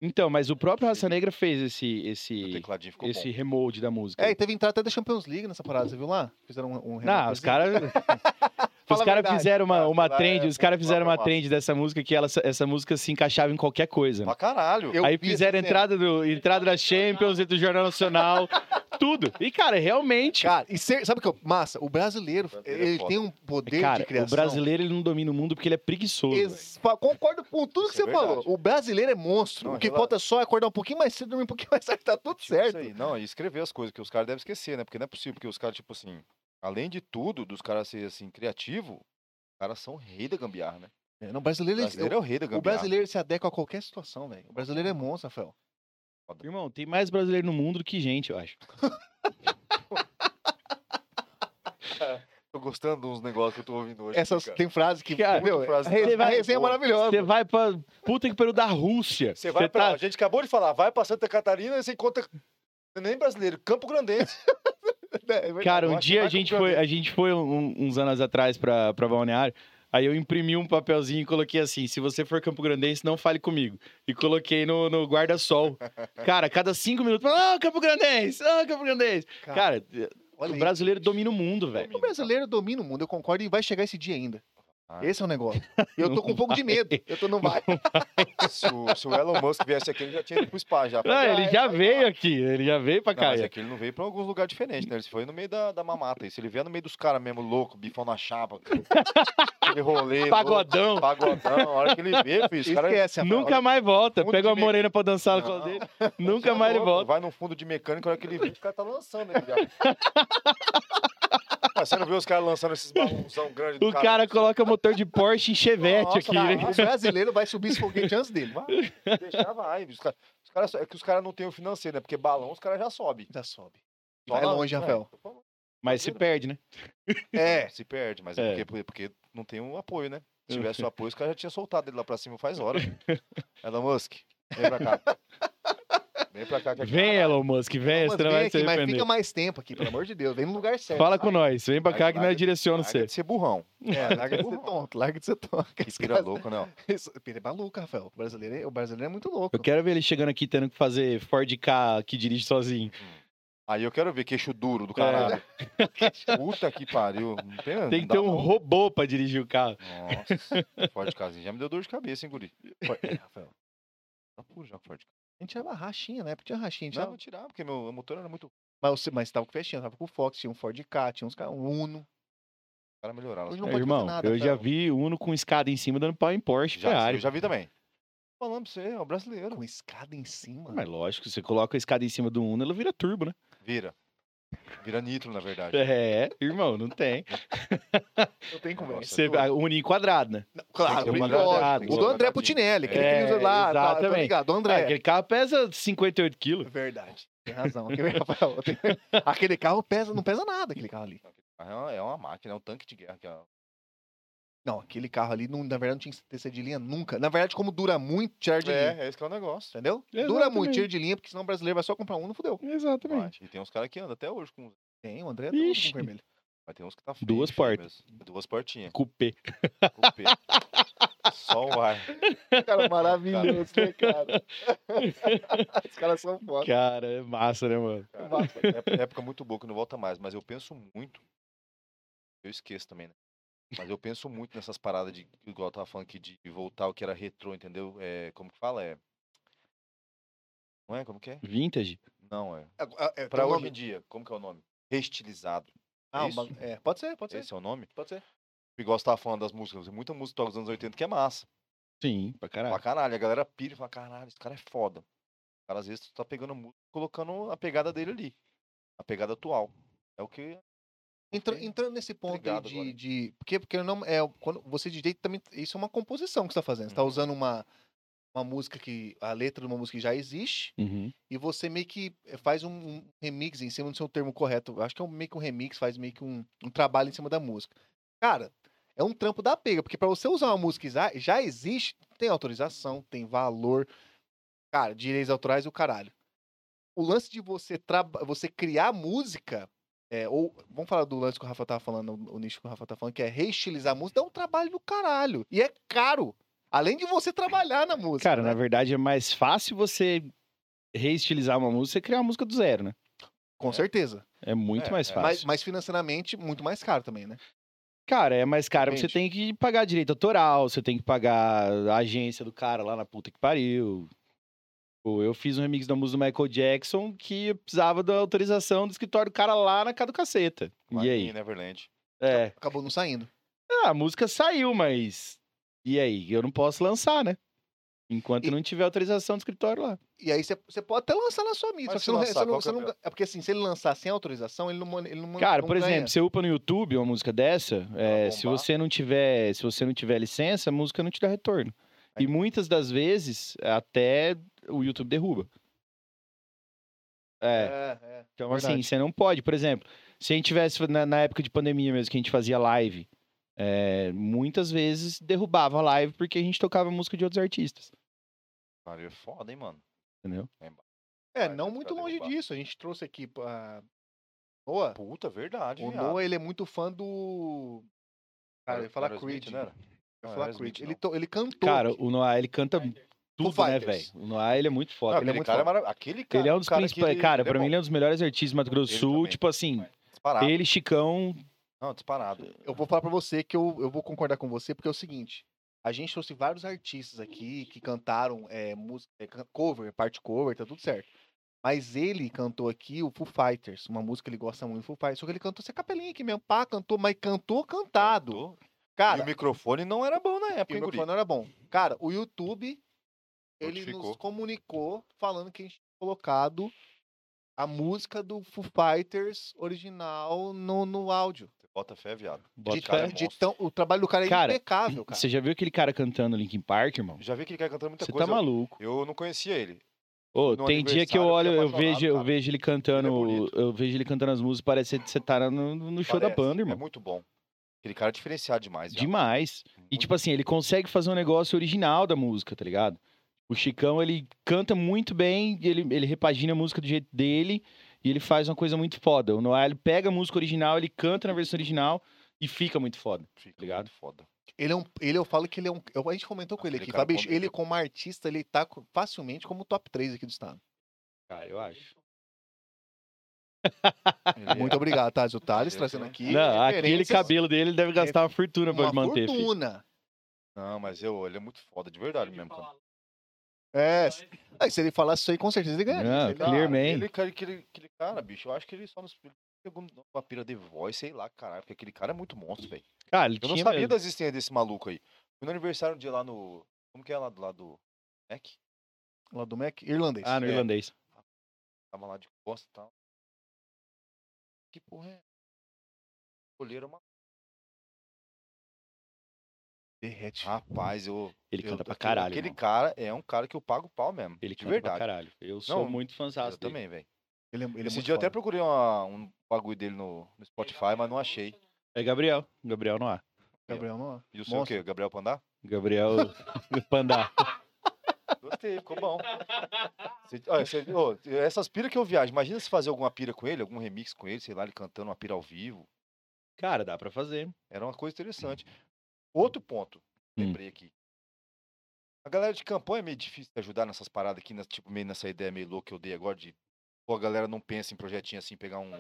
Então, mas o próprio Raça Negra fez esse, o esse, tecladinho ficou esse bom. remold da música. É, e teve entrada até da Champions League nessa parada, você viu lá? Fizeram um. um Não, os caras. Fala os a caras verdade. fizeram uma, Ah, uma lá trend, é os caras muito fizeram uma massa. trend dessa música que ela, essa música se encaixava em qualquer coisa. né? Pra caralho. Eu Aí vi essa fizeram cena. entrada, do, entrada da Champions e do Jornal Nacional, tudo. E, cara, realmente. Cara, e ser- sabe o que é massa? O brasileiro, Brasileiro é ele foda. tem um poder Cara, de criação. o brasileiro ele não domina o mundo porque ele é preguiçoso. velho. Ex- fa- Concordo com tudo que Isso é você verdade. falou. O brasileiro é monstro. Não, o que relaxa. falta só é acordar um pouquinho mais cedo, dormir um pouquinho mais tarde, tá tudo Tipo certo. Isso aí. Não, e escrever as coisas, que os caras devem esquecer, né? Porque não é possível, porque os caras, tipo assim, além de tudo, dos caras serem assim, criativo, os caras são rei da gambiarra, né? É, não, o O brasileiro, ele- brasileiro é o rei da gambiarra. o brasileiro se adequa a qualquer situação, velho. O brasileiro é monstro, Rafael. Irmão, tem mais brasileiro no mundo do que gente, eu acho. Tô gostando de uns negócios que eu tô ouvindo hoje. Essas aqui, cara. tem frase que. Cara, meu, muito frase- a resenha, Vai- a resenha é boa. maravilhosa. Você vai pra puta que pariu da Rússia. Você vai pra. tá- A gente acabou de falar, vai pra Santa Catarina e você encontra. Nem brasileiro, Campo Grandense. É verdade. Cara, Eu um acho que dia a vai com gente, problema. foi, a gente foi um- uns anos atrás pra, pra Balneário, aí eu imprimi um papelzinho e coloquei assim, se você for Campo Grandense, não fale comigo. E coloquei no, no guarda-sol. Cara, cada cinco minutos, ah, Campo Grandense, ah, Campo Grandense. Tá. Cara, Olha o aí. brasileiro domina o mundo, velho. O brasileiro domina o mundo, eu concordo, e vai chegar esse dia ainda. Ah. Esse é o negócio. Eu tô com um pouco de medo. Eu tô, não vai. Se o, se o Elon Musk viesse aqui, ele já tinha ido pro spa já. Ah, ele já veio aqui, ele já veio pra Não, cá. mas é que ele não veio pra alguns lugares diferentes, né? Ele foi no meio da, da mamata. E se ele vier no meio dos caras mesmo, louco, bifão na chapa, aquele rolê. um Pagodão. Louco, pagodão. A hora que ele vê, filho, os caras. Esquece, Rafael. Nunca mais volta. Fundo Pega um de uma meio- morena pra dançar no Não, colo dele. você Nunca é mais ele louco, volta. Vai no fundo de mecânico, a hora que ele vê, os caras tá lançando ele já. Mas você não viu os caras lançando esses balãozão grande do O cara coloca motor de Porsche em Chevette Nossa, aqui, cara. né? O brasileiro vai subir esse foguete antes dele. Vai, Deixar vai. Os cara, os cara, só- é que os caras não têm o financeiro, né? Porque balão os caras já sobem. já sobe. Só Vai na- longe, é, Rafael. Mas se perde, né? É. Se perde, mas É. é, porque, porque não tem um apoio, né? Se tivesse o apoio, os caras já tinham soltado ele lá pra cima faz hora. Elon Musk, vem pra cá. Vem pra cá. que aqui- Vem, Elon Musk, vem, Mas você não vai vem se aqui, mas arrepender. fica mais tempo aqui, pelo amor de Deus. Vem no lugar certo. Fala com nós, vem pra Aí cá que larga- nós direcionamos Larga você. de ser burrão. É, larga de ser tonto, larga de ser tonto. Que pira louco, não. Isso- Ele é maluco, Rafael. O brasileiro é, o brasileiro é muito louco. Eu quero ver ele chegando aqui tendo que fazer Ford K que dirige sozinho. Aí eu quero ver queixo duro É. do caralho. Puta que pariu. Não Tem tem, não que dá ter um não. robô pra dirigir o carro. Nossa, Ford Casinha já me deu dor de cabeça, hein, guri. É, Rafael. Tá puro já, Ford Ka. A gente tirava rachinha, né? Porque tinha rachinha. a gente Então. Não, tirava- vou tirar, porque meu motor era muito... O Mas, você- mas tava com festinha, tava com o Fox, tinha um Ford K, tinha uns caras, um Uno. cara melhoraram. as Hoje coisas. não É, pode irmão, fazer nada, eu já Fel. vi Uno com escada em cima dando pau em Porsche, Já, Ferrari. eu já vi também. Falando pra você, é o brasileiro. Com escada em cima. Mas lógico, você coloca a escada em cima do Uno, ela vira turbo, né? Vira. Vira nitro, na verdade. É, irmão, não tem. Não tem conversa. É, Você a Uno em quadrado, né? Claro, Tem que ser lógico. quadrado, tem que O ser do André quadradinho. Putinelli, aquele É, que ele usa lá, tá, tá exatamente. ligado? O Ah, André. aquele carro pesa 58 quilos. Verdade. Tem razão. Aquele, Rafael, tem- aquele carro pesa, não pesa nada, aquele carro ali. Mas É uma, é uma máquina, é um tanque de guerra. Que é... Não, aquele carro ali, não- na verdade, não tinha que ter sido de linha nunca. Na verdade, como dura muito, tirar de linha. é, é esse que é o negócio. Entendeu? Dura Exatamente. muito, tira de linha, porque senão o brasileiro vai só comprar um, não fudeu. Exatamente. Vai. E tem uns caras que andam até hoje com. Tem, o André tem Ixi. um vermelho. Mas tem uns que tá feio, Duas feio portas. mesmo. Duas portinhas. Coupé. cupê. Só o ar. Cara, maravilhoso, né, cara? Os caras são foda. Cara, é massa, né, mano? Cara, é época muito boa que não volta mais, mas eu penso muito. Eu esqueço também, né? Mas eu penso muito nessas paradas de, igual eu tava falando aqui, de voltar o que era retrô, entendeu? É, como que fala? É. Não é? Como que é? Vintage. Não, é. É, é, Pra tem um hoje nome- em dia, como que é o nome? Reestilizado. Ah, isso? uma- é, pode ser, pode ser. Esse é o nome? Pode ser. Igual você tava falando das músicas, tem muita música dos anos 80 que é massa. Sim, pra É. caralho. Pra caralho, a galera pira e fala, caralho, esse cara é foda. O cara às vezes tu tá pegando música e colocando a pegada dele ali. A pegada atual. É o que. Entra- Ok. entrando nesse ponto Obrigado, aí de, Glória. de- Porque, porque não, é, quando você DJ também. Isso é uma composição que você está fazendo. Você está Uhum. usando uma, uma música que. a letra de uma música que já existe, Uhum. e você meio que faz um, um remix em cima do seu termo correto. Eu Acho que é um, meio que um remix, faz meio que um, um trabalho em cima da música. Cara, é um trampo da pega, porque pra você usar uma música que já, já existe, tem autorização, tem valor, cara, direitos autorais e o caralho. O lance de você, traba- você criar música, é, ou vamos falar do lance que o Rafa tava falando, o nicho que o Rafa tá falando, que é reestilizar a música, dá um trabalho do caralho. E é caro. Além de você trabalhar na música. Cara, né? na verdade é mais fácil você reestilizar uma música e criar uma música do zero, né? com certeza. É muito É, mais é. fácil. Mas, mas financeiramente, muito mais caro também, né? Cara, é mais caro. Você Depende. tem que pagar direito autoral, você tem que pagar a agência do cara lá na puta que pariu. Pô, eu fiz um remix da música do Michael Jackson que eu precisava da autorização do escritório do cara lá na casa do caceta. e aí? Aqui, Neverland. então. É. Acabou não saindo. Ah, a música saiu, mas. E aí? Eu não posso lançar, né? Enquanto E- não tiver autorização do escritório lá. E aí você você pode até lançar na sua mídia. Mas só que se você não- lançar, você não- qual você que é o não ga- É porque assim, se ele lançar sem autorização, ele não. mon- Ele não Cara, não por ganha. exemplo, você upa no YouTube uma música dessa, é, bombar. se você não tiver, se você não tiver licença, a música não te dá retorno. E muitas das vezes até o YouTube derruba. É, É, é. então assim, verdade. você não pode, por exemplo, se a gente tivesse na, na época de pandemia mesmo que a gente fazia live, é, muitas vezes derrubava a live porque a gente tocava música de outros artistas, Cara, é foda, hein, mano. entendeu? É, Vai, não vai muito derrubar. longe disso. A gente trouxe aqui pra. Noah. Puta, verdade, É. O viado. Noah, ele é muito fã do. Cara, eu ia falar Creed. né? Eu ia falar Creed. Ele, Ele, to- ele cantou. Cara, aqui. o Noah ele canta tudo, né, velho? Fighters. O Noah ele é muito foda. não, ele é aquele muito cara é foda. maravilhoso. Aquele cara, Ele é um dos cara que principais. cara, ele é pra mim, ele é um dos melhores artistas de Mato Grosso do Ele Sul. também. tá Tipo assim, disparado. ele, Chicão. Não, disparado. é Eu vou falar pra você que eu, eu vou concordar com você, porque é o seguinte. A gente trouxe vários artistas aqui que cantaram é, música, é, can- cover, parte cover, tá tudo certo. Mas ele cantou aqui o Foo Fighters, uma música que ele gosta muito do Foo Fighters. Só que ele cantou essa capelinha aqui mesmo, pá, cantou, mas cantou cantado. Cantou. E Cara, o microfone não era bom na e época, o hein, guri? microfone não era bom. Cara, o YouTube, ele nos Notificou. comunicou falando que a gente tinha colocado a música do Foo Fighters original no, no áudio. Bota fé, viado. Bota de, fé. cara é de monstro. tão- o trabalho do cara é Cara, impecável, cara. Você já viu aquele cara cantando Linkin Park, irmão? Já vi que ele quer cantar muita Você tá coisa. eu- maluco. Eu não conhecia ele. Ô, no tem dia que eu olho, aniversário, eu eu fiquei vejo, eu apaixonado, vejo ele Ele é cantando. bonito. eu vejo ele cantando as músicas, parece que você tá no, no show da Parece, banda, É irmão. muito bom. Aquele cara é diferenciado demais, viado. Demais. E Muito tipo assim, ele consegue fazer um negócio original da música, tá ligado? O Chicão, ele canta muito bem, ele, ele repagina a música do jeito dele e ele faz uma coisa muito foda. O Noah, ele pega a música original, ele canta na versão original e fica muito foda. Fica tá Ligado? muito foda. Ele é um. Ele, eu falo que ele é um. eu- a gente comentou com ele Aquele aqui, cara é Fabinho. bom Ele, mesmo. como artista, ele tá co- facilmente como top 3 aqui do estado. Cara, eu acho. Ele é- Muito obrigado, Tazio Thales, Ele- trazendo aqui. Não, aquele referências, cabelo dele é deve gastar uma fortuna pra uma manter, filho. fortuna. Não, mas eu, ele é muito foda, de verdade mesmo. Cara. Fala, É. mas- aí se ele falasse isso aí, com certeza ele né? ganharia. Não, sei lá. é um clear, man. Ah, Ele, cara, aquele, aquele cara, bicho, eu acho que ele só nos ele pegou uma pira de voz, sei lá, caralho, porque aquele cara é muito monstro, velho. Cara, ele Eu não tinha sabia mesmo. da existência desse maluco aí. Fui no aniversário um dia lá no. Como que é lá do lado do Mac? Lá do Mac, irlandês. Ah, no É. irlandês. Tava lá de costa e tal. Que porra é? Escolheram uma. Derrete. Rapaz, eu. Ele eu- canta pra aquele- caralho, Aquele irmão. cara é um cara que eu pago pau mesmo. Ele de canta pra verdade. caralho. Eu sou Não, muito fãzão eu dele. também, velho. Ele, é- ele é Esse muito dia eu até foda. procurei uma- um bagulho dele no, no Spotify, mas não achei. É Gabriel. Gabriel não há. Gabriel, não. E o seu o quê? Gabriel Pandá? Gabriel Pandá. Gostei, ficou bom. Você- olha, você- ô, essas piras que eu viajo, imagina se fazer alguma pira com ele, algum remix com ele, sei lá, ele cantando uma pira ao vivo. Cara, dá pra fazer. Era uma coisa interessante. Outro ponto, Hum. lembrei aqui. A galera de campanha é meio difícil de ajudar nessas paradas aqui, nessa- tipo, meio nessa ideia meio louca que eu dei agora de. Pô, a galera não pensa em projetinho assim, pegar um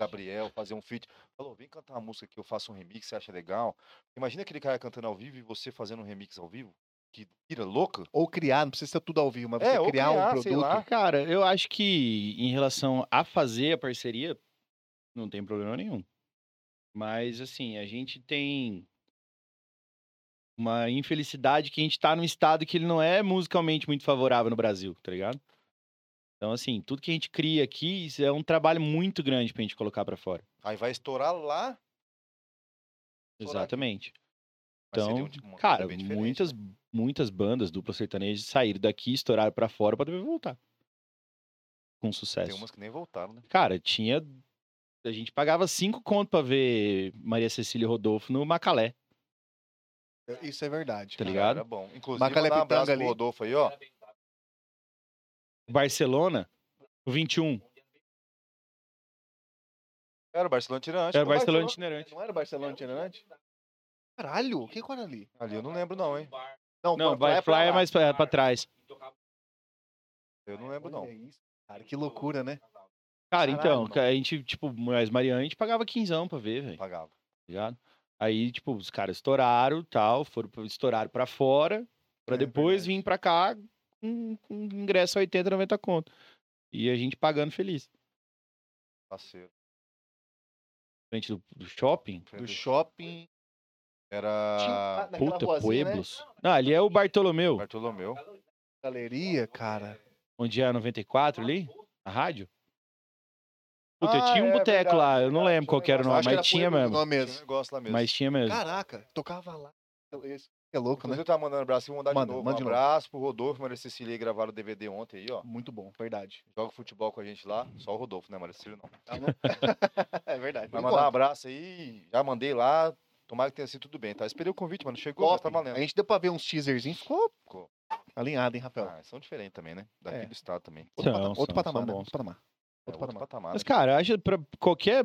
Gabriel, fazer um feat. Falou, vem cantar uma música que eu faço um remix, você acha legal? Imagina aquele cara cantando ao vivo e você fazendo um remix ao vivo? Que pira louca? Ou criar, não precisa ser tudo ao vivo, mas É, você ou criar, um criar, sei produto. lá. Cara, eu acho que em relação a fazer a parceria, não tem problema nenhum. Mas, assim, a gente tem uma infelicidade que a gente tá num estado que ele não é musicalmente muito favorável no Brasil, tá ligado? Então, assim, tudo que a gente cria aqui isso é um trabalho muito grande pra gente colocar pra fora. Aí vai estourar lá. Estourar aqui. Exatamente. Mas seria Então, um tipo- uma coisa cara, bem diferente, né? muitas, muitas bandas dupla sertaneja saíram daqui, estouraram pra fora pra depois voltar. Com sucesso. Tem umas que nem voltaram, né? Cara, tinha. A gente pagava cinco conto pra ver Maria Cecília e Rodolfo no Macalé. Isso é verdade. Tá cara. ligado? Cara, Era bom. Inclusive, Macalé mandar um abraço Pitanga ali. pro Rodolfo aí, ó. Barcelona, um. o 21. Era o Barcelona Tirante. Era pô. Barcelona itinerante. Não era Barcelona itinerante? Caralho, quem que era ali? Ali eu não lembro não, hein? Não, Butterfly vai Fly é pra lá. mais pra, pra trás. Eu não lembro não. Olha isso, cara, que loucura, né? Cara, então, Caralho, a gente, tipo, mas Mariana, a gente pagava quinzão pra ver, velho. tá Pagava. ligado? Aí, tipo, os caras estouraram tal, foram pra, estouraram pra fora, pra É, depois verdade. vir pra cá com, com ingresso a 80, 90 conto. E a gente pagando feliz. Parceiro. Frente do, do shopping, Do shopping. Era um naquela puta, ruazinha, né? Pueblos. Não, ali é o Bartolomeu, Bartolomeu. Galeria, cara. onde é a 94 ali, a rádio. Puta, Ah, tinha um é boteco verdade, lá, eu não verdade, lembro qual que era o tinha nome, um Pueblos mas tinha negócio. o mesmo. é nome Tinha um mesmo. negócio lá mesmo. Mas tinha mesmo. Caraca, tocava lá. Isso é louco, né? Inclusive, eu tava mandando um abraço, vou mandar Manda, de novo. manda de um novo. abraço pro Rodolfo, Maria Cecília, aí gravaram o DVD ontem aí, ó. Muito bom, verdade. Joga futebol com a gente lá. Só o Rodolfo, né, Maria Cecília, não. É verdade. Vai não mandar um importa. abraço aí. Já mandei lá. Tomara que tenha sido tudo bem, tá? Esperei o convite, mano. Chegou, mas tá Top. valendo. A gente deu pra ver uns teaserzinhos, ficou Ficou. alinhado, hein, Rafael? Ah, são diferentes também, né? Daqui então. É. do estado também. Outro, Ah, São, pata- outro são, patamar, são né? bons. Outro patamar. É Outro patamar. né? Mas, cara, acho pra qualquer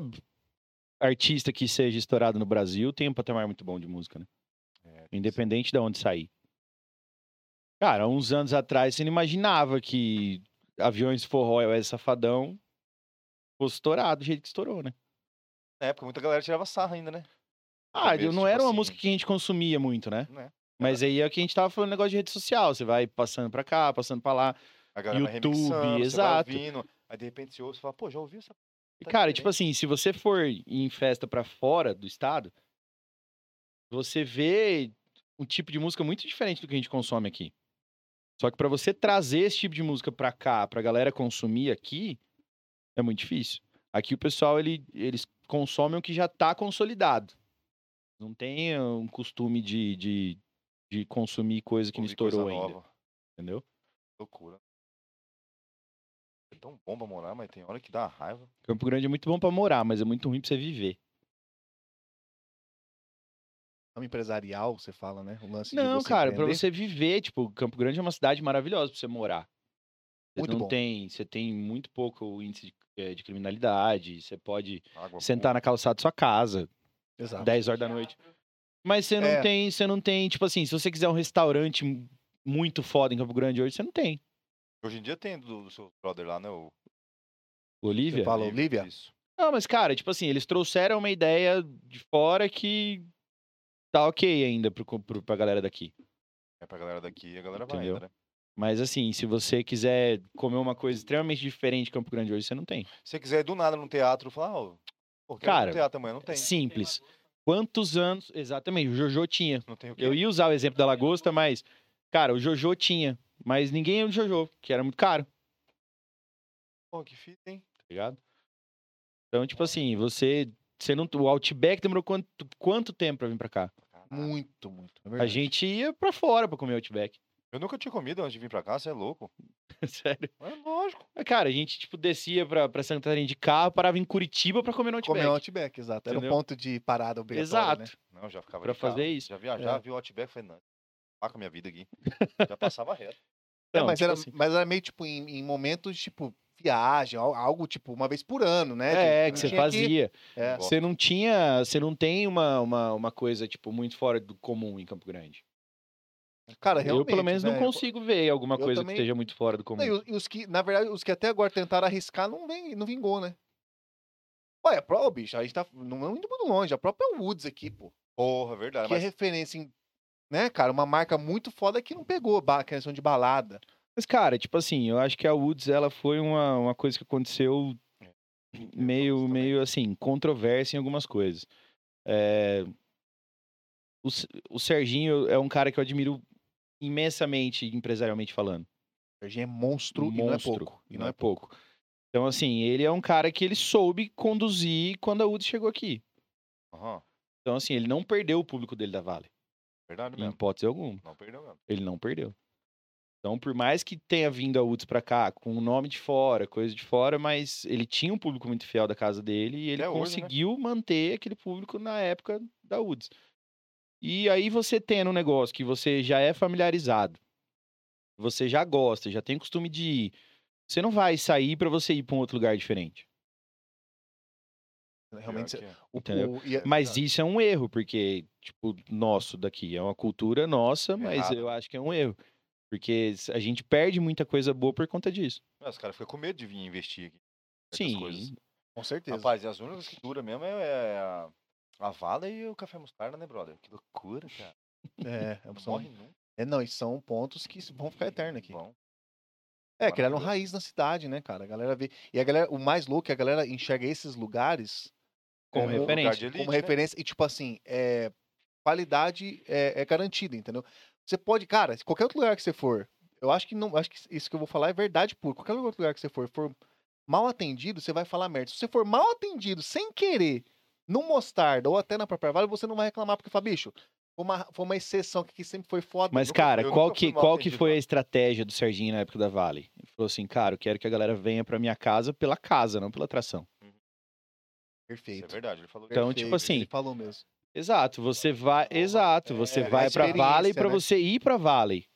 artista que seja estourado no Brasil tem um patamar muito bom de música, né? né? É, Independente de onde sair. Cara, há uns anos atrás você não imaginava que aviões forró e o safadão fosse estourado do jeito que estourou, né? Na época, muita galera tirava sarra ainda, né? Ah, Talvez, não tipo era uma assim, música que a gente consumia muito, né? Né? Mas aí é o que a gente tava falando, negócio de rede social. Você vai passando pra cá, passando pra lá. A galera vai YouTube, remixando, você exato. Vai ouvindo, aí de repente você ouve e fala, pô, já ouviu essa E, Tá cara, diferente. tipo assim, se você for em festa pra fora do estado, você vê um tipo de música muito diferente do que a gente consome aqui. Só que pra você trazer esse tipo de música pra cá, pra galera consumir aqui, é muito difícil. Aqui o pessoal ele, eles consomem o que já tá consolidado. Não tem eh, um costume de, de, de consumir coisa que não Ouvi coisa estourou ainda, nova. entendeu? Loucura. É tão bom pra morar, mas tem hora que dá raiva. Campo Grande é muito bom pra morar, mas é muito ruim pra você viver. Ramo empresarial, você fala, né? O lance Não, de você cara, pra empreender. você viver, tipo, Campo Grande é uma cidade maravilhosa pra você morar. Você Muito não bom. tem, você tem muito pouco índice de, eh, de criminalidade, você pode Água sentar na calçada da sua casa, Exato. 10 horas da noite. Mas você não Tá. É. tem, você não tem, tipo assim, se você quiser um restaurante m- muito foda em Campo Grande hoje, você não tem. boa. Hoje em dia tem do, do seu brother lá, né? O Olivia? Fala, Olivia? Isso. Não, mas cara, tipo assim, eles trouxeram uma ideia de fora que tá ok ainda pro, pro, pra galera daqui. É pra galera daqui, a galera Entendeu? vai ainda, né? Mas assim, se você quiser comer uma coisa extremamente diferente de Campo Grande hoje, você não tem. Se você quiser ir do nada num teatro, falar, ó, pô, quero ir Cara, no teatro amanhã, não tem. Simples. Quantos anos. Exatamente, o Jojo tinha. Não tem o quê? Eu ia usar o exemplo da lagosta, mas. Cara, o Jojo tinha. Mas ninguém ia no Jojo, que era muito caro, tá Pô, que fita, hein? ligado? Então, tipo assim, você. você não, o Outback demorou quanto, quanto tempo pra vir pra cá? Caralho. Muito, muito. É A verdade. gente ia pra fora pra comer Outback. Eu nunca tinha comido antes de vir pra cá, você é louco. Sério. É lógico. Mas, Cara, a gente, tipo, descia pra, pra Santa Catarina de carro, parava em Curitiba pra comer no é Outback. Comeu um Outback, exato. Era um Entendeu? ponto de parada obrigatória, Exato. né? Não, eu já ficava Pra de carro, fazer isso. Já viajava, É. vi o Outback, falei, não, pá com a minha vida aqui. Já passava reto. É, Então, mas, tipo era, assim, mas era meio tipo em, em momentos tipo viagem, al- algo tipo uma vez por ano, né? Tipo, é, que não você tinha fazia. É. Gosto. Você não tinha, você não tem uma, uma, uma coisa tipo muito fora do comum em Campo Grande. Cara, Eu realmente, pelo menos não né? consigo ver alguma eu coisa também- que esteja muito fora do Não, comum. e os, e os que, na verdade, os que até agora tentaram arriscar não, vem, não vingou, né? Olha, a prova, bicho, a gente tá não é indo muito longe. A própria Woods aqui, pô. Porra, verdade. que é Mas referência em. Né, cara? Uma marca muito foda que não pegou ba- questão de balada. Mas cara, tipo assim, eu acho que a Woods ela foi uma, uma coisa que aconteceu É, meio também. meio assim controvérsia em algumas coisas. É, o, Se- o Serginho é um cara que eu admiro imensamente empresarialmente falando. Serginho é monstro, e não é Monstro, pouco. E não é pouco. pouco. Então assim, ele é um cara que ele soube conduzir quando a Woods chegou aqui. Aham. Então, assim, ele não perdeu o público dele da Vale. Verdade em mesmo. hipótese alguma. Não perdeu mesmo. Ele não perdeu. Então, por mais que tenha vindo a Uts pra cá com o nome de fora, coisa de fora, mas ele tinha um público muito fiel da casa dele e ele Até hoje, né? conseguiu manter aquele público na época da Uds. E aí você tendo um negócio que você já é familiarizado, você já gosta, já tem costume de ir, você não vai sair pra você ir pra um outro lugar diferente. Realmente, Pior que é. o, Entendeu? o- e ah, a- Mas isso é um erro, porque, tipo, nosso daqui, é uma cultura nossa, mas Errado. eu acho que é um erro. Porque s- a gente perde muita coisa boa por conta disso. Mas os caras ficam com medo de vir investir aqui. certas coisas. É, Sim, com certeza. Rapaz, e as únicas que duram mesmo é, é a, a vala e o café mostarda, né, brother? Que loucura, cara. É, Não são, morre nunca. é, não, e são pontos que vão ficar eternos aqui. Bom, É, criaram Maravilhoso. raiz na cidade, né, cara? A galera vê. E a galera, o mais louco é a galera enxerga esses lugares como como, referência. É um lugar de elite, como né? referência. E, tipo assim, é, qualidade é, é garantida, entendeu? Você pode, cara, se qualquer outro lugar que você for, eu acho que não. Acho que isso que eu vou falar é verdade pura. Qualquer outro lugar que você for, for mal atendido, você vai falar merda. Se você for mal atendido sem querer, no mostarda ou até na própria vale, você não vai reclamar, porque fala, bicho, foi uma, foi uma exceção que aqui sempre foi foda. é Mas, nunca- cara, eu qual nunca fui que, mal qual que atendido foi lá. a estratégia do Serginho na época da Vale? Ele falou assim, cara, eu quero que a galera venha pra minha casa pela casa, não pela atração. isso é Perfeito. verdade, ele falou Então, isso. perfeito, tipo assim, Ele falou mesmo. Exato, você vai, exato, você é, a vai pra Vale experiência, pra né? você ir pra Vale,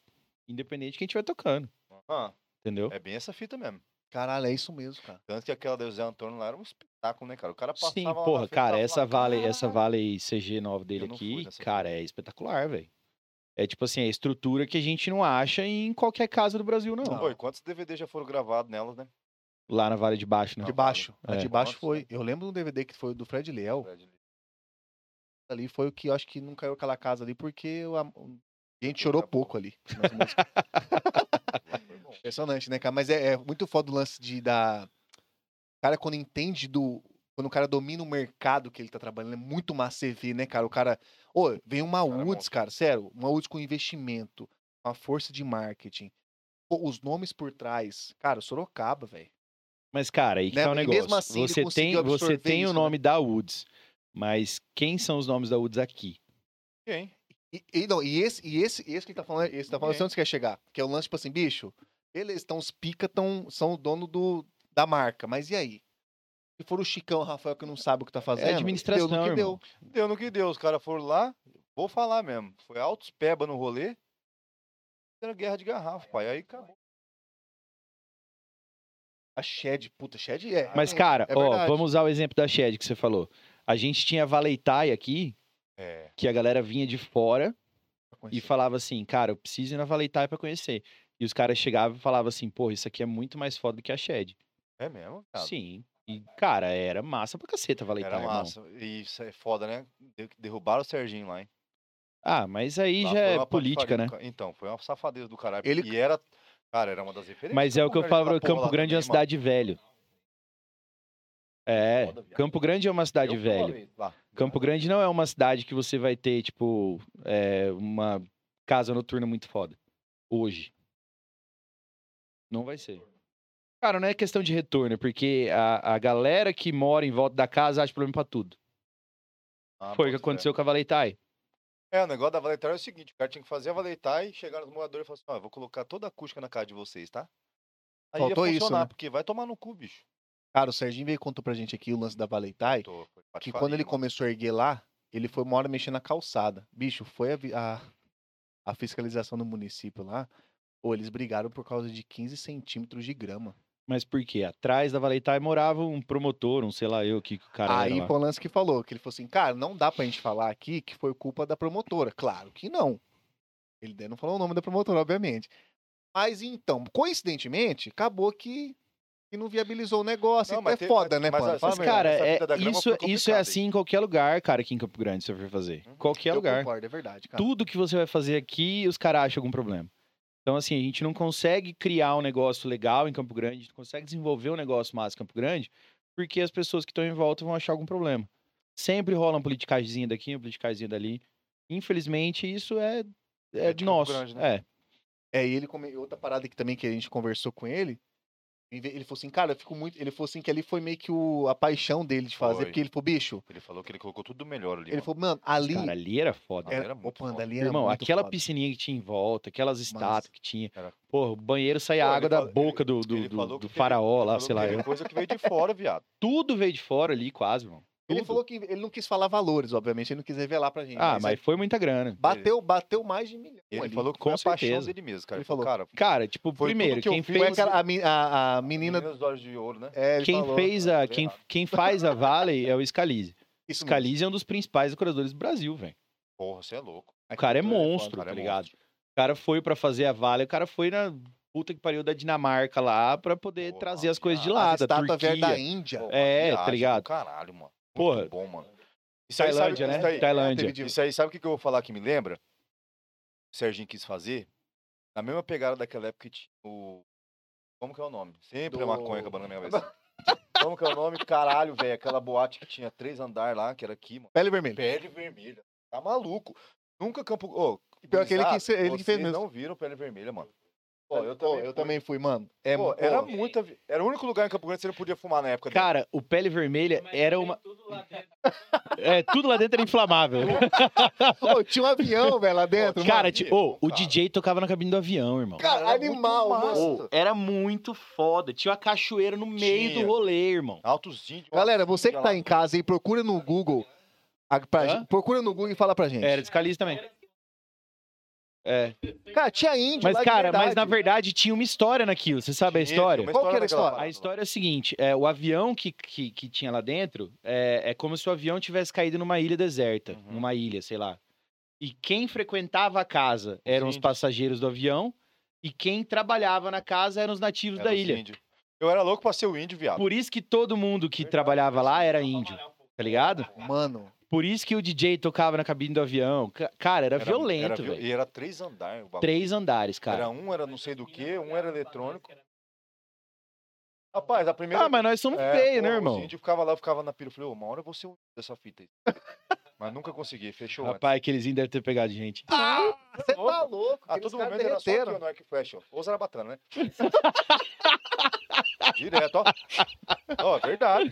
independente de quem estiver tocando, Ah, entendeu? é bem essa fita mesmo. Caralho, é isso mesmo, cara. Tanto que aquela do Zé Antônio lá era um espetáculo, né, cara? O cara passava Tá. Sim, lá na porra, frente, cara, tava essa lá, Vale, "Ah, essa "Caralho". Vale CG 9 dele Eu não fui aqui, nessa cara, é espetacular, velho. É tipo assim, a estrutura que a gente não acha em qualquer casa do Brasil não. Pô, e quantos DVDs já foram gravados nelas, né? Lá na Vale de Baixo, né? De baixo. A É. de baixo Nossa, foi. né? Eu lembro de um DVD que foi do Fred Leal. Ali foi o que eu acho que não caiu aquela casa ali, porque o- a, É o- a gente chorou pouco ali. nas músicas. Foi bom. Impressionante, né, cara? Mas é, é muito foda o lance de da. O cara, quando entende do. Quando o cara domina o mercado que ele tá trabalhando, é muito massa você ver, né, cara? O cara. Ô, vem uma Cara, é UDS, cara, sério. Uma UDS com investimento, uma força de marketing. Pô, os nomes por trás. Cara, Sorocaba, velho. Mas, cara, aí que Né? tá o E negócio. mesmo assim ele você tem, conseguiu você absorver tem isso, o né? nome da Woods, mas quem são os nomes da Woods aqui? É Quem? E, e não, e esse, e esse, esse que ele tá falando, esse que tá falando, Ninguém. você onde você quer chegar? Que é o lance, tipo assim, bicho, beleza, então os pica tão, são o dono do, da marca, mas e aí? Se for o Chicão, o Rafael, que não sabe o que tá fazendo, É administração, deu no que irmão. deu. Deu no que deu, os caras foram lá, vou falar mesmo. Foi altos peba no rolê, era guerra de garrafa, pai. Aí acabou. A Shed, puta, Shed é. Mas, é, cara, é ó, verdade. vamos usar o exemplo da Shed que você falou. A gente tinha a Valeitai aqui, É. que a galera vinha de fora e Conheci. falava assim, cara, eu preciso ir na Valeitai pra conhecer. E os caras chegavam e falavam assim, porra, isso aqui é muito mais foda do que a Shed. É mesmo, cara. Sim. E, cara, era massa pra caceta a Valeitai, Era irmão. massa. E isso é foda, né? De- Derrubaram o Serginho lá, hein? Ah, mas aí Lá já foi é uma política, né? patifaria do ca- Então, foi uma safadeza do caralho. Ele- E era. Cara, era uma das referências. Mas é o que eu falo, Campo Grande é uma cidade velho. É, Foda, viado. Campo Grande é uma cidade velha. Campo Grande não é uma cidade que você vai ter, tipo, é, uma casa noturna muito foda. Hoje. Não vai ser. Cara, não é questão de retorno, porque a, a galera que mora em volta da casa acha problema pra tudo. Ah, Foi o que aconteceu com a Valeitai. É, o negócio da Valeitar é o seguinte: o cara tinha que fazer a Valeitar e chegar nos moradores e falar assim: ó, eu vou colocar toda a acústica na casa de vocês, tá? Aí Faltou ia isso, funcionar, né? porque vai tomar no cu, bicho. Cara, o Serginho veio e contou pra gente aqui o lance da Valeitai, Tô, foi que patifaria, quando ele mano. começou a erguer lá, ele foi uma hora mexendo na calçada. Bicho, foi a, vi- a, a fiscalização do município lá, ou eles brigaram por causa de 15 centímetros de grama. Mas por quê? Atrás da Valeitai morava um promotor, um sei lá eu, que que o cara era Aí lá. foi o lance que falou, que ele falou assim, cara, não dá pra gente falar aqui que foi culpa da promotora. Claro que não. Ele daí não falou o nome da promotora, obviamente. Mas então, coincidentemente, acabou que, que não viabilizou o negócio. Não, Então é mas te- foda, né, mas- mas assim, mano? a- Fala Mas, a mesmo, cara, essa é, fita da grama isso, foi isso é complicada, assim em qualquer lugar, cara, aqui em Campo Grande, se você for fazer. Uhum. Qualquer Eu lugar. concordo, é verdade, cara. Tudo que você vai fazer aqui, os caras acham algum problema. Então, assim, a gente não consegue criar um negócio legal em Campo Grande, a gente não consegue desenvolver um negócio massa em Campo Grande, porque as pessoas que estão em volta vão achar algum problema. Sempre rola uma politicagemzinha daqui, uma politicagemzinha dali. Infelizmente, isso é, é, É de Campo nosso. Grande, né? É. É, e ele come... outra parada que também que a gente conversou com ele, Em ve- Ele falou assim, cara, eu fico muito. Ele falou assim que ali foi meio que o, a paixão dele de fazer, Foi. porque ele falou, bicho. Ele falou que ele colocou tudo melhor ali. Ele mano. falou, mano, ali. Cara, ali era foda. ali era, era é muito opa, foda. ali era Irmão, muito aquela foda. piscininha que tinha em volta, aquelas estátuas que tinha. Era- Porra, o banheiro saía Pô, ele água da fala- boca do, ele do, do- do falou que teve- faraó lá, Falou sei que lá. teve coisa que veio de fora, viado. Tudo veio de fora ali, quase, irmão. Ele Tudo. falou que ele não quis falar valores, obviamente, ele não quis revelar pra gente. Ah, mas foi muita grana. Bateu, bateu mais de milhão. Ele ali. falou que com foi a paixão certeza. dele mesmo, cara. Ele Ele falou, cara, Cara, tipo, Foi tudo primeiro, que eu quem fiz, fez. Foi aquela, a, men- a, a menina menina. dos olhos de ouro, né? É, ele Quem falou, fez "Ah, a. tá Quem, errado." quem faz a Valley é o Scalise. isso mesmo. Scalise é um dos principais decoradores do Brasil, velho. Porra, você é louco. O cara é Aquele telefone, monstro, cara, é tá ligado? O cara foi pra fazer a Vale, o cara foi na puta que pariu da Dinamarca lá pra poder Porra, trazer as coisas de viado. lá, As da estátua Turquia. velha da Índia. Pô, uma É, tá viagem do ligado? Caralho, mano. Muito Porra. bom, mano. Isso aí, sabe, Tailândia, isso né? aí- Tailândia. Teve de- Isso aí, sabe o que que eu vou falar que me lembra? O Serginho quis fazer. Na mesma pegada daquela época que tinha o. Como que é o nome? Sempre é Do- maconha acabando na minha cabeça. Como que é o nome? Caralho, velho. Aquela boate que tinha três andares lá, que era aqui, mano. Pele vermelha. Pele vermelha. Tá maluco. Nunca campo. Ô, Pior que ele que gurizada, se- ele que fez vocês mesmo. não viram pele vermelha, mano. Pô, Pô, eu também. fui. fui, mano. É, Pô, pô, era muita. vi- Era o único lugar em Campo Grande que você não podia fumar na época. dele. Cara, o Pele Vermelha Mas era tem uma. tudo lá dentro. É, tudo lá dentro era inflamável. Pô, tinha um avião, velho, lá dentro. cara, mano. tinha- tipo, ô, o cara. DJ tocava na cabine do avião, irmão. Cara, era muito animal, massa. mano. Ô, era muito foda. Tinha uma cachoeira no meio Tinha. do rolê, irmão. Altos índios. Galera, você que altos tá índios em casa aí, procura no Google. a- pra Hã? gente- procura no Google e fala pra gente. Era descalista também. É. Cara, tinha índio. Mas, lá de cara, mas verdade. na verdade tinha uma história naquilo. Você lá. sabe a Tinha, história? tinha uma Qual que era a daquela história? A parada lá. história é o seguinte: é, o avião que, que, que tinha lá dentro é, é como se o avião tivesse caído numa ilha deserta, Uhum. numa ilha, sei lá. E quem frequentava a casa eram os índios. passageiros do avião, e quem trabalhava na casa eram os nativos Era da os ilha. índios. tá Eu era louco pra ser o índio, viado. Por isso que todo mundo que trabalhava lá era índio, um tá ligado? Mano, Por isso que o DJ tocava na cabine do avião. Ca- Cara, era, era violento, viol- velho. E era três andares o bagulho. Três andares, cara. Era um, era não sei do que, um era eletrônico. Rapaz, a primeira. Ah, mas nós somos É, feios, né, porra, Os irmão? índios ficavam lá, eu ficava na pira. Eu falei, ô, uma hora eu vou ser um índio dessa fita aí. mas nunca consegui, fechou. antes. Rapaz, é aqueles índios devem ter pegado gente. Ah, você tá louco. louco. A aqueles ah, todo caras momento era só aqui, ó, derreteram. no arco e flecha, ó. Ou zarabatana, né? Direto, ó. Ó, verdade.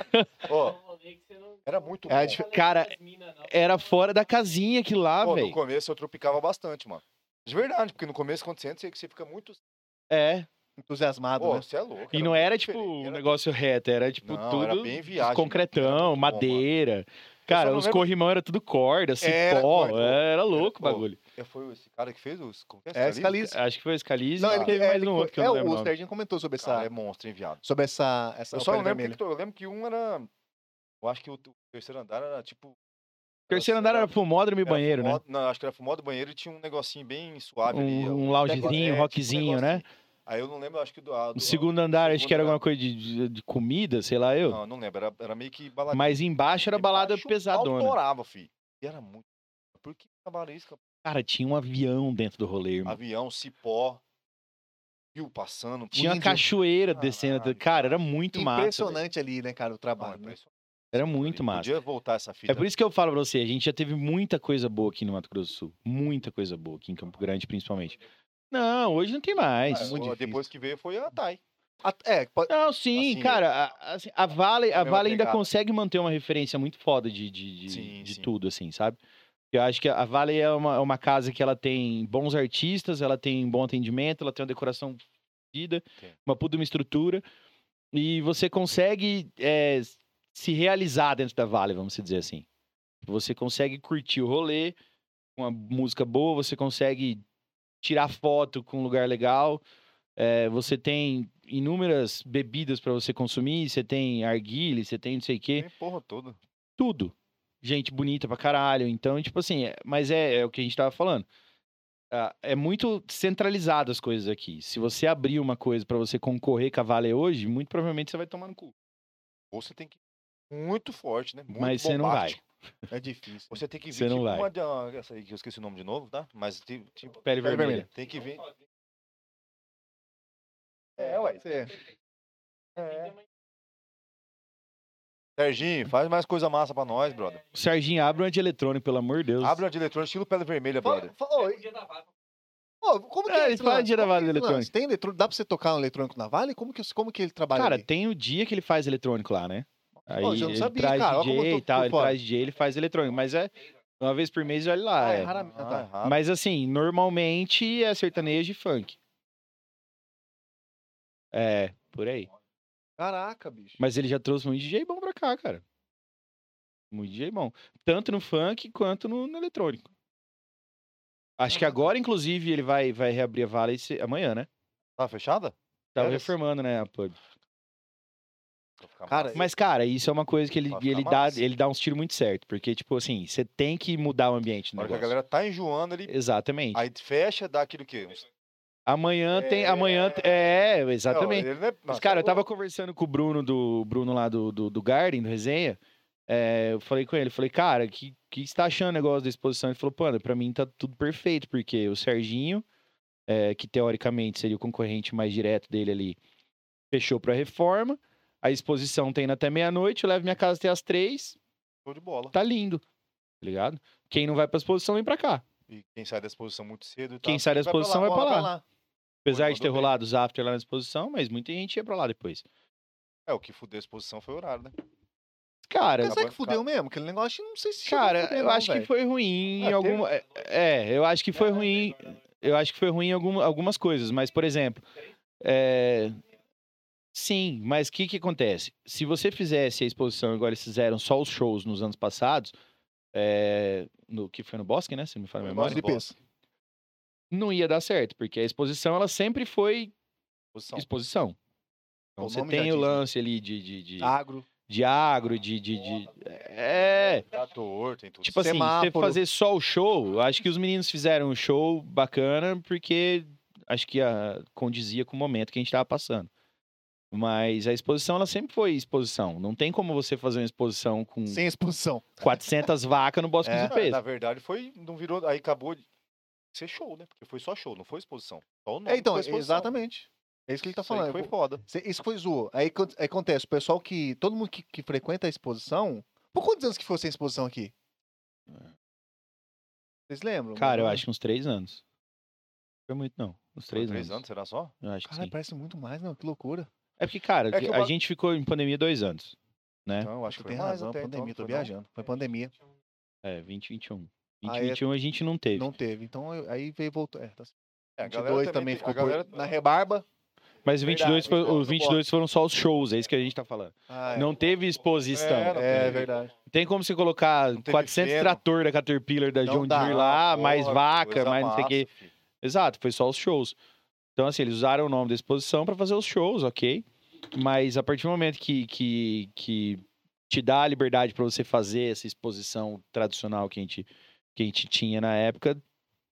Ó, era muito bom. É a dif- Cara, Era fora da casinha aquilo lá, Pô, no velho. começo eu tropicava bastante, mano. De verdade, porque no começo, quando você entra, você- você fica muito. É. Entusiasmado, Pô, né? você é louco. E não era muito tipo diferente, um era- negócio reto, era tipo Não, tudo era bem viagem, mano, era concretão, muito bom, madeira. só Cara, não os lembro- corrimão era tudo corda, cipó, é, corda. era, louco o Era- bagulho. É, Foi esse cara que fez os. Como que É, Scalise? Scalise. Acho que foi o Scalise Não, e ele, teve é, mais ele um foi- outro que eu é, não lembro. o o nome. Serginho comentou sobre Cara, essa. é monstro, hein, viado. Sobre essa. essa Eu é só não pele lembro vermelha. que, que eu lembro que um era. Eu acho que o o terceiro andar era tipo. Terceiro andar era fumódromo e era banheiro, né? fumó- Não, acho que era fumado banheiro e tinha um negocinho bem suave ali. Um, um decote- é, loungezinho, tipo um rockzinho, né? negocinho. Aí eu não lembro, acho que do. a- do- O segundo andar, acho que era segundo alguma coisa de, de- de comida, sei lá eu. é Não, um não lembro. Era, era meio que baladinha. Mas embaixo era balada Embaixo, pesadona. Autorava, fi. E era muito. Por que acabaram isso, cara? Cara, tinha um avião dentro do rolê, irmão. Avião, cipó. Rio passando. Tinha uma índio. cachoeira descendo. Caralho, Cara, era muito massa. velho. Impressionante ali, né, cara, o Não, é trabalho. né? impressionante. Era muito massa. Podia voltar essa fita. É por isso que eu falo pra você, a gente já teve muita coisa boa aqui no Mato Grosso do Sul. Muita coisa boa, aqui em Campo Grande, principalmente. Não, hoje não tem Ah, mais. muito ó, difícil. Depois que veio foi a Thay. Ah, É, pode- Não, sim, Assim, cara, a, assim, a Vale, a mesma Vale ainda pegada. consegue manter uma referência muito foda de, de, de, Sim, de sim. tudo, assim, sabe? Eu acho que a Vale é uma, é uma casa que ela tem bons artistas, ela tem bom atendimento, ela tem uma decoração fodida, Tem. uma puta uma estrutura. E você consegue é, se realizar dentro da Vale, vamos dizer assim. Você consegue curtir o rolê com uma música boa, você consegue tirar foto com um lugar legal. é, você tem inúmeras bebidas para você consumir, você tem arguile, você tem não sei o quê Tem né, porra toda. tudo. Gente bonita pra caralho. Então, tipo assim, é- mas é, é o que a gente tava falando. Ah, É muito centralizado as coisas aqui. Se você abrir uma coisa pra você concorrer com a Vale hoje, muito provavelmente você vai tomar no cu. Ou você tem que ir muito forte, né? Muito mas você não vai. bombástico. é difícil. Você tem que vir Você não tipo vai. uma de- uma- essa aí que eu esqueci o nome de novo, tá? Mas ti- tipo, Pele vermelha. vermelha. tem que vir. É, ué. Você... É. Serginho, faz mais coisa massa pra nós, brother. O Serginho, abre um anti-eletrônico, pelo amor de Deus. Abre uma de eletrônico estilo pele vermelha, brother. Fa- fa- ô, e- Dia da vaca. É ô, Pô, como que É, é, eles esse falam lance? de Como navalha que é esse eletrônica. lance? Tem eletrônico? Dá pra você tocar um eletrônico na Vale? Como que, como que ele trabalha Cara, ali? tem o dia que ele faz eletrônico lá, né? Aí isso um eu não ele sabia, traz cara, olha como eu DJ tô e tal, por ele fora. traz DJ, ele faz eletrônico. Mas é uma vez por mês, olha lá. Ah, é. é raramente. Ah, tá. errado. Mas assim, normalmente é sertanejo e funk. É, por aí. Caraca, bicho. Mas ele já trouxe muito DJ bom pra cá, cara. Muito DJ bom. Tanto no funk quanto no, no eletrônico. Acho que Caraca. agora, inclusive, ele vai, vai reabrir a Vale esse- amanhã, né? Tá fechada? Tava Sério? reformando, né, a pub. Pra ficar Cara, massa. Mas, cara, isso é uma coisa que ele, Vai ficar ele, dá, massa. ele dá uns tiros muito certo. Porque, tipo assim, você tem que mudar o ambiente do Na hora que a negócio. galera tá enjoando ali, Exatamente. aí fecha, dá aquilo que. Uns... Amanhã tem. Amanhã. É, exatamente. Não, ele não é- Mas, Nossa, cara, eu ô, tava conversando com o Bruno do Bruno lá do, do, do Garden, do Resenha. É, eu falei com ele, falei, cara, o que, que você tá achando o negócio da exposição? Ele falou, Panda, pra mim tá tudo perfeito, porque o Serginho, é, que teoricamente seria o concorrente mais direto dele ali, fechou pra reforma. A exposição tem até meia-noite, eu levo minha casa até às três, Show de bola. tá lindo. Tá ligado? Quem não vai pra exposição vem pra cá. E quem sai da exposição muito cedo. e Quem tal, sai da vai pra lá, exposição vai bora pra lá. Apesar Pô, de ter mandou bem. rolado os after lá na exposição, mas muita gente ia pra lá depois. É, o que fudeu a exposição foi o horário, né? Cara, Mas será que Acabou- fudeu mesmo? Aquele negócio, não sei se chegou a Cara, fuder, eu não, acho velho. que foi ruim Ah, em teve alguma. é- É, eu acho que foi ruim. Eu acho que foi ruim em algum- algumas coisas, mas, por exemplo. é, Sim, mas o que, que acontece? Se você fizesse a exposição igual eles fizeram só os shows nos anos passados, é, no que foi no Bosque, né? Se não me fala a Foi no memória, Ele pensa. não ia dar certo, porque a exposição ela sempre foi Exposição. exposição. Então O você nome já tem o diz, né? Ah. lance ali de, de, de, Agro. de agro, de. de, de... É. Tá torto, tem tudo. Tipo assim, você Semáforo. fazer só o show, eu acho que os meninos fizeram um show bacana, porque acho que ah, condizia com o momento que a gente tava passando. Mas a exposição, ela sempre foi exposição. Não tem como você fazer uma exposição com Sem exposição. 400 vacas no Bosque É, do Ah, Peso. Na verdade, foi. Não virou. Aí acabou de ser show, né? Porque foi só show, não foi exposição. Só o nome É, então, foi exposição. exatamente. É isso que ele tá Isso aí falando. Foi foda. Cê- Isso foi zoou. Aí acon- aí acontece, o pessoal que. Todo mundo que, que frequenta a exposição. Por quantos anos que foi sem exposição aqui? É. Vocês lembram? Cara, eu acho que uns três anos. Não foi muito, não. Uns Foi três, Três anos. anos, será só? Eu acho que Cara, é sim. parece muito mais, não. Que loucura. É porque, cara, É que o a ba- gente ficou em pandemia dois anos. É. Então, eu acho que Você foi tem mais razão, até, então, pandemia, não tô foi não? viajando. Foi pandemia. É, 2021. Ah, é. 2021 a gente não teve. Não teve. Então eu- aí veio e voltou. É, tá certo. É, a galera 22 também tem- ficou a galera, por- um. na rebarba. Mas o 22 Verdade, foi, então, os do 22 foram só os shows, é isso que a gente tá falando. Ah, é. Não teve exposição. É, não Não é teve. verdade. tem como você colocar Não teve 400 feno. trator da Caterpillar, da Não John dá, Deere lá, mais Porra, vaca, coisa mais não sei o quê. massa, filho. Exato, foi só os shows. Então, assim, eles usaram o nome da exposição para fazer os shows, ok? Mas a partir do momento que, que, que te dá a liberdade para você fazer essa exposição tradicional que a, gente, que a gente tinha na época,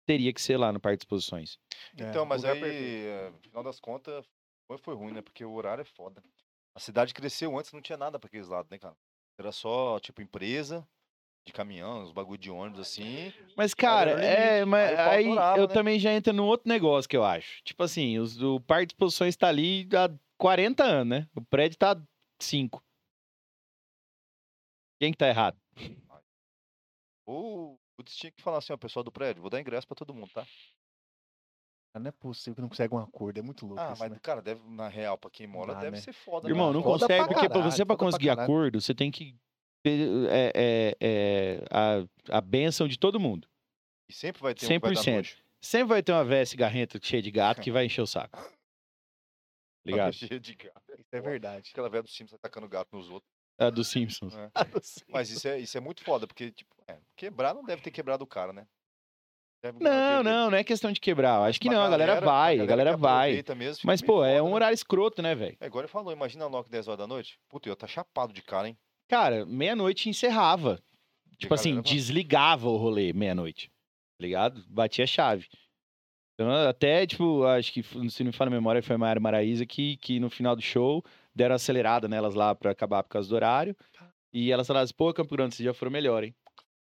teria que ser lá no Parque de Exposições. É, Então, mas lugar aí, perfeito. eh, no final das contas, foi, foi ruim, né? Porque o horário é foda. A cidade cresceu antes, não tinha nada pra aqueles lados, né, cara? Era só, tipo, empresa de caminhão, uns bagulho de ônibus assim. Mas, cara, era o é, mas Aí o pau aí, torava, eu né? também já entro num outro negócio que eu acho. Tipo assim, os, o parque de exposições tá ali há 40 anos, né? O prédio tá há 5. Quem que tá errado? Ou o tinha que falar assim, ó, pessoal do prédio, vou dar ingresso pra todo mundo, tá? Cara, não é possível que não consegue um acordo. É muito louco Ah, isso, mas, né? cara, deve, na real, pra quem mora, Dá, deve né? ser foda. né? Irmão, não Foda consegue, pra porque pra caralho, você, pra foda pra conseguir caralho. acordo, você tem que ter é, é, é, a, a benção de todo mundo. E sempre vai ter um que vai dar 100%. nojo. Sempre vai ter uma veste garrenta cheia de gato que vai encher o saco. Ligado? Cheio de gato. Isso é verdade. Aquela velha do Simpsons atacando gato nos outros. A do Simpsons. Mas isso é, isso é muito foda, porque, tipo, é, quebrar não deve ter quebrado o cara, né? Deve ganhar Não, dinheiro dele. não, não é questão de quebrar. eu Acho que Mas não, a galera vai, a galera que vai. aproveita mesmo, fica Mas, meio pô, é foda, um né? horário escroto, né, velho? É, agora ele falou, imagina logo 10 horas da noite. Puta, eu tá chapado de cara, hein? Cara, meia-noite encerrava. Tipo a assim, galera vai. desligava o rolê meia-noite. Tá ligado? Batia a chave. Então, até, tipo, acho que, se não me falha a memória, foi a Mayara Maraísa que, que no final do show deram acelerada nelas lá pra acabar por causa do horário. Tá. E elas falaram assim, pô, Campo Grande, vocês já foram melhor, hein?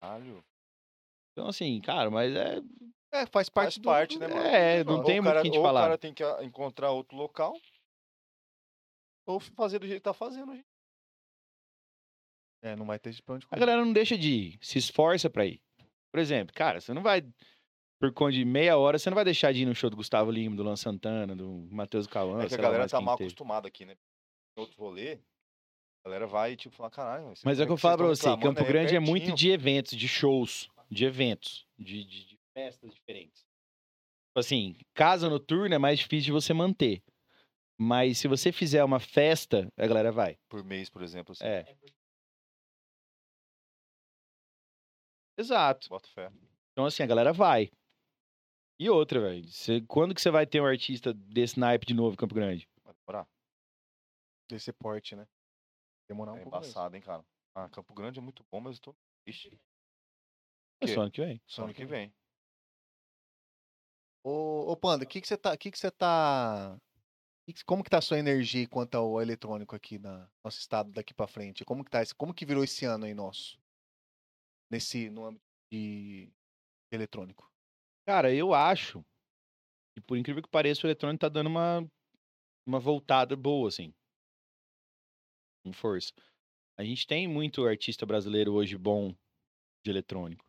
Caralho. Então, assim, cara, mas é. É, faz parte Faz do. parte, né, do- mano? É, não Ou tem muito o cara- que a gente ou falar. O cara tem que ah, encontrar outro local. Ou fazer do jeito que tá fazendo, gente. É, não vai ter de pra onde A correr. galera não deixa de ir, se esforça pra ir. Por exemplo, cara, você não vai por conta de meia hora, você não vai deixar de ir no show do Gustavo Lima, do Luan Santana, do Matheus Cauã. É que sei a lá galera mais tá quem mal teve. acostumada aqui, né? Em outro rolê, a galera vai, tipo, falar, caralho... esse Mas é o moleque que eu falo pra vocês você, tão reclamando Campo aí Grande é muito pertinho." de eventos, de shows, de eventos, de, de- de festas diferentes. Tipo Assim, casa noturna é mais difícil de você manter. Mas se você fizer uma festa, a galera vai. Por mês, por exemplo, assim. É. Exato. Bota fé. Então, assim, a galera vai. E outra, velho. você- Quando que você vai ter um artista desse naipe de novo, em Campo Grande? Vai demorar. Desse porte, né? Demorar um É pouco. mesmo. embaçado, hein, cara. Ah, Campo Grande é muito bom, mas eu tô triste. É Quê? só ano que vem. Só ano que vem. Ô, ô Panda, que que você tá, que que você tá, que que- como que tá a sua energia quanto ao eletrônico aqui na nosso estado daqui pra frente? Como que tá, esse- como que virou esse ano aí nosso? Nesse no âmbito de eletrônico. Cara, eu acho que, por incrível que pareça, o eletrônico tá dando uma, uma voltada boa, assim. Com força. A gente tem muito artista brasileiro hoje bom de eletrônico.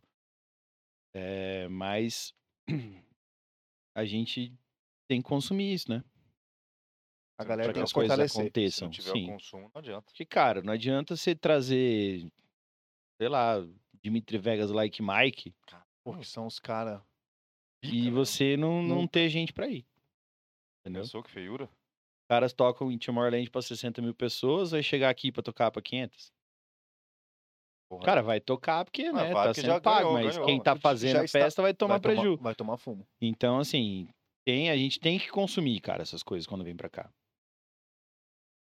É, mas a gente tem que consumir isso, né? A Sim, galera Para que tem pra que as fortalecer. coisas Se aconteçam. não tiver o Sim. consumo, não adianta. Porque, cara, não adianta você trazer, sei lá, Dimitri Vegas like Mike Porque Hum. são os caras. e você não, não Nunca. ter gente pra ir. Entendeu? Pensou que feiura? caras tocam em Tomorrowland pra 60 mil pessoas, aí chegar aqui pra tocar pra 500. O Porra, cara vai tocar porque, né, vai tá porque sendo já pago, ganhou, mas ganhou. quem tá Já fazendo a está- festa vai tomar um vai tomar- prejuízo. Vai tomar fumo. Então, assim, tem, a gente tem que consumir, cara, essas coisas quando vem pra cá.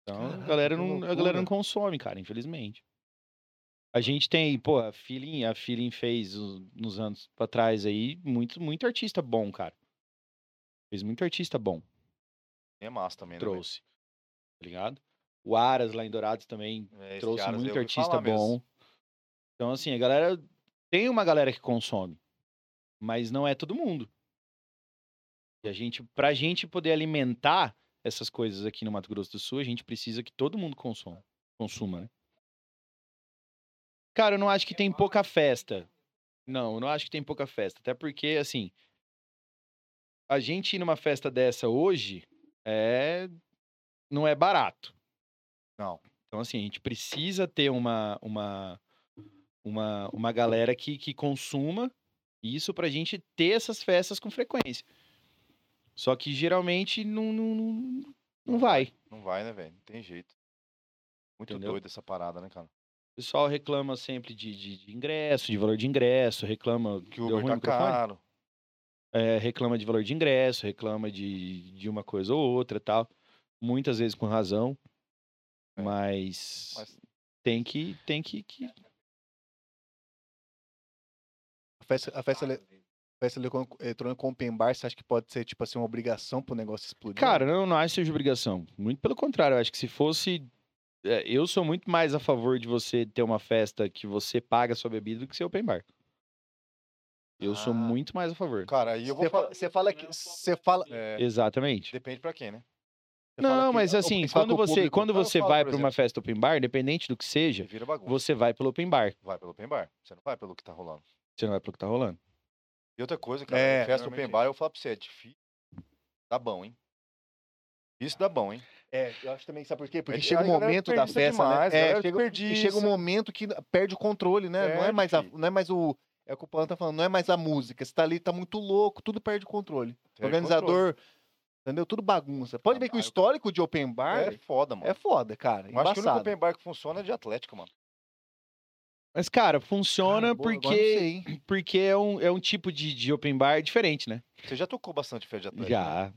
Então, Caraca, a, galera que não, a galera não loucura. consome, cara, infelizmente. A gente tem, pô, a Feeling, a Feeling fez uns- nos anos pra trás aí muito, muito artista bom, cara. Fez muito artista bom é massa também, né? trouxe. Tá ligado? O Aras lá em Dourados também velho? É, esse trouxe Aras aí eu muito ouvi artista falar mesmo. bom. Então, assim, a galera. Tem uma galera que consome, mas não é todo mundo. E a gente, pra gente poder alimentar essas coisas aqui no Mato Grosso do Sul, a gente precisa que todo mundo consuma. consuma né? Cara, eu não acho que tem pouca festa. Não, eu não acho que tem pouca festa. Até porque, assim, a gente ir numa festa dessa hoje é. não é barato. Então, assim, a gente precisa ter uma, uma, uma, uma galera que, que consuma isso pra gente ter essas festas com frequência. Só que geralmente não, não, não, não vai. Não vai, né, velho? Não tem jeito. Muito Entendeu? doido essa parada, né, cara? O pessoal reclama sempre de, de, de ingresso, de valor de ingresso, reclama. Que deu o Uber ruim tá o microfone? caro. É, reclama de valor de ingresso, reclama de, de uma coisa ou outra e tal. Muitas vezes com razão. É. Mas, Mas- É, tem que. Tem que, que... A festa, a festa, ele- festa eletrônica- eletrônica com open bar, você acha que pode ser tipo assim uma obrigação pro negócio explodir? Cara, eu não acho que seja obrigação. Muito pelo contrário, eu acho que se fosse. é, Eu sou muito mais a favor de você ter uma festa que você paga a sua bebida do que ser open bar. Eu sou Ah. muito mais a favor. Cara, aí eu vou você assim, fala, você falar. fala que você fala, É, Exatamente. depende pra quem, né? você fala Não, que- mas o assim, principal é que quando o você, público- quando Não, então eu você falo, vai por para uma festa open bar, independente do que seja, Vira bagunça. você vai pelo open bar. Vai pelo open bar. Você não vai pelo que tá rolando. Você não vai pelo que tá rolando. E outra coisa, cara, É, festa open normalmente bar, eu falo pra você, é difícil. Dá bom, hein? Isso dá bom, hein? É, eu acho também, sabe por quê? Porque É, chega a um galera momento da desperdiça festa, demais, a né? galera É, chega, e chega desperdiça. um momento que perde o controle, né? não é mais a, Perde. não é mais o é o que o Paulo tá falando, não é mais a música. Você tá ali, tá muito louco, tudo perde o controle. Perde Organizador, entendeu? Tudo bagunça. Pode ver que o Caralho. histórico de open bar É foda, mano. é, foda, cara. Eu acho que o único Embaçado. open bar que funciona é de Atlético, mano. Mas, cara, funciona Cara, Ah, boa, agora não porque, sei, hein? porque é, um, é um tipo de, de open bar diferente, né? Você já tocou bastante festa de Atlético? né? Já.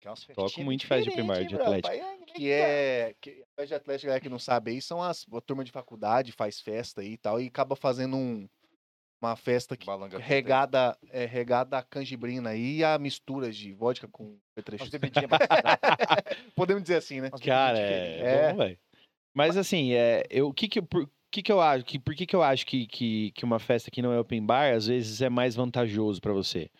Que é umas festinhas Toco muito festa de open bar diferentes, de hein, bro? Atlético. Vai- que é que a de atlética, galera que não sabe aí, são as a turma de faculdade, faz festa aí e tal, e acaba fazendo um- uma festa que Balanga regada, é, regada a canjibrina aí e a mistura de vodka com Umas petrecho. bebidinhas pra- Podemos dizer assim, né? umas Cara, bebidinhas é, diferentes. É. bom, velho. Mas assim, é, eu, o que que, eu- por que que eu acho? Que, por que que eu acho que, que, que uma festa que não é open bar, às vezes, é mais vantajoso pra você?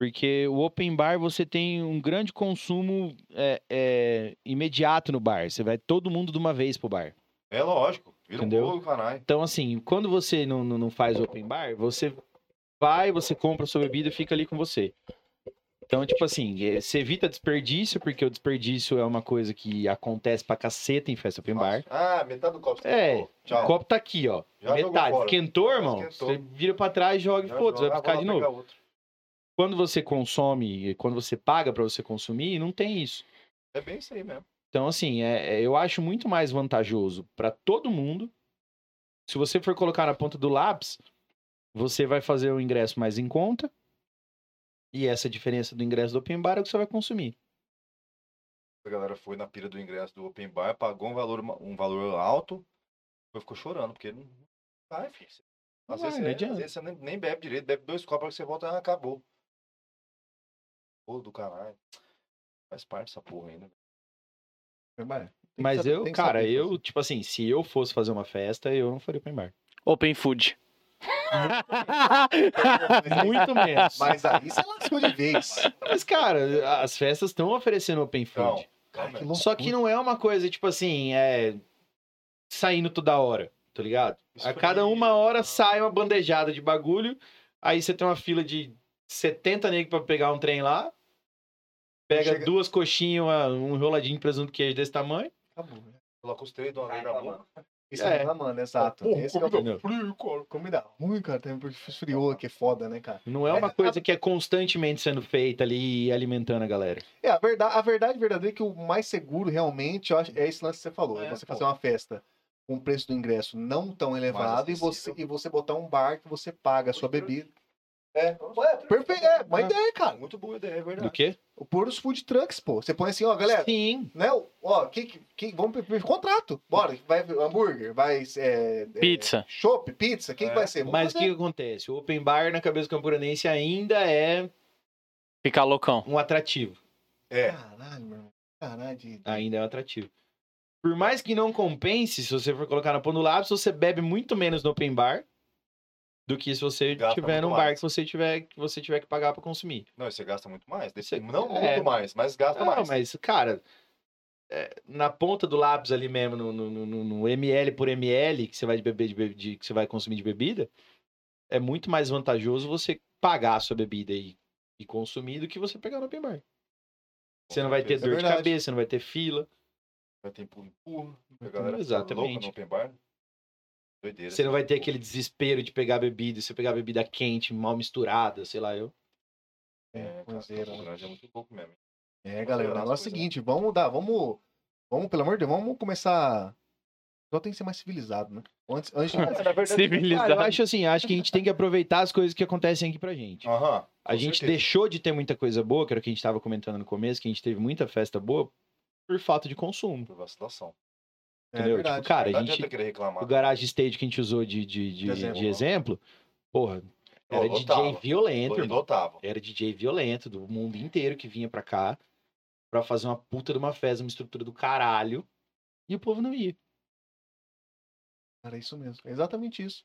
Porque o open bar, você tem um grande consumo é, é, imediato no bar. Você vai todo mundo de uma vez pro bar. É lógico. Vira um Entendeu? bolo, caralho. Então, assim, quando você não, não, não faz open bar, você vai, você compra a sua bebida e fica ali com você. Então, tipo assim, eh, você evita desperdício, porque o desperdício é uma coisa que acontece pra caceta em festa open bar. Ah, metade do copo. você É, tomou. Tchau. O copo tá aqui, ó. Já jogou Metade. fora. Esquentou, Já irmão? esquentou. Você vira pra trás, joga e Já foda, joga, vai buscar lá de pegar novo. outro. Quando você consome, quando você paga pra você consumir, não tem isso. É bem isso aí mesmo. Então, assim, é, é- eu acho muito mais vantajoso pra todo mundo. Se você for colocar na ponta do lápis, você vai fazer o ingresso mais em conta. E essa diferença do ingresso do open bar é o que você vai consumir. A galera foi na pira do ingresso do Open Bar, pagou um valor, um valor alto, depois ficou chorando, porque não vai, filho. Às, Não vezes, vai, não você- adianta. às vezes você nem, nem bebe direito, bebe dois copos, aí você volta e acabou. Pô, do caralho. Faz parte dessa porra ainda. Mas eu, cara, eu, tipo assim, se eu fosse fazer uma festa, eu não faria open bar. Open Food. Muito menos. Mas, Mas aí você lascou de vez. cara, as festas estão oferecendo open food. Calma, calma. que louco. Só que não é uma coisa, tipo assim, é. saindo toda hora, tá ligado? Isso a foi- cada uma hora sai uma bandejada de bagulho, aí você tem uma fila de 70 negros pra pegar um trem lá, pega Chega- duas coxinhas, uma- um roladinho de presunto queijo desse tamanho. Acabou, né? Coloca os três de uma Vai vez na reclamando. boca. Isso É. é reclamando, exato. Porra, Esse que é o comida frio, cara. Comida ruim, cara. Tem porque esfriou, que é foda, né, cara? Não é uma coisa que é constantemente sendo feita ali e alimentando a galera. É, a verdade, a verdade verdadeira é que o mais seguro realmente eu acho, é esse lance que você falou. É, É, você pô. fazer uma festa com um preço do ingresso não tão elevado e você, acessível. e você botar um bar que você paga a sua Muito bebida. É, ué, perfeito. É, uma Ah. ideia, cara. Muito boa ideia, é Do verdade. quê? O pôr os food trucks, pô. Você põe assim, ó, galera, Sim. né? Ó, que, que, que- vamos pe- pe- contrato. Bora, vai hambúrguer, vai é, é, Pizza. chopp, pizza, quem É. que vai ser? Vamos Mas o que fazer. que acontece? O open bar na cabeça do campuranense ainda é Fica loucão. um atrativo. É, Caralho, meu irmão. Caralho, de... ainda é um atrativo. Por mais que não compense, se você for colocar na ponta do lápis, você bebe muito menos no open bar do que se você Gasta tiver muito num bar mais. que você tiver que você tiver que pagar pra consumir. não, você gasta muito mais. Você- Não muito é. mais, mas gasta Ah, mais. mas cara, é, na ponta do lápis ali mesmo no, no- no- no- no ml por ml que você vai de beber de, be- de- que você vai consumir de bebida, é muito mais vantajoso você pagar a sua bebida e, e consumir do que você pegar no open bar. Você não vai ter certeza. dor É de verdade. cabeça, não vai ter fila, Vai ter empurra, empurra. A galera Exatamente. louca Exatamente. no open bar. Doideira. assim, é Você não vai ter Pô, aquele desespero de pegar bebida, e você pegar bebida quente, mal misturada, sei lá eu. É, É, cara, coiseira, Campo né? Grande é muito louco mesmo. É, galera, o melhorar as negócio é o coisas, né? seguinte, vamos mudar, vamos, vamos, pelo amor de Deus, vamos começar. Só tem que ser mais civilizado, né? Antes, antes de Ah, Mas, na verdade, Cara, eu Civilizado. acho assim, acho que a gente tem que aproveitar as coisas que acontecem aqui pra gente. Aham. A gente deixou de ter muita coisa boa, que era o que a gente tava comentando no começo, que a gente teve muita festa boa por falta de consumo, Por vacilação. é, entendeu? verdade. tipo, cara, Não a adianta gente, querer reclamar. o garage stage que a gente usou de, de, de, de exemplo, Exemplo. porra, Pô, era lotava. DJ violento, Ele irmão. lotava. era DJ violento do mundo inteiro que vinha pra cá pra fazer uma puta de uma festa, uma estrutura do caralho, e o povo não ia. Cara, é isso mesmo. É exatamente isso.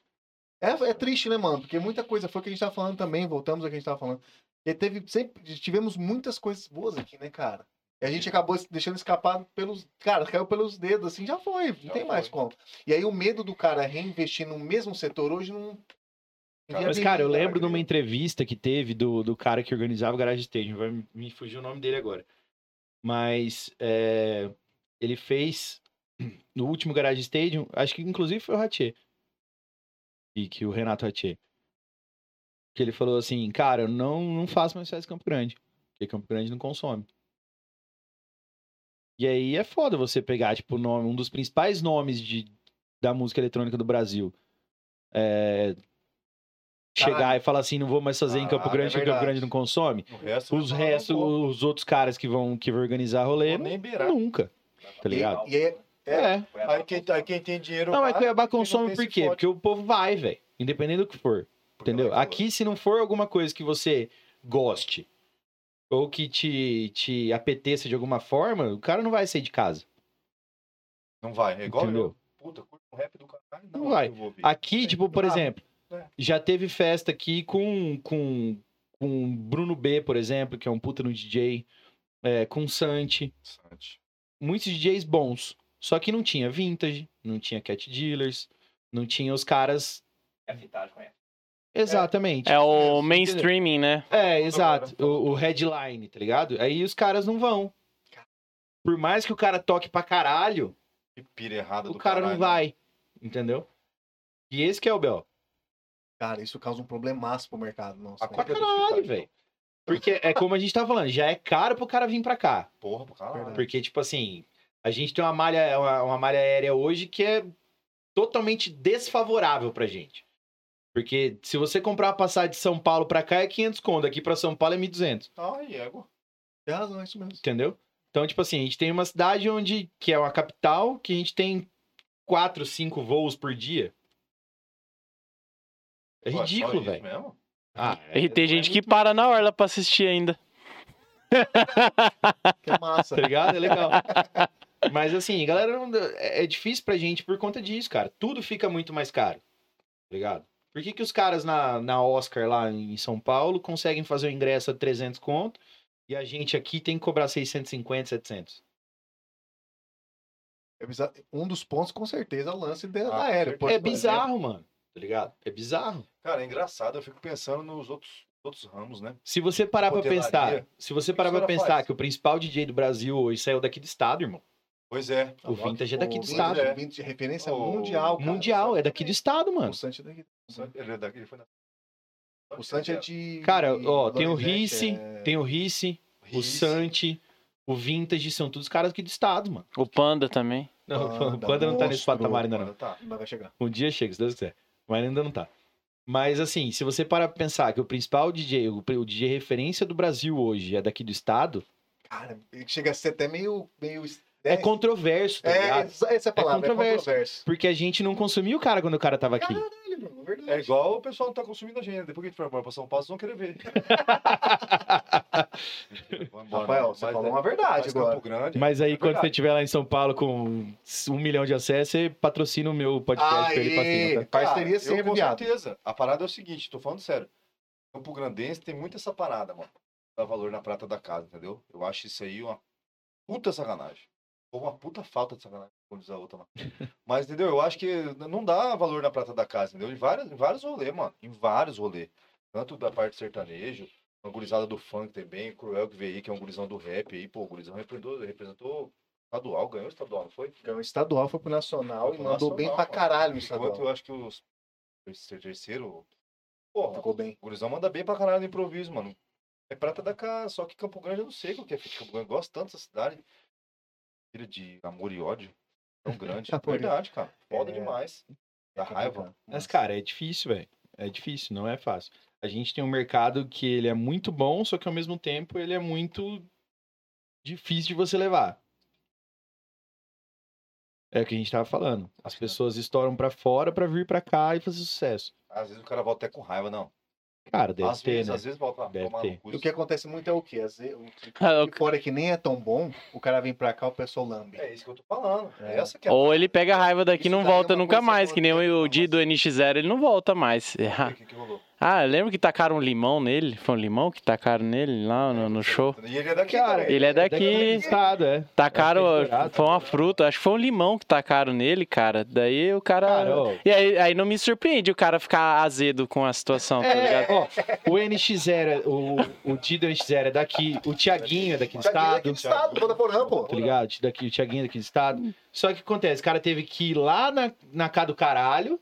É, é triste, né, mano? Porque muita coisa foi o que a gente tava falando também, voltamos ao que a gente tava falando. E teve sempre, tivemos muitas coisas boas aqui, né, cara? E a gente acabou se deixando escapar pelos. Cara, caiu pelos dedos, assim, já foi, não Já tem mais foi. como. E aí o medo do cara reinvestir no mesmo setor hoje não. né? Cara, Mas, cara, eu Cara, lembro de uma querido. entrevista que teve do, do cara que organizava o Garage Stage, vai me- me fugir o nome dele agora. Mas é, ele fez no último Garage Stadium, um, acho que inclusive foi o Ratchê. E que o Renato Ratchê. Que ele falou assim, cara, eu não, não faço mais festa em Campo Grande. Porque Campo Grande não consome. E aí é foda você pegar, tipo, o nome, um dos principais nomes de, da música eletrônica do Brasil. É, chegar e falar assim, não vou mais fazer em Campo Caralho, é Grande, porque Campo verdade. Grande não consome. O resto. Os não, restos, não vou- os outros caras que vão que vão organizar rolê, vou nem beirar. nunca. Tá ligado? E, e é, É. Aí quem, tá, aí quem tem dinheiro. Não, mas é vai, Cuiabá quem não consome tem por se quê? fode. Porque o povo vai, velho. Independente do que for. Porque entendeu? vai que Aqui, se não for alguma coisa que você goste ou que te, te apeteça de alguma forma, o cara não vai sair de casa. Não vai. É igual entendeu? eu. Puta, curto um rap do caralho. Não vai. eu vou ouvir. Aqui, tipo, por Ah, exemplo, é. já teve festa aqui com, com, com Bruno B, por exemplo, que é um puta no DJ, é, com Santi, Interessante. muitos DJs bons. Só que não tinha vintage, não tinha cat dealers, não tinha os caras É fitagem, é. Exatamente. É o Entendeu? mainstreaming, né? É, exato. O, o headline, tá ligado? Aí os caras não vão. Por mais que o cara toque pra caralho, Que pira errada o do cara não caralho. né? vai. Entendeu? E esse que é o Bel. Cara, isso causa um problemaço pro mercado. Nossa, A né? Pra Compra do caralho, Spotify, velho. Porque é como a gente tá falando, já é caro pro cara vir pra cá. Porra, pro caralho. Verdade. Porque, tipo assim, a gente tem uma malha, uma, uma malha aérea hoje que é totalmente desfavorável pra gente. Porque se você comprar uma passagem de São Paulo pra cá é 500 conto, daqui pra São Paulo é 1.200. Ai, égua. Tem razão, é isso mesmo. Entendeu? Então, tipo assim, a gente tem uma cidade onde, que é uma capital, que a gente tem quatro, cinco voos por dia. É Pô, só ridículo, isso velho. mesmo? Ah, E tem não é gente que muito- para na orla pra assistir ainda. Que é massa. Tá ligado? É legal. Mas assim, galera, não- é é difícil pra gente por conta disso, cara. Tudo fica muito mais caro. Tá ligado? Por que, que os caras na, na Oscar lá em São Paulo conseguem fazer o ingresso a 300 conto e a gente aqui tem que cobrar 650, 700? É bizarro. Um dos pontos, com certeza, é o lance da Ah, aérea. é bizarro, mano. Tá ligado? É bizarro. Cara, é engraçado. Eu fico pensando nos outros, outros ramos, né? Se você parar pra Hotelaria. pensar, se você que parar os pra cara pensar faz? que o principal DJ do Brasil hoje saiu daqui do estado, irmão. Pois é. o vintage é daqui do de estado. é. de referência O- mundial, cara. Mundial, é daqui do estado, mano. O Santi é daqui. O Uhum. Santos- Ele é daqui, ele foi na... O Santi tipo, é de... Cara, ó, de tem o Donizete, Rice, é- Tem o Rice, o Rice. Santi, o Vintage, são todos caras aqui do estado, mano. O Panda também. Não, Panda, o Panda não tá nesse monstro, patamar ainda, não. Agora Tá. Mas vai chegar. Um dia chega, se Deus quiser. Mas ainda não tá. Mas assim, se você parar pra pensar que o principal DJ, o pri- o DJ referência do Brasil hoje é daqui do estado, Cara, ele chega a ser até meio... meio... né? é, controverso, tá É, ligado? essa essa é a palavra, é controverso. controverso. Porque a gente não consumiu o cara quando o cara tava aqui. Caralho, Bruno, verdade. É igual o pessoal não tá consumindo a gente. né? Depois que a gente for embora pra São Paulo, vocês vão querer ver. Mentira, vou embora, Rafael, né? você Mas falou é- uma verdade mas agora. Campo Grande. Mas aí, é quando você verdade. estiver lá em São Paulo com um milhão de acessos, você patrocina o meu podcast pra ele pra Aê! cima, tá? Parceria eu sempre, Com viado. certeza. A parada é o seguinte, tô falando sério. Campo Grandense tem muito essa parada, mano. Dá valor na prata da casa, entendeu? Eu acho isso aí uma puta sacanagem. Ou uma puta falta de sacanagem, como diz a outra lá. Mas, entendeu? Eu acho que não dá valor na prata da casa, entendeu? Em vários, em vários rolês, mano. Em vários rolês. Tanto da parte sertanejo, uma gurizada do funk também, Cruel que veio aí, que é um gurizão do rap aí, pô, o gurizão representou, representou estadual, ganhou estadual, não foi? Ganhou estadual, foi pro nacional e Foi mandou nacional, bem pra mano. caralho no Enquanto estadual. eu acho que os terceiro, terceiro porra, Ficou bem. o Gurizão manda bem pra caralho no improviso, mano. É prata da casa, só que Campo Grande eu não sei o que é feito. Campo Grande eu gosto tanto dessa cidade. Filha de amor e ódio. Tão grande. Amor e Verdade, cara. Foda É. demais. Dá raiva. Mas, cara, é difícil, velho. É difícil, não é fácil. A gente tem um mercado que ele é muito bom, só que ao mesmo tempo ele é muito difícil de você levar. É o que a gente tava falando. As pessoas estouram pra fora pra vir pra cá e fazer sucesso. Às vezes o cara volta até com raiva, não. Cara, deve às ter, vezes, né? às vezes volta Deve tomar ter. no cu. E o que acontece muito é o quê? Às vezes, o que Ah, o- fora que nem é tão bom, o cara vem pra cá, o pessoal lambe. É isso que eu tô falando. É. É. Essa que é a Ou ele pega a raiva daqui e Isso não daí é volta uma nunca coisa mais, que nem o, o horrorosa. Di do NX0, ele não volta mais. parada que, que rolou. Ah, lembra que tacaram um limão nele? Foi um limão que tacaram nele lá no, no show? E ele é daqui, Cara, também. Ele é Daqui do daqui, estado, é. tacaram. Deve ter estourado. Foi uma fruta, acho que foi um limão que tacaram nele, cara. Daí o cara. Cara, ó, E aí, aí não me surpreende o cara ficar azedo com a situação, tá ligado? É, ó, o NX0, é, o, o Tido NX0 é daqui, o Tiaguinho é daqui Thiaguinho do é estado. aquele estado, Botaforã, pô. Tá ligado? Ti- Daqui, o Thiaguinho é daqui do estado. Só que acontece, o cara teve que ir lá na, na casa do caralho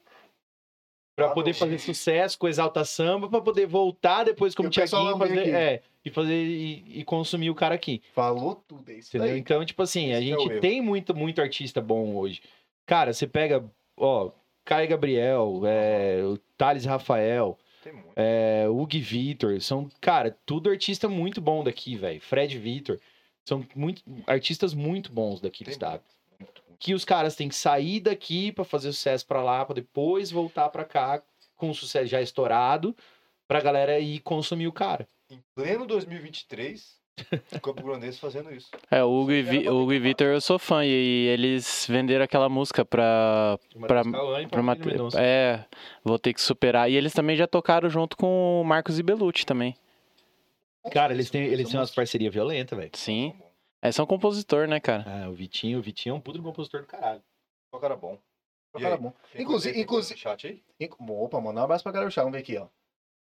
Ah, pra Lá poder no- fazer sucesso com Exalta Samba, pra poder voltar depois como E o pessoal Thiaguinho lá veio fazer, aqui. é, e fazer e, e consumir o cara aqui. Falou tudo, é isso Entendeu? aí. Então, tipo assim, a Esse é o gente erro. tem muito, muito artista bom hoje. Cara, você pega, ó, Caio Gabriel, é, o Thales Rafael, Tem muito. é, o Gui Vitor, são, cara, tudo artista muito bom daqui, velho. Fred Vitor, são muito, artistas muito bons daqui do Tem estado muito, muito. que os caras têm que sair daqui pra fazer sucesso pra lá, pra depois voltar pra cá com o sucesso já estourado, pra galera ir consumir o cara. Em pleno 2023, o Campo Grandense fazendo isso. É, o Hugo, e Vi- o Hugo e Vitor eu sou fã, e eles venderam aquela música pra. Pra- pra Mate- É, vou ter que superar. E eles também já tocaram junto com o Marcos e Belucci também. Cara, eles têm, eles têm umas é parcerias violentas, velho. Sim. É, são compositor, né, cara? Ah, o Vitinho, o Vitinho é um puto compositor do caralho. Só cara bom. Pra E cara aí? bom. Então, Tem Inclusive- coisa aí, tem coisa inclusive- no chat aí? Inc- Opa, mano, um abraço pra galera do chat. Vamos ver aqui, ó.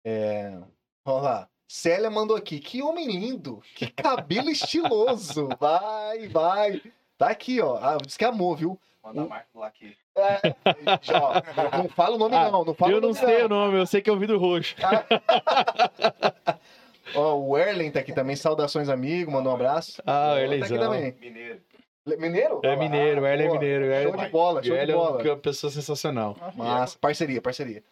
É, Olha lá. Célia mandou aqui. Que homem lindo. Que cabelo estiloso. Vai, vai. Tá aqui, ó. Ah, diz que amou, viu? Manda a marca lá aqui. Já, ó, não fala o nome, Ah, não. Não fala eu o não nome, sei o nome, eu sei que é o vidro roxo. Ó, o Erlen tá aqui também. Saudações, amigo. Mandou um abraço. Tá Ah, o aqui Erlenzão. também. Mineiro. Le- Mineiro? Ah, É mineiro, o Erlen é boa. mineiro. o Show Erlen- de bola, show o de Erlen um bola. é uma pessoa sensacional. Mas, parceria, parceria.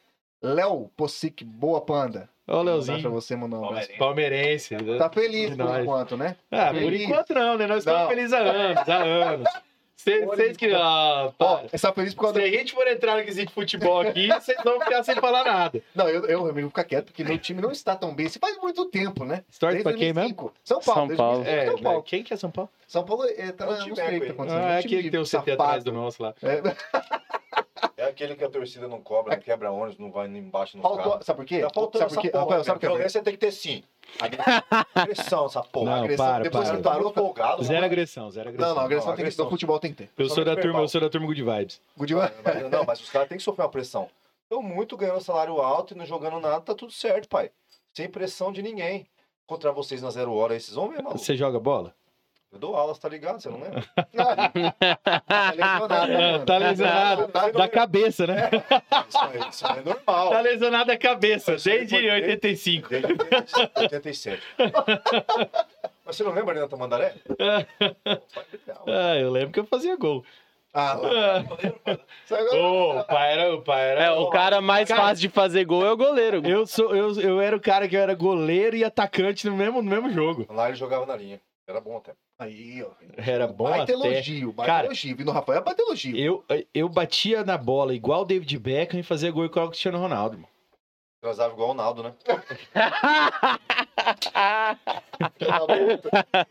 Léo Possic, boa panda. Ó o Dá Pra Leozinho, você mandar um abraço. palmeirense. Tá feliz por Nós. enquanto, né? Ah, por feliz? enquanto não, né? Nós Não. estamos felizes há anos, há anos. Vocês que... Ah, Ó, para. está feliz por causa Se a gente for entrar no quesito de futebol aqui, vocês vão ficar sem falar nada. Não, eu, eu, eu vou ficar quieto, porque meu time não está tão bem. Isso faz muito tempo, né? História pra quem mesmo? 2005. São Paulo. São desde Paulo. 2005, São Paulo. quem que é São Paulo? São Paulo é, tá, É um não time sei o que eco tá aí. acontecendo. Ah, é um time aquele que tem o CT safado. atrás do nosso lá. É, É aquele que a torcida não cobra, não quebra ônibus, não vai embaixo no carro. faltou, sabe por quê? Tá faltando sabe essa por quê? porra, Rafael, sabe o que é? Violência tem que ter sim. Agressão, essa porra. Não, agressão, para, depois para. ele parou, folgado. Zero agressão, zero agressão. Não, não, agressão Não, tem que agressão. No futebol tem que ter. Eu sou da Somente turma, verbal. eu sou da turma Good Vibes. Gudivan, Mas- Não, mas os caras têm que sofrer uma pressão. Todo muito ganhando salário alto e não jogando nada, tá tudo certo, pai. Sem pressão de ninguém. Encontrar vocês na zero hora, aí, vocês vão ver, maluco. Você joga bola? Eu dou aulas, tá ligado? Você não lembra? tá lesionado, né, mano? Tá lesionado. Da cabeça, né? Isso aí, isso aí é normal. Tá lesionado da cabeça, Isso aí desde foi- 85. Desde 87. Mas você não lembra, Renato Mandaré? Ah, eu lembro que eu fazia gol. Ah, lá. Ah, Sabe é? agora? Ô, o pai era, o pai era. É, o cara mais fácil de fazer gol é o goleiro. Eu, sou, eu, eu era o cara que eu era goleiro e atacante no mesmo, no mesmo jogo. Lá ele jogava na linha. Era bom até. Aí, ó. Era bom Baita até. elogio, baita Cara- elogio. E no Rafael, é baita elogio. Eu, eu batia na bola igual o David Beckham e fazia gol igual o Cristiano Ronaldo. Mano. Atrasava igual o Naldo, né? Tá bom?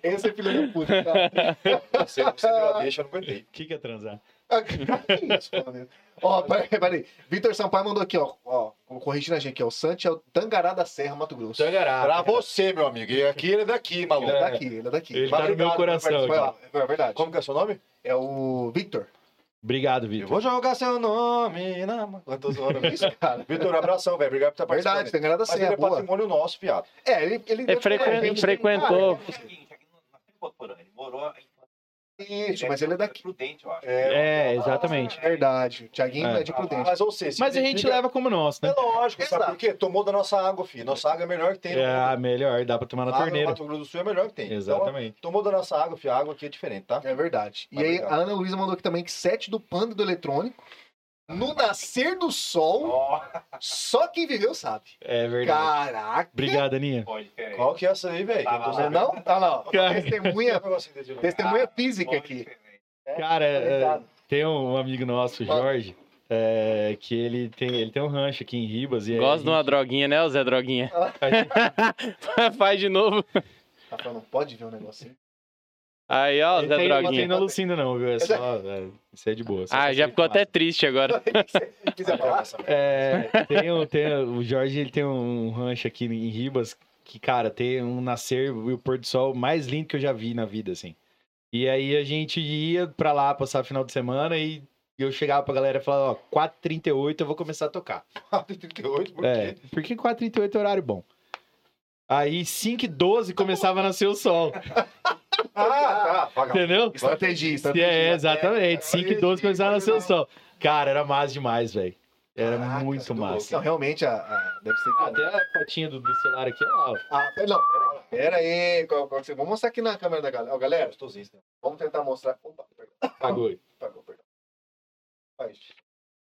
Esse é filho da puta, cara. Você, você deu a deixa, eu não aguentei. O que, que é transar? Que isso, mano? Ó, peraí, peraí. Vitor Sampaio mandou aqui, ó. ó corrigindo a gente aqui, ó. O Santi é o Tangará da Serra, Mato Então Grosso. é Ah, Pra você, meu amigo. E aqui ele é daqui, Ele maluco. é daqui, ele é daqui. Ele tá no meu Obrigado, coração. Foi Aqui. lá, é verdade. Como que é o seu nome? É o Victor. Obrigado, Eu Vitor. vou jogar seu nome na mão. Eu tô zoando. Isso, cara. Vitor, abração, velho. Obrigado por estar participando. Verdade, Tangará da Mas ele Serra, é boa. patrimônio nosso, fiado. É, Ah, ele... ele É, frequen- ele- frequentou. Isso, mas ele é daqui. Prudente, eu acho. É, exatamente. Verdade. Tiaguinho É. é de Prudente. Mas ou seja, Mas a ele gente fica- leva como nosso, É né? lógico, sabe Exato. por quê? Tomou da nossa água, filho. Nossa água é a melhor que tem. no É, mundo. melhor, dá pra tomar na água no torneira. Mato Grosso do Sul é a melhor que tem. Então, Exatamente. tomou da nossa água, filho. A água aqui é diferente, tá? É verdade. E Mas aí, legal. a Ana Luísa mandou aqui também que sete do Panda e do Eletrônico. No nascer do sol, só quem viveu sabe. É verdade. Caraca. Obrigado, Aninha. Pode, peraí. Qual que é essa aí, velho? Tá, Eu tô um tá, Não é sabendo. não? Tá lá, ó. Cara. Testemunha, Tem um negocinho desse jeito. testemunha Pode, física aqui. peraí. Cara, é, Obrigado. tem um amigo nosso, Jorge, é, que ele tem, ele tem um rancho aqui em Ribas. E aí Gosto a de uma droguinha, né, o Zé Droguinha? Faz de novo. Rafael, não pode ver um negocinho. Aí, ó, gente- Esse Zé aí não tem Droguinha. na Lucinda, não, viu? É só, é, isso é de boa. só Ah, pra já você ficou tomar. até triste agora. Se Ah, quiser tá. falar, É, tem, um- tem, um- o Jorge ele tem um rancho aqui em Ribas que, cara, tem um nascer e o pôr do sol mais lindo que eu já vi na vida, assim. E aí a gente ia pra lá passar final de semana e eu chegava pra galera e falava, ó, 4h38 eu vou começar a tocar. 38, por É, quê? porque 4h38 é horário bom. Aí 5h12 começava a nascer o sol, Ah, tá. Vaga. entendeu? Estratégia, estratégia. É, exatamente. 5h12 começava a nascer o sol. Cara, era massa demais, velho. Era Caraca, muito tudo Tá massa. Não, realmente, a, a- deve ser... Até a fotinha do, do celular aqui, ó. Ah, pera- não, pera aí. Qual, qual que você... Vamos mostrar aqui na câmera da galera. Ó, galera, Gostosinho. né? vamos tentar mostrar. Opa, perdão, Pagou. pagou, perdão. Vai.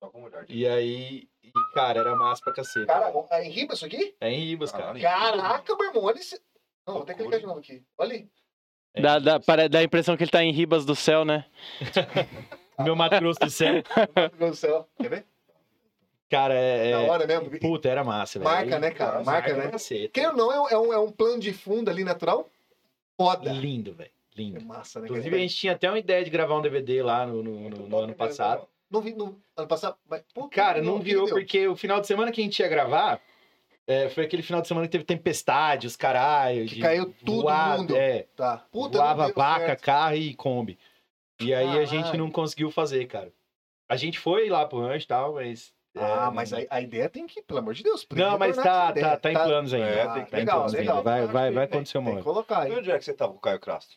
Algum olhar. E aí, e, cara, era massa pra cacete. Cara, velho. é em riba isso aqui? é em Ribas, cara. Caraca, meu irmão, olha esse... Não, vou ter que clicar de novo aqui. Olha ali. É. Dá, dá- pare- dá a impressão que ele tá em Ribas do Céu, né? Meu Mato Grosso do Céu, Meu Deus do céu. Quer ver? cara, é. Na é- hora mesmo. Puta, era massa, velho. Marca, E- né, cara? Marca, pra né? cacete. Quem ou não, é um- é um, é um plano de fundo ali natural foda. Lindo, velho. É Lindo. massa, né? Inclusive, a gente tinha até uma ideia de gravar um DVD lá no, no- no- no ano passado. Não vi no ano passado. Mas, pô, Cara, vi, não não virou deu. porque o final de semana que a gente ia gravar é, foi aquele final de semana que teve tempestade, os caralho. Que de caiu todo voar, mundo. É, Tá. Puta, não voava deu vaca, certo. carro e Kombi. E aí a gente Caralho. não conseguiu fazer, cara. A gente foi lá pro rancho e tal, mas é, Ah, mas a, a ideia tem que, pelo amor de Deus, primeiro Não, mas tornar tá, essa tá, ideia, tá em planos ainda. É, Ah, tem que- tá em legal, planos ainda. legal. Vai, vai, vai Tem- acontecer uma Tem que hora. colocar E aí. onde é que você tava com o Caio Crasto?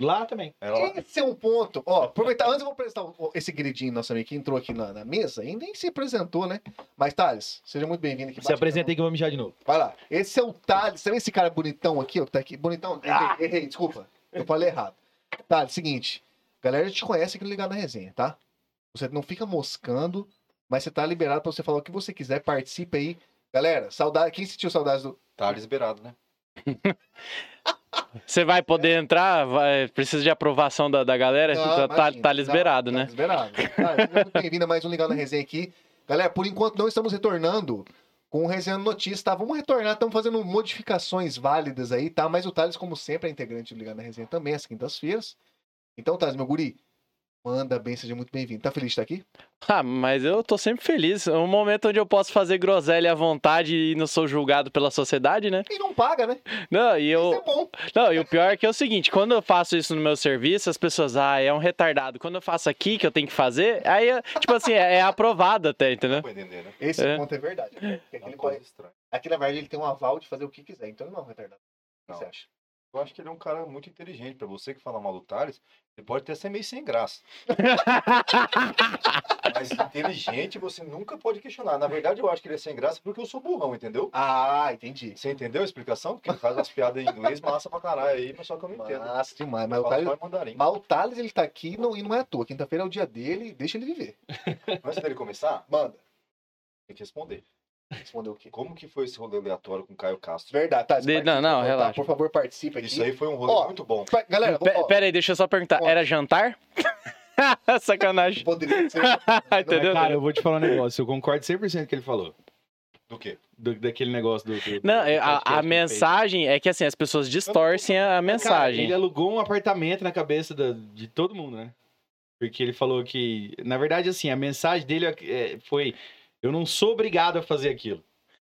Lá também. Era lá? Esse é um ponto. Ó, aproveitar, antes eu vou apresentar o- esse gridinho nosso amigo que entrou aqui na, na mesa e nem se apresentou, né? Mas, Thales, seja muito bem-vindo aqui. Se Bate- apresentei que eu vou mijar de novo. Vai lá. Esse é o Thales. Sabe esse cara bonitão aqui, ó, que tá aqui? Bonitão? Errei, errei, desculpa. Eu falei errado. Thales, seguinte. Galera te conhece aqui no Ligado na Resenha, tá? Você não fica moscando, mas você tá liberado pra você falar o que você quiser. Participe aí. Galera, saudade. Quem sentiu saudades do. Tá liberado, né? Você vai poder entrar? Vai- precisa de aprovação da, da galera? Não, tá, tá, imagina. tá liberado, Não, né? Tá liberado. Tá, seja muito bem-vindo a mais um Ligado na Resenha aqui. Galera, por enquanto não estamos retornando com o Resenha Notícias, tá? Vamos retornar, estamos fazendo modificações válidas aí, tá? Mas o Thales, como sempre, é integrante do Ligado na Resenha também, às quintas-feiras. Então, Thales, meu guri, manda bem, seja muito bem-vindo. Tá feliz de estar aqui? Ah, mas eu tô sempre feliz. É um momento onde eu posso fazer groselha à vontade e não sou julgado pela sociedade, né? E não paga, né? Não, e Isso eu. é bom. Não, e o pior é que é o seguinte, quando eu faço isso no meu serviço, as pessoas, ah, é um retardado. Quando eu faço aqui, que eu tenho que fazer, aí, eu- tipo assim, é, é aprovado até, entendeu? Vou entender, né? Esse É. ponto é verdade. né? Porque É aquele uma pode- coisa estranha. Aqui, na verdade, ele tem um aval de fazer o que quiser, então ele não é um retardado. O que Não. você acha? Eu acho que ele é um cara muito inteligente. Pra você que fala mal do Thales, ele pode até ser meio sem graça. Mas inteligente você nunca pode questionar. Na verdade, eu acho que ele é sem graça porque eu sou burrão, entendeu? Ah, entendi. Você entendeu a explicação? Porque ele faz umas piadas em inglês massa pra caralho aí, mas só que eu não entendo. Massa demais. Mas Mas o Thales, só em mandarim. Mas o Thales, ele tá aqui e não, e não é à toa. Quinta-feira é o dia dele, deixa ele viver. Antes dele começar, Manda. tem que responder. Respondeu o quê? é Como que foi esse rolê aleatório com o Caio Castro? Verdade, Thales. De- participa, não, não, tá? relaxa. Por favor, participe aqui. Isso aí foi um rolê Ó, muito bom. Pa- Galera, vamos, Pe- É, ó, Pera aí, deixa eu só perguntar, era jantar? Sacanagem. poderia ser. Entendeu? Cara, eu vou te falar um negócio. Eu concordo 100% com o que ele falou. Do quê? Do- daquele negócio do. do- Não, do é, podcast que a, a ele fez. mensagem é que assim, as pessoas distorcem a, a Cara, mensagem. ele alugou um apartamento na cabeça da- de todo mundo, né? Porque ele falou que. Na verdade, assim, a mensagem dele é, foi: eu não sou obrigado a fazer aquilo.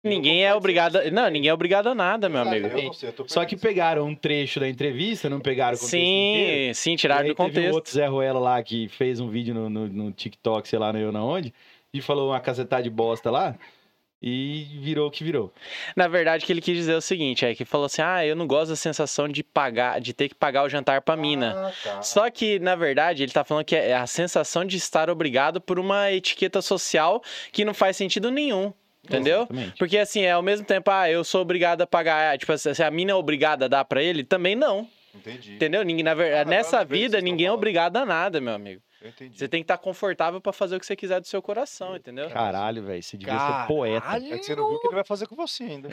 Ninguém é obrigado. a- Não, ninguém é obrigado a nada, meu amigo. Eu não sei, eu tô Só que pegaram um trecho da entrevista, não pegaram o contexto inteiro. Sim, sim, tiraram E aí do Teve um contexto. outro Zé Ruela lá que fez um vídeo no, no, no TikTok, sei lá, não eu na onde, e falou uma cacetada de bosta lá. E virou o que virou. Na verdade, o que ele quis dizer é o seguinte, é que falou assim: "Ah, eu não gosto da sensação de pagar, de ter que pagar o jantar pra mina". Ah, tá. Só que, na verdade, ele tá falando que é a sensação de estar obrigado por uma etiqueta social que não faz sentido nenhum. Entendeu? Exatamente. Porque assim, é ao mesmo tempo, ah, eu sou obrigado a pagar, tipo, se a mina é obrigada a dar pra ele, também não. Entendi. Entendeu? Ninguém, na verdade, Ah, nessa agora eu vejo o que vida, vocês ninguém estão é falando. obrigado a nada, meu amigo. Eu entendi. Você tem que estar confortável pra fazer o que você quiser do seu coração, entendeu? Caralho, velho. Você devia Caralho. ser poeta. É que você não viu o que ele vai fazer com você ainda.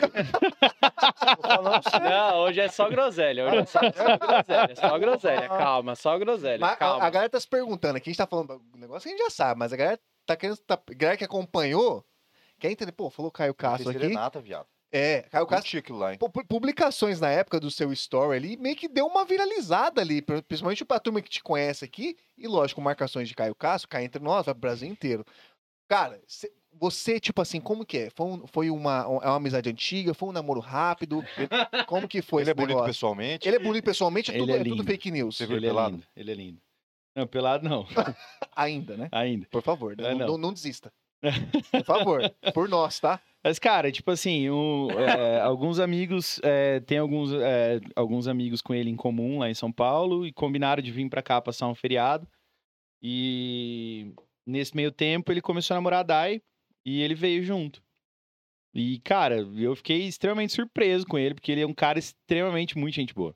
Tô falando pra você. Não, hoje é só groselha. Hoje é só, só groselha, é só groselha. Calma, só groselha. Mas a, calma. a galera tá se perguntando aqui, a gente tá falando do negócio que a gente já sabe, mas a galera tá querendo. Tá, a galera que acompanhou, quer entender, pô, falou Caio Castro Fez aqui. serenata, viado. É, Caio Castro. Curti aquilo lá, hein? Pu- pu- Publicações na época do seu story ali, meio que deu uma viralizada ali, pr- principalmente pra turma que te conhece aqui, e lógico, marcações de Caio Castro, cai entre nós, vai pro Brasil inteiro. Cara, cê- você, tipo assim, como que é? Foi, um- foi uma, um- é uma amizade antiga? Foi um namoro rápido? Como que foi Ele é esse bonito negócio? pessoalmente. Ele é bonito pessoalmente, é Ele tudo, é é tudo lindo. fake news. Você viu Ele é pelado? lindo. Ele é lindo. Não, pelado não. Ainda, né? Ainda. Por favor, É, não, não. não- não desista. Por favor, por nós, tá? Mas, cara, tipo assim, o- é, alguns amigos, é, tem alguns, é, alguns amigos com ele em comum lá em São Paulo e combinaram de vir pra cá passar um feriado. E nesse meio tempo ele começou a namorar a Dai e ele veio junto. E, cara, eu fiquei extremamente surpreso com ele, porque ele é um cara extremamente muito gente boa.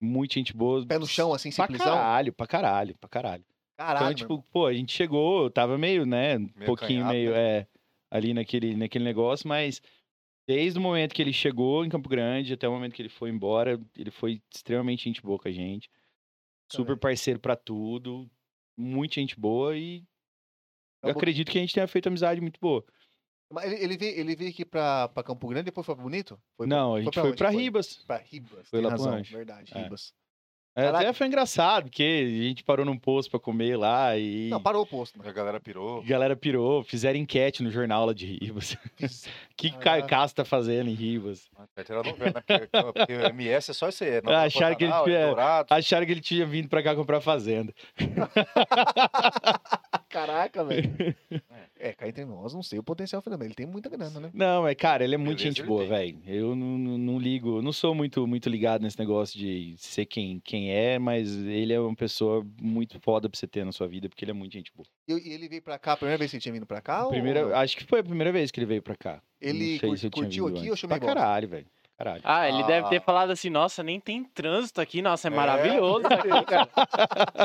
Muito gente boa. Pé no chão, assim, Pra simplesão. caralho, pra caralho, pra caralho. Caralho, meu Então, irmão. tipo, pô, a gente chegou, eu tava meio, né, um Meio pouquinho acanhado, meio, né? é, ali naquele, naquele negócio, mas desde o momento que ele chegou em Campo Grande até o momento que ele foi embora, ele foi extremamente gente boa com a gente. Super Caralho. parceiro pra tudo, muito gente boa e eu Acabou- acredito que a gente tenha feito amizade muito boa. Mas ele, ele veio, ele veio aqui pra, pra Campo Grande, depois foi pra Bonito? Foi pra- Não, a gente foi onde pra Ribas. Pra Ribas. Foi tem lá pro razão, Anjo. verdade, É. Ribas. É, Até Caraca. foi engraçado, porque a gente parou num posto pra comer lá e Não, parou o posto. né? A galera pirou. a galera pirou, fizeram enquete no jornal lá de Ribas. O que, que o Caio Caraca. Castro tá fazendo em Ribas? A carteira não vê, né? Porque, porque o MS é só isso aí. É Nova Ah, acharam que ele Pantanal, é tinha- Dourado. Acharam que ele tinha vindo pra cá comprar fazenda. Caraca, velho. É, cá entre nós, não sei o potencial financeiro. Ele tem muita grana, né? Não, é, cara, ele é muito Beleza, gente ele boa, tem. velho. Eu não, não- não ligo, não sou muito, muito ligado nesse negócio de ser quem, quem é, mas ele é uma pessoa muito foda pra você ter na sua vida, porque ele é muito gente boa. E, e ele veio pra cá, a primeira vez que ele tinha vindo pra cá? ou- Primeira, acho que foi a primeira vez que ele veio pra cá. Então, Ele Não sei cur- se eu tinha curtiu vindo aqui ou antes. chamei Pra bosta? caralho, velho. Caralho. Ah, ele deve Ah. ter falado assim, nossa, nem tem trânsito aqui, nossa, é É. maravilhoso.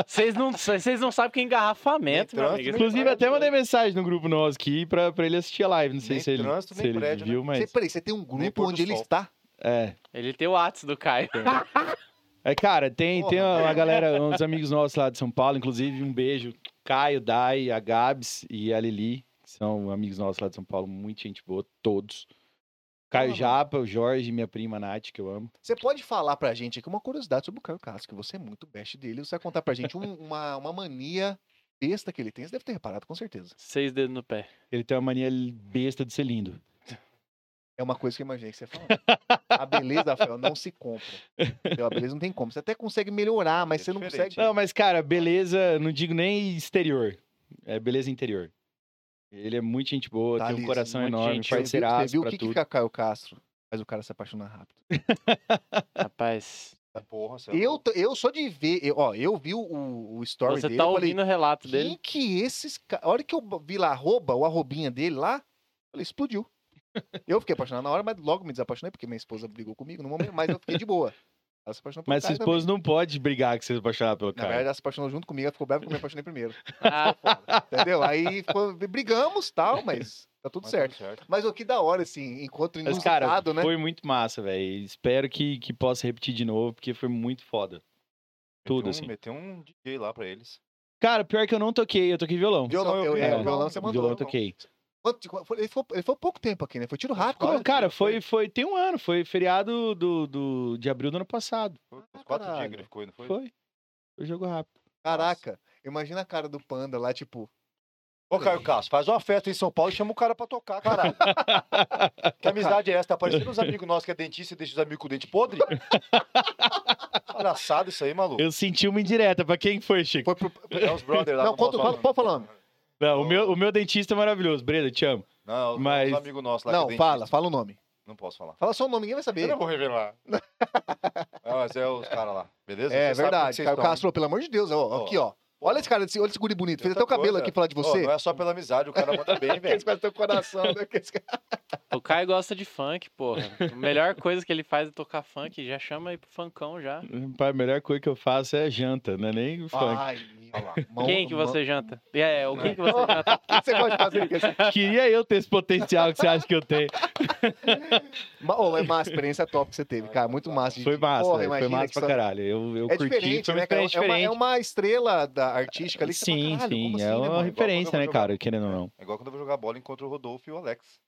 Vocês não, vocês não sabem o que é engarrafamento, Nem meu amigo. trânsito, Inclusive, até mandei mensagem no grupo nosso aqui pra, pra ele assistir a live. Não sei Nem se ele, trânsito, se nem ele prédio, né? viu, Você, mas. peraí, você tem um grupo pôr do onde ele sol. está? É. Ele tem o Whats do Caio. É, cara, tem, tem Porra. uma, uma galera, uns amigos nossos lá de São Paulo, inclusive um beijo, Caio, Dai, a Gabs e a Lili, que são amigos nossos lá de São Paulo, muito gente boa, todos. Caio Porra, Japa, o Jorge, minha prima Nath, que eu amo. Você pode falar pra gente aqui uma curiosidade sobre o Caio Castro, que você é muito best dele. Você vai contar pra gente um- uma, uma mania besta que ele tem. Você deve ter reparado, com certeza. Seis dedos no pé. Ele tem uma mania besta de ser lindo. É uma coisa que eu imaginei que você falou. A beleza, Rafael, não se compra. Entendeu? A beleza não tem como. Você até consegue melhorar, mas É você não diferente, consegue. né? Não, mas cara, beleza, não digo nem exterior, é beleza interior. Ele é muito gente boa, tem um Thales, coração muito enorme, gente boa. Você viu, você parceiraço viu o pra que, tudo. que a Caio Castro faz o cara se apaixonar rápido? Rapaz, Porra, Então você é Eu, louco. tô- eu só de ver, eu- ó, eu vi o, o story você dele, tá eu falei, ouvindo o relato quem dele? que esses caras... A hora que eu vi lá, arroba, o arrobinha dele lá, eu falei, explodiu. Eu fiquei apaixonado na hora, mas logo me desapaixonei, porque minha esposa brigou comigo no momento, mas eu fiquei de boa. Ela se apaixonou pelo Mas sua cara também. é esposa não pode brigar que você se apaixonar pelo Na verdade, cara. ela se apaixonou junto comigo, ela ficou brava porque eu me apaixonei primeiro. Ah, Entendeu? Aí foi- brigamos tal, mas tá tudo Mas certo. Mas o que da hora, assim, encontro Mas, cara, inusitado, né? Foi muito massa, velho. Espero que, que possa repetir de novo, porque foi muito foda. Tudo, Meteu um- assim. Meteu um DJ lá pra eles. Cara, pior que eu não toquei, eu toquei violão. Violão, eu- eu, é, é, violão você mandou. violão eu toquei. Quanto- quanto- ele, foi, ele foi pouco tempo aqui, né? Foi tiro rápido. Como, né? cara, foi, foi. Tem um ano, foi feriado do, do, de abril do ano passado. Foi uns quatro dias que ele caralho. ficou, não foi? Foi. Foi jogo rápido. Caraca, imagina a cara do Panda lá, tipo, Ô, Caio Castro, faz uma festa em São Paulo e chama o cara pra tocar, caralho. que amizade é essa? Tá parecendo uns amigos nossos que é dentista e deixa os amigos com o dente podre? Engraçado isso aí, maluco. Eu senti uma indireta. Pra quem que foi, Chico? foi pro... É os brother lá Não, no conta, Bolsonaro. fala, pode falando. Não, o meu, o meu dentista é maravilhoso. Breda, te amo. Não, os Mas- amigos nossos lá que é Não, dentista. fala, fala o nome. Não posso falar. Fala só o nome, ninguém vai Eu saber. não vou revelar. Ah, mas é os caras lá, É beleza? Vocês sabem onde verdade, vocês Caio estão, hein? Castro, pelo amor de Deus, ó, Ó. aqui, ó. Olha esse cara, esse- olha esse guri bonito. Fez até Outra o cabelo coisa. aqui falar de Ó, você. não é só pela amizade, o cara manda bem, velho. vai ter o coração, né? Que esse cara- o Caio gosta de funk, porra. A melhor coisa que ele faz é tocar funk, já chama aí pro funkão já. Pai, a melhor coisa que eu faço é janta, não é nem o funk. Ai, mão- Quem que mão- você janta? É, o quem que você janta? O que você gosta de fazer? Que esse- Queria eu ter esse potencial que você acha que eu tenho. Ma- Ô, é uma experiência top que você teve, cara. Muito massa. de- Foi massa, Porra, velho. Foi imagina massa que pra só- caralho. Eu, eu É curti, diferente, foi uma né, cara? experiência É uma, diferente. é uma estrela da artística ali. que você fala, Sim, "Caralho, assim, né, sim. como É assim, né, uma mano?" referência, né, cara? Querendo ou não. É igual quando eu vou jogar bola, encontro o Rodolfo e o Alex.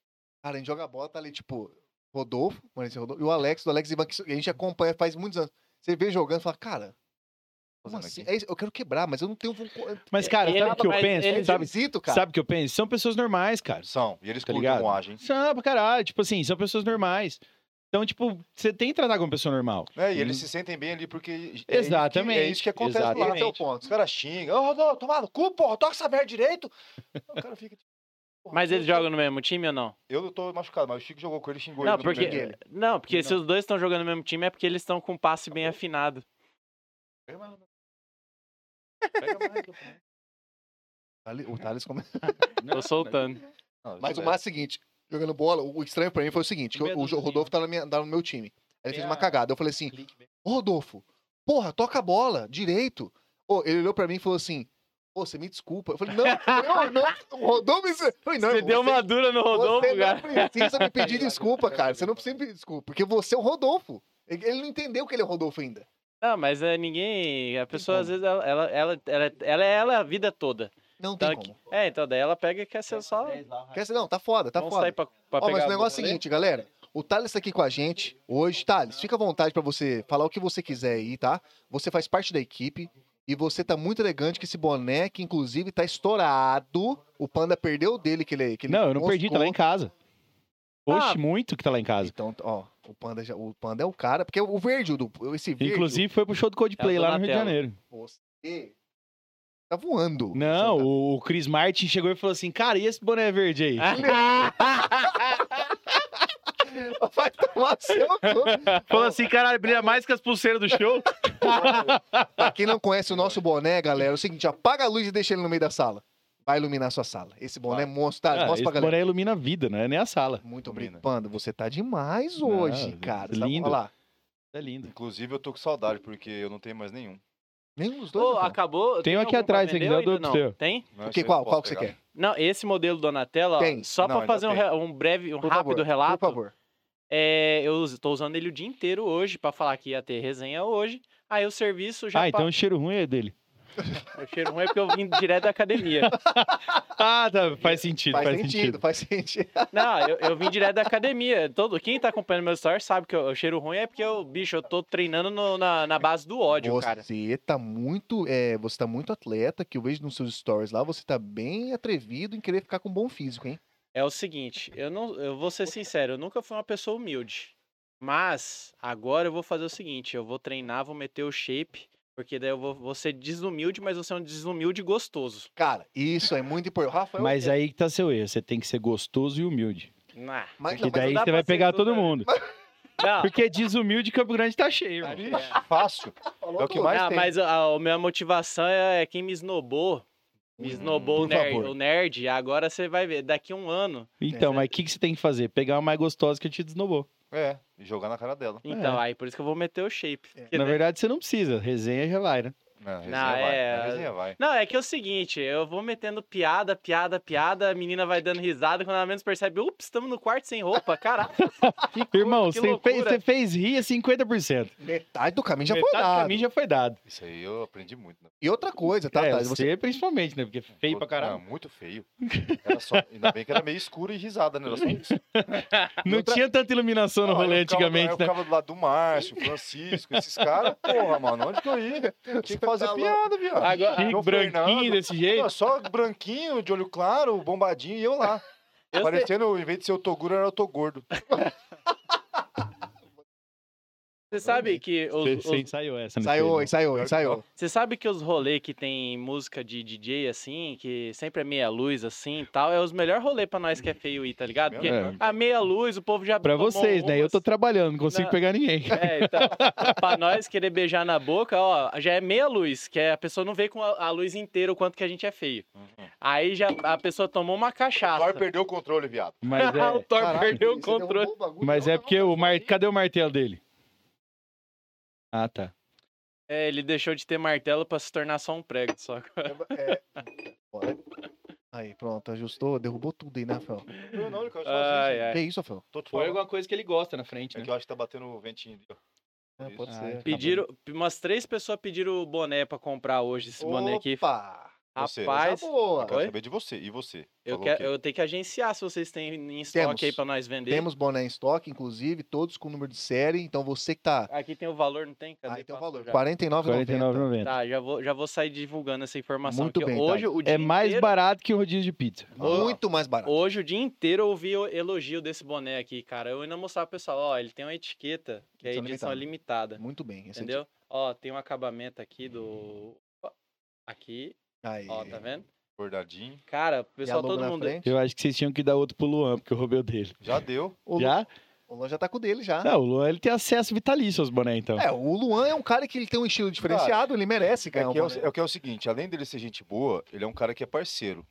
Cara, a gente joga bola, tá ali, tipo, Rodolfo, Maurício Rodolfo, e o Alex, do Alex Ivan, que a gente acompanha faz muitos anos. Você vê jogando e fala, cara, como Fazendo assim? aqui. É isso, eu quero quebrar, mas eu não tenho. vontade." Mas, cara, Ele- sabe o que eu mas penso? ele- É Sabe, esquisito, cara. sabe o que eu penso? São pessoas normais, cara. São, e eles Tá curtem ligado? com a gente. São pra caralho. Tipo assim, são pessoas normais. Então, tipo, você tem que tratar como pessoa normal. Né? E eles Hum. se sentem bem ali porque. é isso que- É Exatamente, isso que acontece lá. Esse é o exatamente. ponto. Os caras xingam. Ô, Rodolfo, toma no cu, porra, toca essa merda direito. O cara fica. tipo, porra, Mas eu eles tô- jogam no mesmo time ou não? Eu não tô machucado, mas o Chico jogou com ele e xingou Não, ele. no primeiro porque, não, porque se os dois estão jogando no mesmo time é porque eles estão com um passe bem afinado. Ali- O Thales come- Tô soltando. jogo. Não, Mas o beleza. massa é o seguinte, jogando bola, o estranho pra mim foi o seguinte, que o, o Rodolfo tá, na minha- tá no meu time. Aí ele fez uma cagada. Eu falei assim, ô Rodolfo, porra, toca a bola, direito. Ô, ele olhou pra mim e falou assim, ô, você me desculpa. Eu falei, não, eu não, o Rodolfo... me- Eu falei, não, Você deu uma dura no Rodolfo, você cara. não precisa me pedir desculpa, cara. Você não precisa me pedir desculpa, porque você é o Rodolfo. Ele ele não entendeu que ele é o Rodolfo ainda. Não, mas é, ninguém. A pessoa, Então. às vezes, ela, ela, ela, ela, ela é ela a vida toda. Não Então, tem aqui- como. é, então daí ela pega e quer ser só. Quer dizer, não, tá foda, tá vamos foda. sair pra, pra Ó, pegar mas o a negócio é o bola. seguinte, galera. O Thales tá aqui com a gente hoje. Thales, fica à vontade pra você falar o que você quiser aí, tá? Você faz parte da equipe e você tá muito elegante com esse boné que, inclusive, tá estourado. O Panda perdeu o dele, que ele. é, Que ele Não, eu não perdi, tá lá em moscou. casa. Ah. Oxe, muito que tá lá em casa. Então, ó, o Panda, já, o Panda é o cara, porque o verde, o do, esse verde. Inclusive, foi pro show do Coldplay É a lá no Rio de Donatella. Janeiro. Você Tá voando. Não, Assim, o o Chris Martin chegou e falou assim: Cara, e esse boné verde aí? tá- Vai tomar seu cu. falou assim: Caralho, brilha mais que as pulseiras do show. Pra quem não conhece o nosso boné, galera, é o seguinte: apaga a luz e deixa ele no meio da sala. Vai iluminar a sua sala. Esse boné é monstro, tá? Ah, Mostra esse pra galera. boné ilumina a vida, não é nem a sala. Muito Ilumina. obrigado. Panda, você tá demais Não, hoje, cara. Você tá- lindo. Olha lá. É lindo. Inclusive, eu tô com saudade, porque eu não tenho mais nenhum. Nenhum dos dois. Ô, não tá. acabou? Tenho Tem um aqui algum pra atrás, se vender quiser, eu ou dou ainda pro não? seu. Tem? Mas Que- eu qual? posso Qual que você pegar. quer? Não, esse modelo Donatella, ó, Tem. só Não, pra ainda fazer um, tem. re- um breve, um Por rápido favor, relato. Por favor. É, eu uso- tô usando ele o dia inteiro hoje pra falar que ia ter resenha hoje. Aí o serviço já. Ah, então pa- o cheiro ruim é dele. O cheiro ruim é porque eu vim direto da academia. Ah, tá, faz sentido, faz, Faz, sentido, faz sentido. Não, eu, eu vim direto da academia. Todo, quem tá acompanhando meus stories sabe que eu- o cheiro ruim é porque eu, bicho, eu tô treinando no- na, na base do ódio, você cara. tá muito. É, você tá muito atleta, que eu vejo nos seus stories lá, você tá bem atrevido em querer ficar com um bom físico, hein? É o seguinte, eu não, eu vou ser sincero, eu nunca fui uma pessoa humilde. Mas agora eu vou fazer o seguinte, eu vou treinar, vou meter o shape, porque daí eu vou, vou ser desumilde, mas vou ser um desumilde gostoso. Cara, isso é muito importante. Rafael, Mas aí que tá seu erro, você tem que ser gostoso e humilde. Nah. mas, Que não, mas daí não dá você pra vai ser pegar tudo, todo né? mundo. Não, Porque desumilde Campo Grande tá cheio, É, irmão. Fácil. falou é o que tudo. mais- não, tem. mas a, a minha motivação é, é quem me esnobou. Me Hum, esnobou o por nerd, favor. o nerd. Agora você vai ver, daqui um ano Então, mas o que, que você tem que fazer? Pegar uma mais gostosa que te desnobou. É, e jogar na cara dela. Então, aí por isso que eu vou meter o shape. porque, É. Na né? verdade, você não precisa. Resenha já vai, né? Não, a resenha Não, vai. é- A resenha vai. Não, é que é o seguinte, eu vou metendo piada, piada, piada, a menina vai dando risada, quando ela menos percebe, ups, estamos no quarto sem roupa, caralho. Irmão, que você loucura. fez, você fez rir é 50%. Metade do caminho já foi Metade do dado. caminho já foi dado. Isso aí eu aprendi muito. Né? E outra coisa, tá, é, Thales? você, Você... principalmente, né? Porque feio pra caralho. Não, muito feio. Era só... Ainda bem que era meio escuro e risada, né? Era só isso. Não, outra- tinha tanta iluminação no Não, rolê eu ficava do- antigamente, Eu né? ficava do lado do Márcio, Francisco, esses caras. Porra, mano, onde que eu ia? Tinha que fazer tá piada, viado. Chique, João branquinho Fernando. desse Não, jeito. só branquinho, de olho claro, bombadinho e eu lá. Eu sei- Parecendo, em vez de ser o Toguro, era o Togordo. tá Você sabe que Você os, você os- ensaiou essa, né? Saiu, Pedro? ensaiou, ensaiou. você sabe que os rolê que tem música de DJ assim, que sempre é meia luz assim, e tal, é os melhores rolê pra nós que é feio ir, tá ligado? Porque É. a meia luz, o povo já Pra tomou vocês, né? Eu tô umas. trabalhando, não consigo Não. pegar ninguém. É, então, pra nós querer beijar na boca, ó, já é meia luz, que é a pessoa não vê com a, a luz inteira o quanto que a gente é feio. Aí já a pessoa tomou uma Agora cachaça. perdeu o controle, viado. Mas Ah, o é, Thor Caraca, perdeu o você um controle. derrubou o bagulho, mas não, é não, porque não, o não, Mar... não. Cadê o martelo dele? Ah, tá. É, ele deixou de ter martelo pra se tornar só um prego. Só. É- Bora. Aí, pronto, ajustou, derrubou tudo aí, né, Rafael? Não, não, ele caiu sozinho. Ai, gente. ai. Que isso, Rafael? Tô te falando. coisa que ele gosta na frente, É que eu acho que tá batendo o ventinho ali, ó. É, Isso. pode Ah, ser. Pediram, umas três pessoas pediram o boné pra comprar hoje, esse boné aqui. Opa! você, Rapaz, Essa é boa. Eu quero Oi? saber de você. E você? eu, Falou o quero, quê? eu tenho que agenciar se vocês têm em estoque Temos. aí pra nós vender. Temos boné em estoque, inclusive, todos com número de série. Então você que tá. Aqui tem o valor, não tem? Aí tem o Passou valor. já. R$ 49,90. 49,90. Tá, já vou, já vou sair divulgando essa informação. Muito que bem, hoje, o dia É mais inteiro- barato que o rodízio de pizza. Muito mais barato. Hoje o dia inteiro eu ouvi o elogio desse boné aqui, cara. Eu ainda mostrava pro pessoal, ó, ele tem uma etiqueta que é Edição edição limitada, Muito bem. esse entendeu? Ó, tem um acabamento aqui do ó, aqui, Aí. ó, tá vendo? Bordadinho. É. E Cara, o a pessoal logo todo na mundo frente. Eu acho que vocês tinham que dar outro pro Luan, porque eu roubei o dele. Já deu. O, Lu- Já? o Luan já tá com o dele já. Não, o Luan ele tem acesso vitalício aos bonés, então. É, o Luan é um cara que ele tem um estilo diferenciado, ele merece É ganhar um que é, o, boné. é que é o seguinte, além dele ser gente boa, ele é um cara que é parceiro.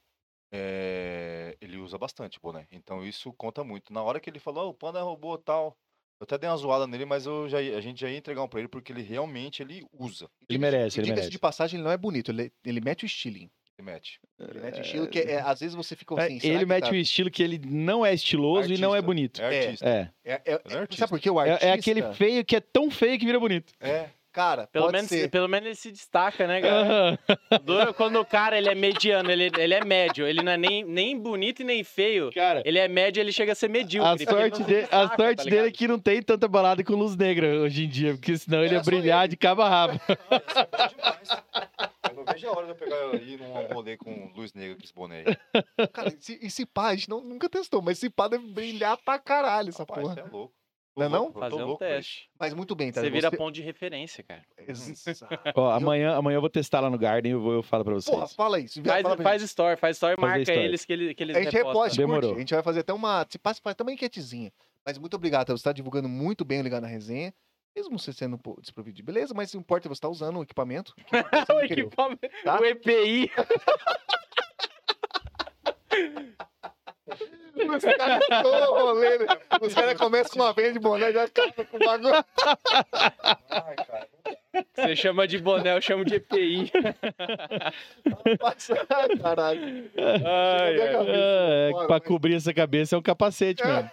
É, ele usa bastante o boné. Então isso conta muito. Na hora que ele falou, "Ah, o Panda roubou tal. Eu até dei uma zoada nele, mas eu já, ia- a gente já ia entregar um pra ele, porque ele realmente ele usa. E Ele merece, e ele diga-se merece. de passagem, ele não é bonito, ele, ele mete o estilinho. Ele mete. Ele mete o estilo que é- às vezes você fica assim. É, será ele que mete tá- o estilo que ele não é estiloso e não é Artista. bonito. É artista. É. É, é- é- é artista. sabe por quê? O É- artista. É, aquele feio que é tão feio que vira bonito. É. Cara, Pelo pode menos, ser. pelo menos ele se destaca, né, cara? Dura quando o cara ele é mediano, ele, ele é médio, ele não é nem, nem bonito e nem feio. Cara, Ele é médio, ele chega a ser medíocre. a porque ele sorte, não se de- a destaca, sorte tá dele é ligado? que não tem tanta balada com luz negra hoje em dia, porque senão ele Era ia só brilhar de cabo a rabo. Eu não vejo a hora de eu pegar e ir num rolê com luz negra com esse boné aí. Cara, e se, e se pá, a gente não, nunca testou, mas se pá deve brilhar pra caralho essa Rapaz, porra. você é louco. Não é não? Fazer um teste. Mas muito bem, tá? Você vira ponto de referência, cara. Exato. Ó, amanhã, amanhã eu vou testar lá no Garden e eu, vou- eu falo pra vocês. Porra, fala isso. Faz, fala pra faz story, faz story, Fazer marca story. eles que eles, que eles A gente reposta, repostam. curte. Demorou. A gente vai fazer até uma. Se passa, faz até uma enquetezinha. Mas muito obrigado, tá? você está divulgando muito bem o Ligar na Resenha. Mesmo você sendo um pouco desprovido de beleza, mas não importa, você está usando o equipamento. Você o, não queria. equipamento- Tá? o EPI. Os caras tão rolê, né? Os caras começam com uma venda de boné, já acabam com o bagulho. Ai, cara. Você chama de boné, eu chamo de EPI. Passa- Caralho. Ai, ai. É, Bora, pra mas- cobrir essa cabeça é um capacete, mano.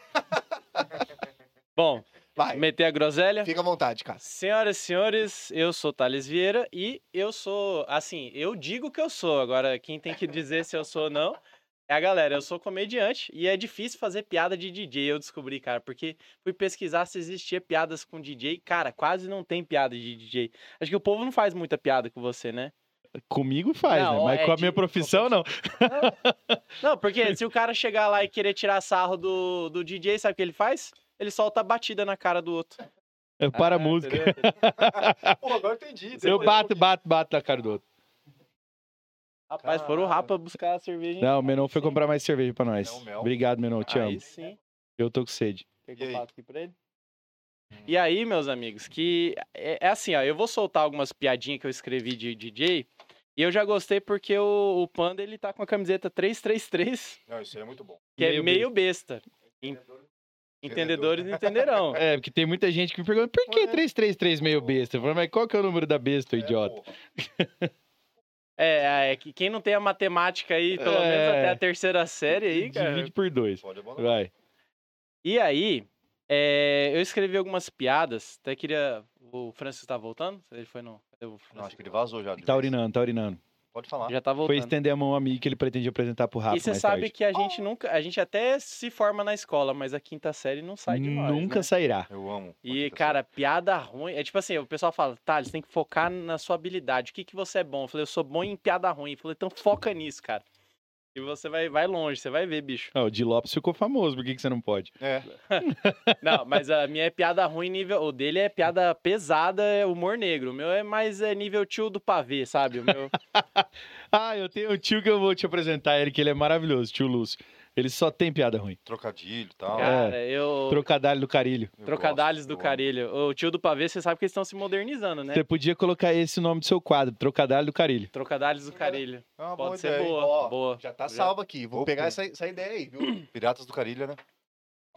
Bom, Vai, meter a groselha. fica à vontade, cara. Senhoras e senhores, eu sou Thales Vieira e eu sou, assim, eu digo que eu sou, agora quem tem que dizer se eu sou ou não é a galera. Eu sou comediante e é difícil fazer piada de DJ, eu descobri, cara, porque fui pesquisar se existia piadas com DJ. Cara, quase não tem piada de DJ. Acho que o povo não faz muita piada com você, né? Comigo faz, Não, né? Mas é com a de- minha profissão, não. Não, porque se o cara chegar lá e querer tirar sarro do, do DJ, sabe o que ele faz? Ele solta a batida na cara do outro. É, Eu paro a música. entendeu? Pô, agora eu entendi. Eu bato, bato, bato na cara do outro. Rapaz, foram o Caralho. Rapa buscar a cerveja. hein? Não, o Menon foi Sim. comprar mais cerveja pra nós. Não, Mel. Obrigado, Menon. Te Aí amo. sim. Eu tô com sede. Pegou E o aí? pato aqui pra ele. E aí, meus amigos, que é, é assim, ó, eu vou soltar algumas piadinhas que eu escrevi de DJ. E eu já gostei porque o, o Panda, ele tá com a camiseta 333, Não, isso aí é muito bom. que é Meio meio besta. Em- Entendedores entenderão. É, porque tem muita gente que me pergunta, por que 333 meio besta? Eu falo, mas qual que é o número da besta, É, idiota? porra. É, é que quem não tem a matemática aí, pelo menos É. até a terceira série aí, cara. Divide por dois. Pode abandonar. Vai. E aí, é, eu escrevi algumas piadas, até queria... O Francis tá voltando? Ele foi no... cadê o Não, Francis? acho que ele vazou já. de Tá vez. urinando, tá urinando. Pode falar. Já tá Foi voltando. estender a mão a mim que ele pretendia apresentar pro Rafa E você mais sabe tarde. que a gente nunca. A gente até se forma na escola, mas a quinta série não sai de nós. Nunca né? sairá. Eu amo. E, Aqui, tá cara, piada ruim. É tipo assim, o pessoal fala, Thales, tem que focar na sua habilidade. O que, que você é bom? Eu falei, eu sou bom em piada ruim. Eu falei, então foca nisso, cara. E você vai, vai longe, você vai ver, bicho. Ah, o Di Lopes ficou famoso, por que, que você não pode? certo. É. Não, mas a minha é piada ruim nível. O dele é piada pesada, é humor negro. O meu é mais é nível tio do pavê, sabe? O meu. Ah, eu tenho um tio que eu vou te apresentar ele, que ele é maravilhoso, tio Lúcio. Ele só tem piada ruim. Trocadilho e tal. Cara, eu. Trocadalho do carilho. Eu Trocadalhos É. gosto, do eu amo. Carilho. O tio do pavê, você sabe que eles estão se modernizando, né? Você podia colocar esse nome do seu quadro, Trocadalho do Carilho. Trocadalhos do Carilho. É uma boa Pode ser ideia, hein? boa, Ó, boa. Já tá Já- salvo aqui. Vou Opa. pegar essa, essa ideia aí, viu? Piratas do Carilha, né?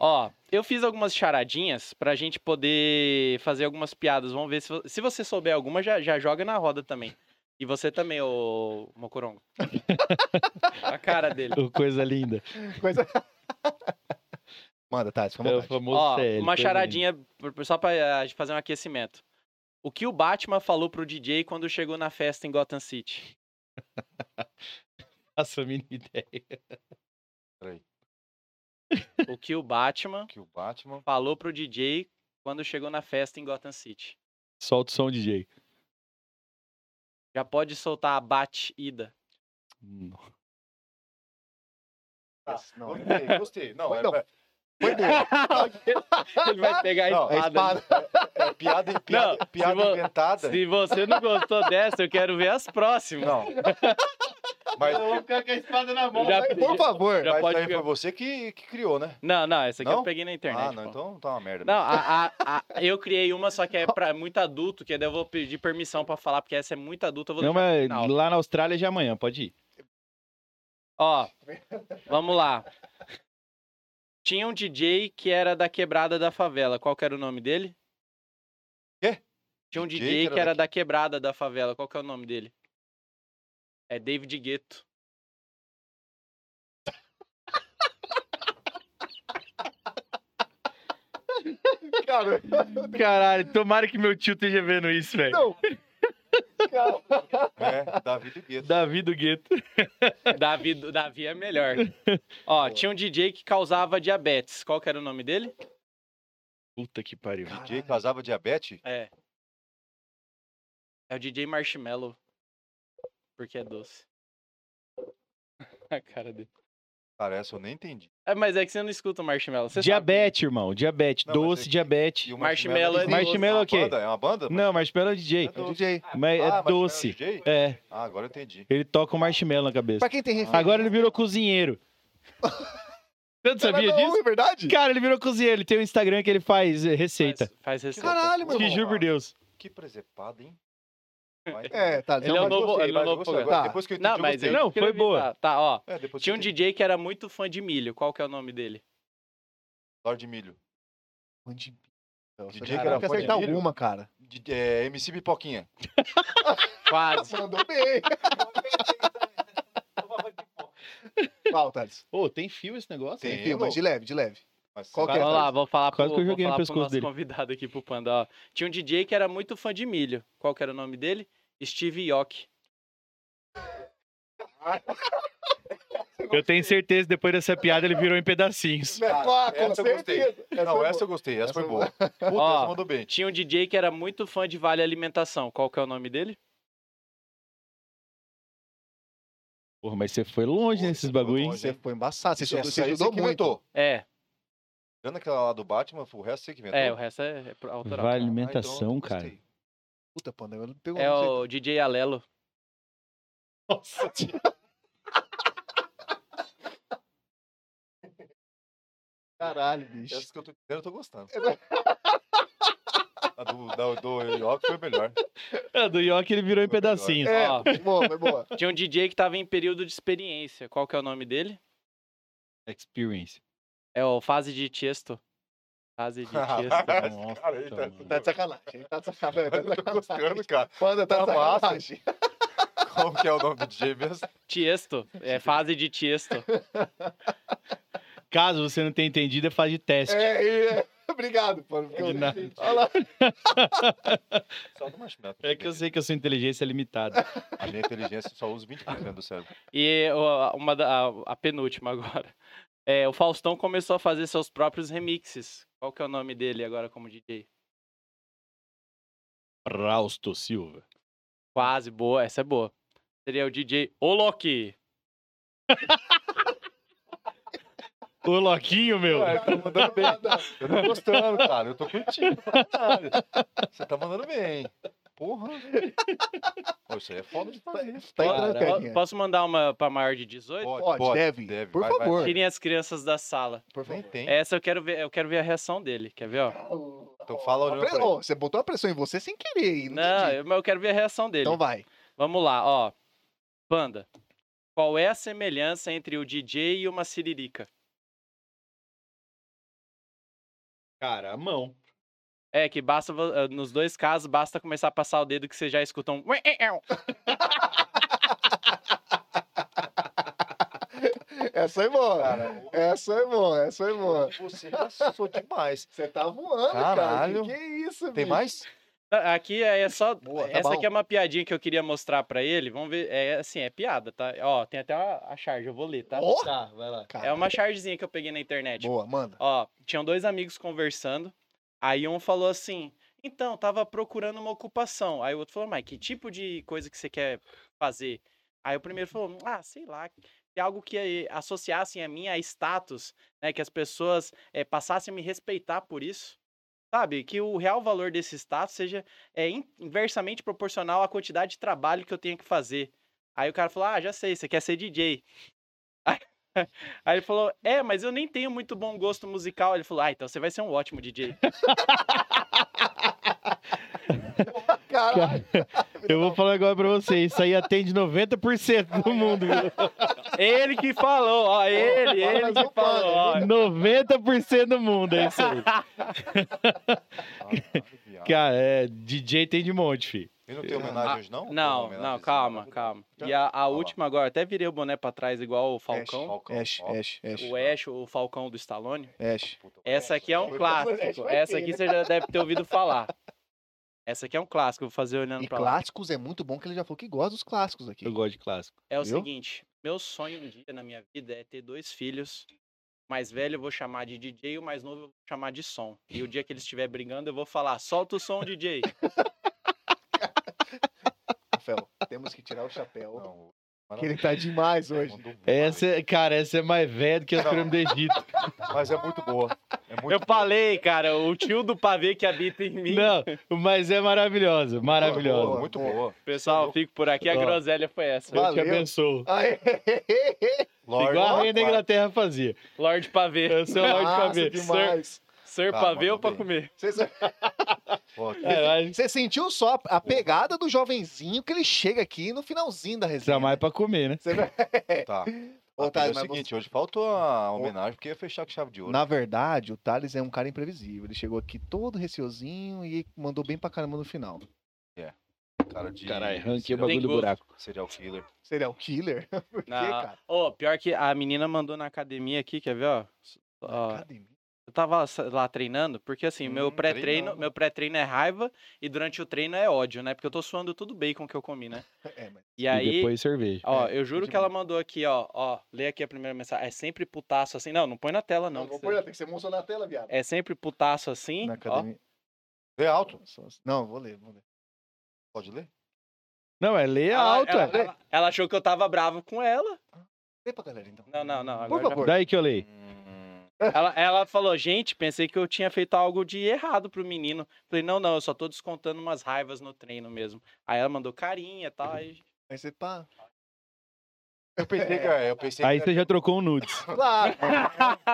Ó, eu fiz algumas charadinhas pra gente poder fazer algumas piadas. Vamos ver se, vo- se você souber alguma, já, já joga na roda também. E você também, ô Mocorongo. A cara dele. Ô, Coisa linda. Coisa... Manda, Tati, fica à É o vontade. famoso Ó, CL, uma coisa linda. charadinha pr- só pra ah, fazer um aquecimento. O que o Batman falou pro DJ quando chegou na festa em Gotham City? Nossa, a mínima ideia. O que o Batman Que o Batman. falou pro DJ quando chegou na festa em Gotham City? Solta o som, DJ. Já pode soltar a batida. Hum. Não, Gostei, gostei. Não, Foi é, não. é- Foi bom. Ele vai pegar a Não, É espada. espada. é piada, piada, Não, piada se vo- inventada. Se você não gostou dessa, eu quero ver as próximas. Não. Mas, Tá Eu já- Por favor. Já mas pode daí pegar. foi você que, que criou, né? Não, não, essa aqui eu Não? peguei na internet. Ah, não, pô. então tá uma merda. Não, a- a- a- eu criei uma, só que é pra muito adulto, que daí eu vou pedir permissão pra falar, porque essa é muito adulta, eu vou Não, deixar pro mas final. lá na Austrália já é amanhã, pode ir. Ó, vamos lá. Tinha um DJ que era da quebrada da favela. Qual que era o nome dele? Quê? Tinha um DJ, DJ que era que era da- da quebrada da favela. Qual que é o nome dele? É David Gueto. Cara, Caralho, tomara que meu tio esteja vendo isso, velho. não. Cara, É, Davi do Gueto. Davi do Gueto. Davi, Davi é melhor. Ó, tinha um DJ que causava diabetes. Qual que era o nome dele? Puta que pariu. DJ casava diabetes? É. É o DJ Marshmallow. Porque é doce. A cara dele. Cara, essa eu nem entendi. É, mas é que você não escuta o marshmallow. Você Diabetes, irmão. Diabetes. Não, mas doce, é que- diabetes. E o Marshmallow é é doce. Marshmallow é o uma quê? Banda? É uma banda? Não, marshmallow é DJ. É o DJ. Mas Ah, é Marshmallow doce. DJ? É, Ah, agora eu entendi. ele toca o marshmallow na cabeça. Pra quem tem referência. Agora ele virou cozinheiro. Você não sabia Não, disso? É verdade? Cara, ele virou cozinheiro. Ele tem um Instagram que ele faz eh, Sabe, receita. faz, faz receita. Caralho, meu Te irmão. juro por Deus. Que presepada, hein? Vai. É, tá. Ele é um mas- novo- gostei, ele é um mas novo gostei. Agora, programa. Depois que eu entendi, Não, mas eu eu gostei. Não, foi escrevi, boa. Tá, Tá, ó. É, depois Tinha um que eu entendi. DJ que era muito fã de milho. Qual que é o nome dele? Lorde Milho. DJ que DJ que era era que fã de acertar milho? alguma, cara. De- é, MC Pipoquinha. Quase. Mandou bem. Então, Qual, Thales? Ô, tem fio esse negócio? Tem. Tem filme, mas de leve, de leve. Mas Qual que é, Vamos lá, Thales? vou falar pro, Quase que eu vou joguei no falar pro pescoço nosso dele. convidado aqui, pro Panda. Ó. Tinha um DJ que era muito fã de milho. Qual que era o nome dele? Steve Yock. Eu tenho certeza, depois dessa piada, ele virou em pedacinhos. Ah, com essa eu gostei. certeza. Não, foi essa eu gostei, essa, Essa foi foi boa. Puta, Ó. essa mandou bem. Tinha um DJ que era muito fã de Vale Alimentação. Qual que é o nome dele? Porra, mas você foi longe Pô, nesses você foi bagulho, hein? longe. Você foi embaçado, você estudou, você aí estudou que muito. inventou. É, Tirando aquela lá do Batman, o resto você que inventou. é, o resto é, é pro- autoral. Vale Ah, então, alimentação, eu cara. gostei. Puta, panda, eu não pegou. É não sei. o DJ Alelo. Nossa, Caralho, bicho. Essas que eu tô dizendo, eu tô gostando. A do, da, do York foi melhor. É, do York ele virou em pedacinhos. É, Ó. foi boa, foi boa. Tinha um DJ que tava em período de experiência. Qual que é o nome dele? Experience. É o Fase de Tiesto. Fase de Tiesto. Nossa, Cara, ele tá- mano. Tá de sacanagem. ele Tá de sacanagem. Tá de Eu tô sacanagem. gostando, cara. Panda, tá de Tá massa. sacanagem. Como que é o nome do DJ mesmo? Tiesto. É Fase de Tiesto. Caso você não tenha entendido, é fase de teste. É, e- é. Obrigado, panda. porque É eu- De nada. Olha lá. Só do Marshmallow. É que eu sei que a sua inteligência é limitada. A minha inteligência só usa 20% do cérebro. E o- uma da- a, a penúltima agora. É, o Faustão começou a fazer seus próprios remixes. Qual que é o nome dele agora como DJ? Rausto Silva. Quase, boa, essa é boa. Seria o DJ Oloki. Ô, Loquinho, meu. Ué, tá mandando bem. Eu tô gostando, cara. Eu tô curtindo. pra caralho. Você tá mandando bem. Porra. Pô, isso aí é foda de fazer. Tá entrando Po- peguinha. Posso mandar uma pra maior de 18? Pode, deve. Por Vai, vai. favor. Tirem as crianças da sala. Por Nem favor. tem. Essa eu quero ver, eu quero ver a reação dele. Quer ver, ó? Ah, Então fala Ó, olhando pre- pra ele. ó, Você botou a pressão em você sem querer. hein? Não, entendi. eu, mas eu quero ver a reação dele. Então vai. Vamos lá, ó. Panda, qual é a semelhança entre o DJ e uma siririca? Cara, a mão. É que basta, vo- eh, nos dois casos, basta começar a passar o dedo que você já escuta um. ué, é, é, um. Essa é boa. Cara, Essa é boa, essa é boa. você assou demais. Você tá voando, Caralho. cara. Que, que isso, Tem bicho? mais? Tá, Aqui é só. Boa, tá Essa bom. aqui é uma piadinha que eu queria mostrar pra ele. Vamos ver. É assim, é piada, tá? Ó, tem até a, a charge, eu vou ler, tá? Ó, Tá, vai lá. cara. É uma chargezinha que eu peguei na internet. Boa, manda. Ó, tinham dois amigos conversando. Aí um falou assim: Então, tava procurando uma ocupação. Aí o outro falou: Mas que tipo de coisa que você quer fazer? Aí o primeiro falou: Ah, sei lá. que Algo que é, associassem a minha status, né? Que as pessoas eh, passassem a me respeitar por isso. Sabe? Que o real valor desse status seja é, in- inversamente proporcional à quantidade de trabalho que eu tenho que fazer. Aí o cara falou: Ah, já sei, você quer ser DJ. Aí ele falou: É, mas eu nem tenho muito bom gosto musical. Ele falou: Ah, então você vai ser um ótimo DJ. Caralho. Eu vou falar agora pra vocês. Isso aí atende 90% do mundo. viu? ele que falou, ó, ele, Fala ele mais que um pano, falou. ó. 90% do mundo, é isso aí. Ah, Caralho, viado. Cara, é, DJ tem de monte, fi. E não tem homenagem Ah, hoje, não? Não, Tem não, homenagem calma, assim? calma. E a, a lá. última agora, até virei o boné pra trás, igual o Falcão. Falcão, Ash, é ó. Ash, Ash, O Ash, o Falcão do Stallone. Ash. Puta, Essa aqui é um Ash. clássico. Essa aqui você já deve ter né? ouvido falar. Essa aqui é um clássico, eu vou fazer olhando E pra lá. clássicos é muito bom que ele já falou que gosta dos clássicos aqui. Eu gosto de clássico. É o viu? seguinte, meu sonho um dia na minha vida é ter dois filhos. O mais velho eu vou chamar de DJ, o mais novo eu vou chamar de som. E o dia que eles estiver brigando, eu vou falar: solta o som, DJ. Rafael, temos que tirar o chapéu. Não, Que ele tá demais hoje. Mandou muito Essa, é- cara, essa é mais velha do que as Não. pirâmides do Egito. bem. Mas é muito boa. É muito Eu boa. falei, cara, o tio do pavê que habita em mim. Não, mas é maravilhosa, maravilhosa. Boa, Muito boa. boa. Pessoal, fico por aqui. A Ó. groselha foi essa. Deus te Valeu. abençoe. Ai, Lorde Igual a of rainha da Fire. Inglaterra fazia. Lorde Pavê. Eu sou Lorde massa Fabê. demais. Ser Ah, pavê mandou ou pra bem. comer? Você- Ó, É, mas Você sentiu só a pegada do jovenzinho que ele chega aqui no finalzinho da resenha. precisa mais pra comer, né? Você vai- É, Tá. Ô, Ah, Thales, mas é o mas seguinte, hoje faltou a homenagem, porque ia fechar com chave de ouro. Na verdade, o Thales é um cara imprevisível. Ele chegou aqui todo receosinho e mandou bem pra caramba no final. Cara de Caralho, ranquei o serial, bagulho do gosto. buraco. serial killer. Seria o killer? Por quê, Na... cara? Ô, pior que a menina mandou na academia aqui, quer ver, ó? Ó, Academia. eu tava lá treinando, porque assim, meu Hum, pré-treino, treinando. meu pré-treino é raiva e durante o treino é ódio, né? Porque eu tô suando tudo bacon que eu comi, né? É, mas E E aí, depois cerveja. ó, é, eu juro que demais. ela mandou aqui, ó, ó, lê aqui a primeira mensagem. É sempre putaço assim. Não, não põe na tela não, não. que vou você- pôr, tem que ser moção na tela, viado. É sempre putaço assim. Na ó. academia. Lê alto, Só- assim. Não, vou ler, vou ler. pode ler? Não, é leia Ela- alto. ela, é. ela- ela achou que eu tava bravo com ela. Lê pra galera, então. Não, não, não. Por agora já- favor. Daí que eu leio. Hum, Ela, ela falou, gente, pensei que eu tinha feito algo de errado pro menino. Falei, não, não, eu só tô descontando umas raivas no treino mesmo. Aí ela mandou carinha e tal. aí- Aí você tá... Eu pensei que eu pensei Aí que você já trocou um nudes. Claro.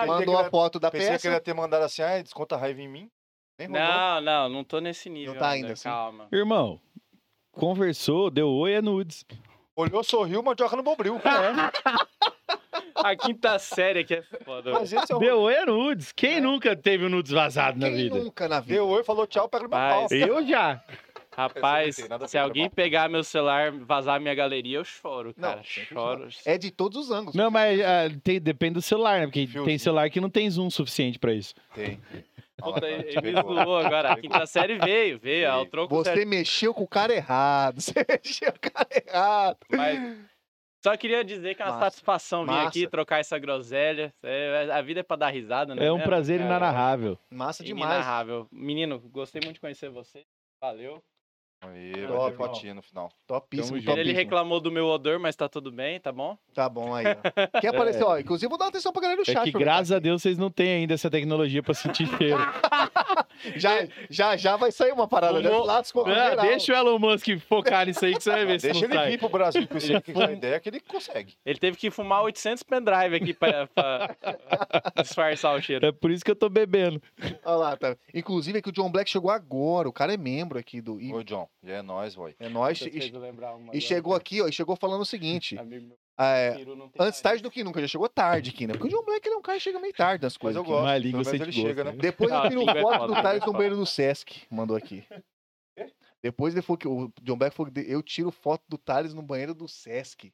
Mandou que a era- foto da pensei que ele peça. ia ter mandado assim, ah, desconta a raiva em mim. Nem rolou. Não, não, não tô nesse nível. tá ainda, assim? calma. Irmão, conversou, deu oi, é nudes. Olhou, sorriu, mas joga no bombril. A quinta série que é foda. Mas esse é o... Deu oi, é nudes. Quem nunca teve um nudes vazado na Quem vida? nunca na vida? Deu oi, falou tchau, pega no meu pau. Mas- Eu já. Rapaz, Essa não tem nada a se ver, alguém irmão. pegar meu celular, vazar minha galeria, eu choro, Não, cara. sempre choro. É de todos os ângulos. Não, mas ah, tem- depende do celular, né? Porque tem Fiozinho. celular que não tem zoom suficiente pra isso. Tem. Puta, ele Te ele me pegou. zoou agora. A Pegou. quinta série veio, veio. ó, o troco Você certo. mexeu com o cara errado. Você mexeu com o cara errado. Mas só queria dizer que é uma Massa. satisfação vir Massa. aqui trocar essa groselha. É, A vida é pra dar risada, né? É um prazer inarrarável. Massa demais. Inarrável. Menino, gostei muito de conhecer você. Valeu. Aí, vai Top, ter fotinha no final. Topíssimo, Tamo junto. Ele topíssimo. reclamou do meu odor, mas tá tudo bem, tá bom? Tá bom aí. ó. Quer aparecer, ó. Inclusive, vou dar atenção pra galera do chat. É que pra ver. graças a Deus vocês não têm ainda essa tecnologia pra sentir cheiro. Já, já, já vai sair uma parada O dessa mo- lá dos cocos Ah, geral. deixa o Elon Musk focar nisso aí que você vai ver se Deixa não ele sai. vir pro Brasil com esse aqui, com a ideia é que ele consegue. Ele teve que fumar 800 pendrive aqui pra, pra disfarçar o cheiro. É por isso que eu tô bebendo. Olha lá, tá. Inclusive, é que o John Black chegou agora. O cara é membro aqui do. e- Ô, John, e é nóis, boy. É nós. Vocês E, precisam lembrar uma e agora. chegou aqui, ó. E chegou falando o seguinte. Amigo meu, é, Ciro, não tem antes nariz. tarde do que nunca. Já chegou tarde aqui, né? Porque o John Black ele é um cara que chega meio tarde nas Mas coisas. eu aqui. gosto. Mas a pelo língua menos sente ele gosto, chega, né? né? Depois Ah, eu tiro sim, vai foto falar, do vai Thales no falar. banheiro do Sesc, mandou aqui. Depois ele falou que o John Beck falou que eu tiro foto do Thales no banheiro do Sesc.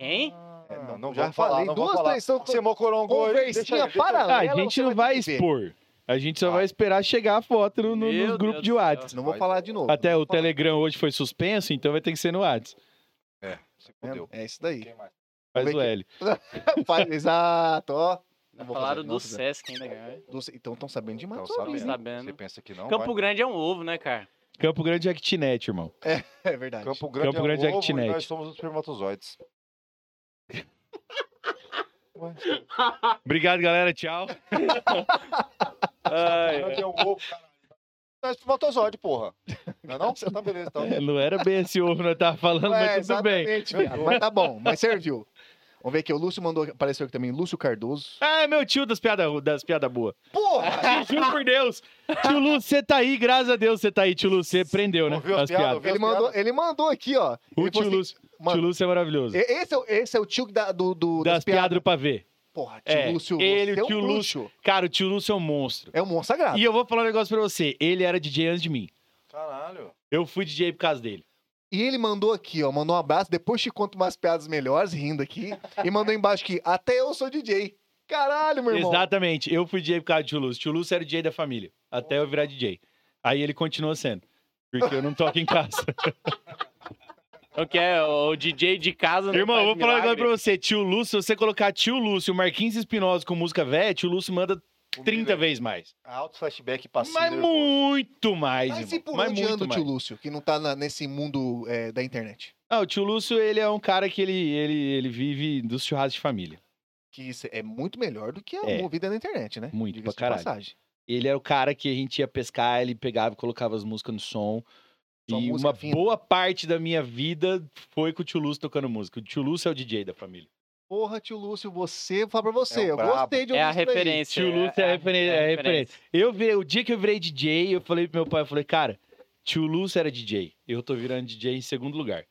Hein? É, né? Ah, não, já vou falar, falei não vou duas, falar. três são Você mocorongou ele, deixa conversinha ele, deixa ele. paralela. Ah, a gente você não vai vai ter que ver. expor. A gente só Ah. vai esperar chegar a foto no, no, Meu nos Deus grupos de do céu. WhatsApp. Não vou falar de novo. Até não o vou falar. Telegram hoje foi suspenso, então vai ter que ser no WhatsApp. Se fudeu. É isso daí. Quem mais? Faz Como o é que- L. Faz- Exato, ó. Não vou Falaram fazer, não do vou fazer. Sesc né? ainda, cara. Do- Então estão sabendo né? demais. Tão sobre sabendo. isso. Sabendo. Você pensa que não, Campo Grande é um ovo, né, cara? Campo Grande é kitnet, irmão. É verdade. vai. Campo Grande Campo é Grande é o ovo e kitnet. nós somos os espermatozoides. Ué, Obrigado, galera. Tchau. Ah, Ai, Grande é um ovo, caralho. Nós espermatozoide, porra. Não é não? Tá beleza, então. É, não era bem esse ovo que nós tava falando, É, mas tudo bem. exatamente, viado, Mas tá bom, mas serviu. Vamos ver aqui. O Lúcio mandou, apareceu aqui também, Lúcio Cardoso. Ah, é meu tio das piadas das piada boas. Porra! Juro por Deus. Tio Lúcio, você tá aí, graças a Deus você tá aí. Tio Lúcio, você prendeu, né? Ouviu as As piadas, piadas. ouviu? Ele mandou, ele mandou aqui, ó. O Ele falou tio assim, Lúcio, mano, tio Lúcio é maravilhoso. E- Esse é, o- esse é o tio da, do, do- Das piadas do pavê. Porra, tio É, Lúcio. ele, você é um o tio bruxo. Cara, o tio Lúcio é um monstro. É um monstro sagrado. E eu vou falar um negócio pra você. Ele era DJ antes de mim. Caralho. Eu fui DJ por causa dele. E ele mandou aqui, ó, mandou um abraço, depois te conto umas piadas melhores, rindo aqui. e mandou embaixo aqui, até eu sou DJ. Caralho, meu irmão. Exatamente. Eu fui DJ por causa do tio Lúcio. Tio Lúcio era o DJ da família. Até eu virar DJ. Aí ele continua sendo. Porque eu não toco em casa. O que é? O DJ de casa. não Irmão, eu faz vou falar um negócio milagre? pra você. Tio Lúcio, se você colocar tio Lúcio, Marquinhos Espinosa com música velha, tio Lúcio manda O 30 é. Miller- é vezes mais. Alto flashback passando. Mas muito mais, Mas e irmão. por Mas onde anda muito o tio mais. Lúcio, que não tá na- nesse mundo é, da internet? Ah, o tio Lúcio, ele é um cara que ele, ele, ele vive dos churrascos de família. Que isso é muito melhor do que a É. movida na internet, né? Muito, Diga-se pra de caralho. passagem. Ele era o cara que a gente ia pescar, ele pegava e colocava as músicas no som. Só e música uma fina. boa parte da minha vida foi com o tio Lúcio tocando música. O tio Lúcio é o DJ da família. Porra, tio Lúcio, você, vou falar pra você. É um eu brabo. gostei de ouvir É a isso daí. referência. Tio Lúcio é a referência. É a referência. Eu virei, o dia que eu virei DJ, eu falei pro meu pai, eu falei, cara, tio Lúcio era DJ. Eu tô virando DJ em segundo lugar.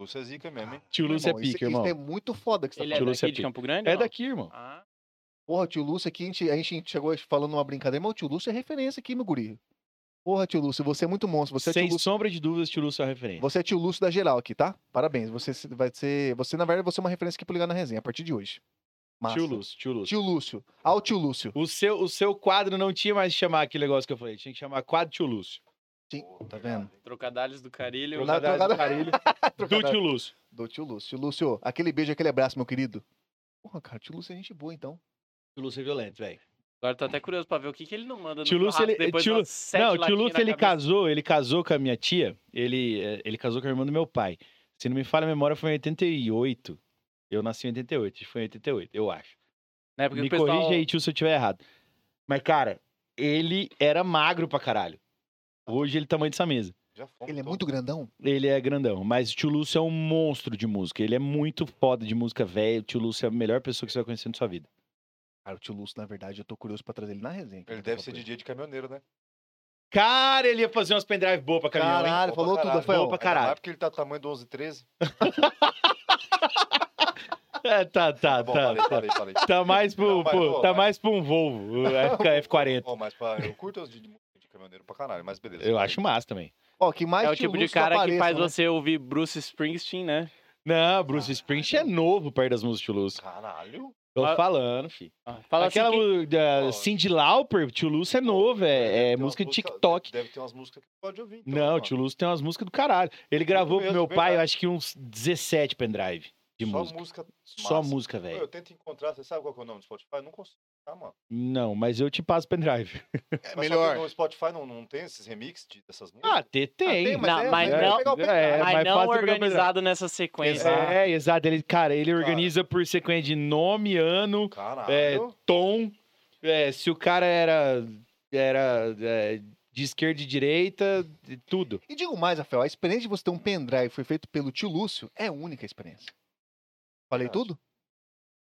Lúcio é zica mesmo, hein? Tio Lúcio é Irmão, isso- pica, irmão. Isso é muito foda que você tá Ele falando. é Tio Lúcio é daqui de pica. Campo Grande? É ou não? daqui, irmão. Ah, é Porra, tio Lúcio aqui, a gente, a gente chegou falando uma brincadeira, mas o tio Lúcio é referência aqui, meu guri. Porra, tio Lúcio, você é muito monstro. Você é Sem tio Lúcio. sombra de dúvidas, tio Lúcio é a referência. Você é tio Lúcio da geral aqui, tá? Parabéns. Você se- vai ser. Você, na verdade, você é uma referência aqui pro ligar na resenha a partir de hoje. é Massa. Tio Lúcio, tio Lúcio. Tio Lúcio. Ao tio Lúcio. O seu, o seu quadro não tinha mais que chamar aquele negócio que eu falei. Tinha que chamar quadro tio Lúcio. Sim, tá vendo? Trocadalhos do Carilho. Na- Trocadilho trocada- do Carilho. Do Trocadilho. tio Lúcio. Do tio Lúcio. Tio Lúcio, aquele beijo, aquele abraço, meu querido. Porra, cara, tio Lúcio é gente boa, então. Tio Lúcio é violento, velho. Agora tô até curioso pra ver o que, que ele não manda no Tio Lúcio, churrasco ele- depois tio de umas sete não, o tio latinhas Lúcio na ele é cabeça. casou, ele casou com a minha tia, ele, eh, ele casou com a irmã do meu pai. Se não me falha a memória, foi em 88. Eu nasci em 88, acho que foi em 88, eu acho. Né, porque me o pessoal... corrija aí, tio, se eu tiver errado. Mas, cara, ele era magro pra caralho. Hoje ele é tamanho dessa mesa. Já fomos Ele é todos. muito grandão. Ele é grandão, mas o tio Lúcio é um monstro de música. Ele é muito foda de música velho. O tio Lúcio é a melhor pessoa que você vai conhecer na sua vida. Cara, o tio Lúcio, na verdade, eu tô curioso pra trazer ele na resenha. Ele deve ser DJ de caminhoneiro, né? Cara, ele ia fazer umas pendrive boa pra caminhão, hein? Caralho, Boa falou pra tudo, caralho. Rafael. Boa pra Ainda mais caralho. porque ele tá do tamanho do 11, 13. É, tá, tá, Tá bom, tá. falei, falei, falei. Tá mais pro, Não, mas, pro- ô, tá mas- mais pro um Volvo, o F- F40. Ó, mas pra, eu curto os de, de caminhoneiro pra caralho, mas beleza. Eu acho massa também. Ó, que mais É o tio tipo de Lúcio cara que apareça, faz né? você ouvir Bruce Springsteen, né? Não, Bruce Springsteen é novo perto das músicas de Lúcio. Caralho. Tô Ah, falando, fi. Fala Aquela assim, quem- mu- da Ó. Cindy Lauper, tio Lúcio é novo, Deve ter é, é umas música de músicas- TikTok. Deve ter umas músicas que pode ouvir. então, Não, mano. tio Lúcio tem umas músicas do caralho. Ele gravou pro mesmo, meu pai, eu verdade. acho que uns 17 pendrive de Só música. música. é Só massa. música, Pô, velho. Eu tento encontrar, você sabe qual que é o nome do Spotify? Eu Não consigo, tá, mano? Não, mas eu te passo pendrive. Mas É só melhor. que No Spotify não, não tem esses remixes de- dessas músicas? Ah, tem, tem. tem, né? mas Não, é- mas é, não- pegar o pendrive. é, mas mais não fácil pegar o pendrive. organizado nessa sequência. Exato. É, exato. Ele, cara, ele Cara. organiza por sequência de nome, ano, Caralho. é, tom. É, se o cara era, era é, de esquerda e direita, de tudo. E digo mais, Rafael, a experiência de você ter um pendrive que foi feito pelo tio Lúcio é a única experiência. Falei Verdade. tudo?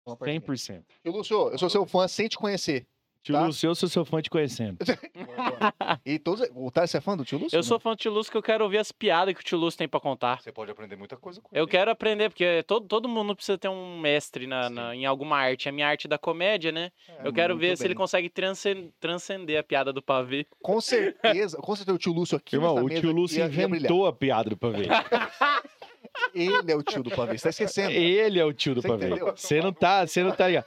Vamos pra quem? 100%. Tio Lúcio, eu sou seu fã sem te conhecer. Tio Tá. Lúcio, eu sou seu fã te conhecendo. E todos. O Thales, você é fã do tio Lúcio? Eu sou fã do Tio Lúcio que eu quero ouvir as piadas que o Tio Lúcio tem pra contar. Você pode aprender muita coisa é com Eu ele. quero aprender, porque todo, todo mundo precisa ter um mestre na, na- em alguma arte. A minha arte da comédia, né? É, eu quero muito ver se ele bem. consegue transcen- transcender a piada do pavê. Com certeza, com certeza o tio Lúcio aqui. Irmão, nessa o mesa tio ia- Lúcio ia brilhar. Tá inventou a piada do pavê. Ele é o tio do pavê, você tá esquecendo. Ele é o tio do Você pavê. entendeu? Você não tá, você não tá ligado.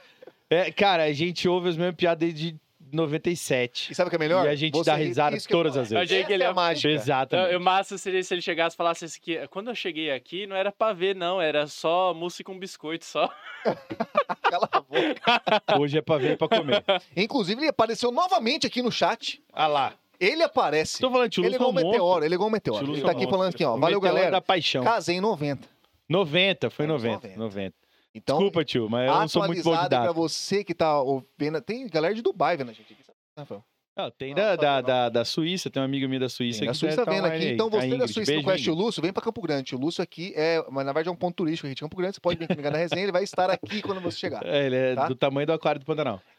É, cara, a gente ouve as mesmas piadas desde 97. E sabe o que é melhor? E a gente dá ri- risada isso que eu ia todas falar. as vezes. Eu achei que Essa ele é a ia- mágica. Exatamente. Eu, Então, massa seria se ele chegasse e falasse isso aqui. Quando eu cheguei aqui, não era pavê, não. Era só música com biscoito, só. Cala a boca. Hoje é pavê pra comer. Inclusive, ele apareceu novamente aqui no chat. Ah lá. Ele aparece. Tô falando, tio Ele é Lúcio é igual um um monstro. meteoro, ele é igual um meteoro. Tio Lúcio Ele é tá um aqui monstro. falando aqui, ó. O Valeu, meteoro galera. da paixão. Casei em 90. 90, foi Anos 90, 90. 90. Então, Desculpa, tio, mas eu não sou muito bom de atualizada pra data. você que tá ouvindo. Tem galera de Dubai vendo a gente aqui. sabe, né, Rafael? Não, tem Não, da, não da, sabia, da, da Suíça, tem uma amiga minha da Suíça. Tem da que Suíça tá vendo online aqui. aí, Então, a você da Ingrid. Suíça que não Beijo, conhece o Ingrid. Lúcio, vem pra Campo Grande. O Lúcio aqui é, mas, na verdade, é um ponto turístico aqui de Campo Grande. Você pode vir comigo na resenha, ele vai estar aqui quando você chegar. É, ele é Tá? do tamanho do aquário do Pantanal.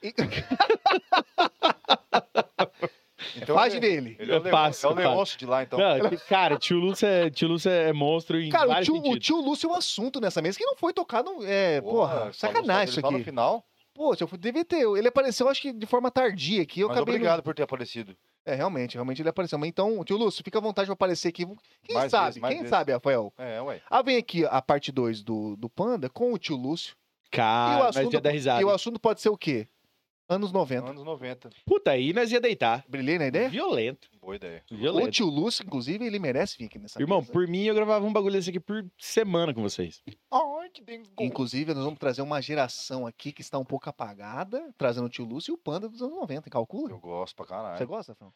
E... Então, Faz de ele- ver ele. Ele é o Eu Leon- passo, é o eu passo. Leôncio de lá, então. Não, é que- cara, tio Lúcio é, tio Lúcio é monstro em Cara, o vários tio, o sentidos. tio Lúcio é um assunto nessa mesa que não foi tocado. É, porra, falou sacanagem só isso dele Só no aqui. final. Pô, eu devia ter. Ele apareceu, acho que de forma tardia aqui. Eu Mas acabei. obrigado por ter aparecido. É, realmente, realmente ele apareceu. Mas então, tio Lúcio, fica à vontade pra aparecer aqui. Quem Mais sabe? vezes, mais quem vezes. sabe, Rafael? É, ué. Ah, vem aqui a parte 2 do, do Panda com o tio Lúcio. Cara, mas ia dar e risada. o assunto pode ser o quê? Anos 90. Anos 90. Puta, aí nós ia deitar. Brilhei na ideia? Violento. Boa ideia. O Violento. Né? tio Lúcio, inclusive, ele merece vir aqui nessa Irmão, mesa. por mim eu gravava um bagulho desse aqui por semana com vocês. Ai, que bem. Inclusive, nós vamos trazer uma geração aqui que está um pouco apagada, trazendo o tio Lúcio e o Panda dos anos 90. Calcula? Eu gosto pra caralho. Você gosta, Fran?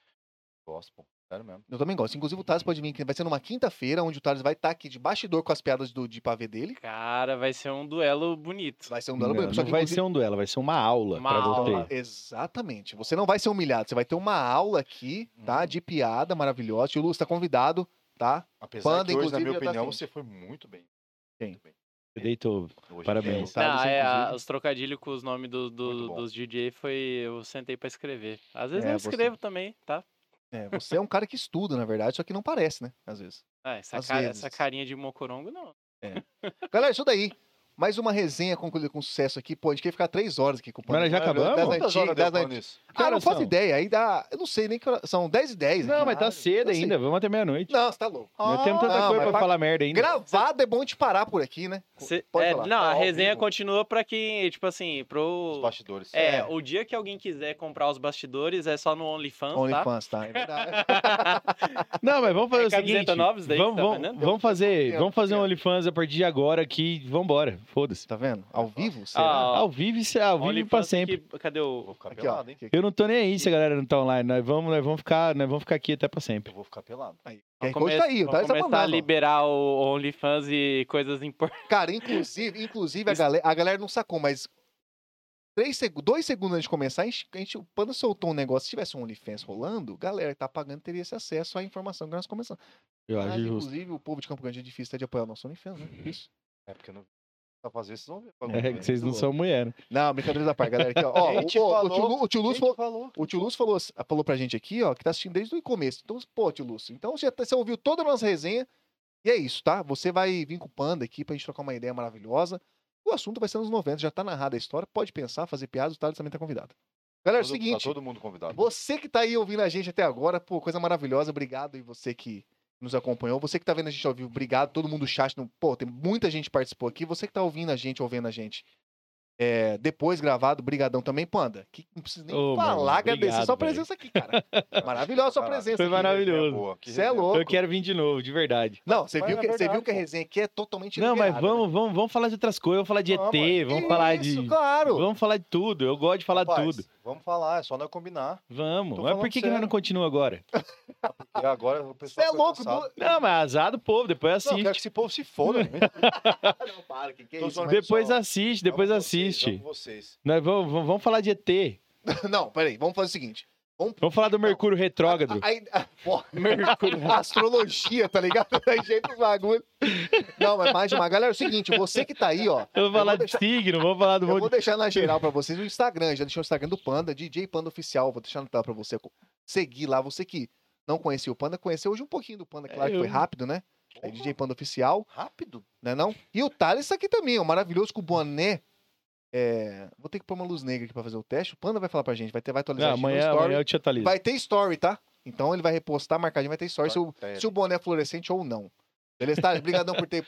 Gosto, pô. Sério mesmo. Eu também gosto. Inclusive, o Thales pode vir aqui. Vai ser numa quinta-feira, onde o Thales vai estar aqui de bastidor com as piadas do, de pavê dele. Cara, vai ser um duelo bonito. Vai ser um duelo bonito. Só não que vai inclusive- ser um duelo, vai ser uma aula Uma pra aula. vocês. Exatamente. Você não vai ser humilhado. Você vai ter uma aula aqui, Uhum. tá? De piada maravilhosa. Tio Lúcio está convidado, tá? Apesar Panda, que hoje, na inclusive, minha já tá opinião, assim. você foi muito bem. Sim. Muito bem. Você deitou. Hoje Parabéns. eu- Tá, Não, você, é, a- inclusive. os trocadilhos com os nomes do, do- Muito bom. dos DJ foi. Eu sentei pra escrever. Às vezes É, eu você- escrevo também, tá? É, você é um cara que estuda, na verdade, só que não parece, né? Às vezes. Ah, essa, Às cara- vezes. essa carinha de mocorongo, não. Galera, isso daí. Mais uma resenha concluída com sucesso aqui. Pô, a gente quer ficar três horas aqui com o Panda. Mas nós já Das acabamos? antigas, Quantas horas das deu falando antigas. isso? Que Ah, não horas faço são? ideia. Aí dá. Eu não sei nem que hora. São 10 e 10. Não, aqui. mas tá cedo tá cedo. ainda, vamos até meia-noite. Não, você tá louco. Nós temos tanta não, coisa mas pra pra- falar merda ainda. Gravado é bom de parar por aqui, né? Cê- Pode é, falar. não, a Tá Ao resenha vivo. continua pra quem, tipo assim, Os pro. bastidores. É, o dia que alguém quiser comprar os bastidores é só no OnlyFans, tá? OnlyFans, tá? É verdade. Não, mas vamos fazer É o camiseta seguinte. nova isso daí que vamos, você tá vamos- vendendo? vamos fazer, Eu- vamos fazer um eu- OnlyFans a partir de agora aqui. Vambora. Foda-se. tá vendo? Ao vivo? Ah, Será? ó, Ao vivo, e se- ao vivo e pra OnlyFans tem sempre. que- cadê Vou o. ficar aqui, ó. pelado, hein? Eu não tô nem aí se a galera não tá online. Nós vamos, nós vamos ficar, nós vamos ficar aqui até pra sempre. Eu vou ficar pelado. QR Code Come- tá aí, o vamos Thales tá começar a mandando. ó. liberar o OnlyFans e coisas importantes. Cara, inclusive, inclusive a, galera, a galera não sacou, mas três, seg- dois segundos antes de começar, a gente, a gente- o Panda soltou um negócio. Se tivesse um OnlyFans rolando, a galera que tá pagando teria esse acesso à informação que nós começamos. Eu acho Caralho, Tá justo. inclusive, o povo de Campo Grande é difícil até de apoiar o nosso OnlyFans, né? Isso. É porque eu não. Pra fazer isso, não É que vocês não são mulher, né? Não, brincadeira da parte, galera. Aqui, ó. Ó, Quem o, te ó, o falou? tio Lu- o tio Lúcio falou, falou. o tio Lúcio falou, ass- falou pra gente aqui, ó, que tá assistindo desde o começo. Então, pô, tio Lúcio, então você, já tá- você ouviu toda a nossa resenha. E é isso, tá? Você vai vir com o Panda aqui pra gente trocar uma ideia maravilhosa. O assunto vai ser nos 90, já tá narrada a história. Pode pensar, fazer piadas, o Thales também tá convidado. Galera, é o Todo- seguinte, Tá todo mundo convidado. você que tá aí ouvindo a gente até agora, pô, coisa maravilhosa, obrigado. E você que nos acompanhou, você que tá vendo a gente ao vivo, obrigado. Todo mundo do chat, no... pô, tem muita gente que participou aqui. Você que tá ouvindo a gente, ouvindo a gente é, depois gravado, brigadão também, Panda. Que não precisa nem Ô, falar, mano, agradecer obrigado, sua velho. Ah, presença aqui, cara. Maravilhosa sua Caralho, presença. foi aqui. maravilhoso. resenha boa, que Você é resenha. louco. Eu quero vir de novo, de verdade. Não, você Mas viu, é que, você verdade, viu que a pô. resenha aqui é totalmente Não, mas liberada, né? vamos, vamos, vamos falar de outras coisas. Vamos falar de Vamos, ET, vamos falar de. Isso, claro. Vamos falar de tudo. Eu gosto de falar de Rapaz, tudo. Vamos falar, é só nós combinar. Vamos. tô Mas por falando que, que nós sério. não continua agora? E agora o Você pessoal. é foi louco. cansado. do- Não, mas é azar do povo, depois Não, eu assiste. quero que esse povo se foda. né? Não, para, que que é Tô isso? zoando, Depois pessoal. assiste, depois Amo vocês, então. assiste. amo vocês. Nós vamos, vamos, vamos falar de ET. Não, peraí, vamos fazer o seguinte. Vamos falar do Mercúrio retrógrado. Aí, ah, pô, astrologia, tá ligado? Tem jeito dos bagulho. Não, mas mais de uma. Galera, é o seguinte, você que tá aí, ó. Vamos eu falar vou de signo, vamos falar do Eu vou monte. deixar na geral pra vocês o Instagram. Já deixei o Instagram do Panda, DJ Panda Oficial. Vou deixar na tela pra você co- seguir lá. Você que não conhecia o Panda, conheceu hoje um pouquinho do Panda, claro que foi Eu- rápido, né? É DJ Panda Oficial, Rápido? né não? E o Thales aqui também, ó, maravilhoso com o boné. É, Vou ter que pôr uma luz negra aqui pra fazer o teste. O Panda vai falar pra gente, vai, ter, vai atualizar Não, a gente no amanhã, story. amanhã eu te atualizo. Vai ter story, tá? Então ele vai repostar, marcadinho, vai ter story. Se o, Tá, é. se o boné é fluorescente ou não. Beleza, tá? Obrigadão por ter.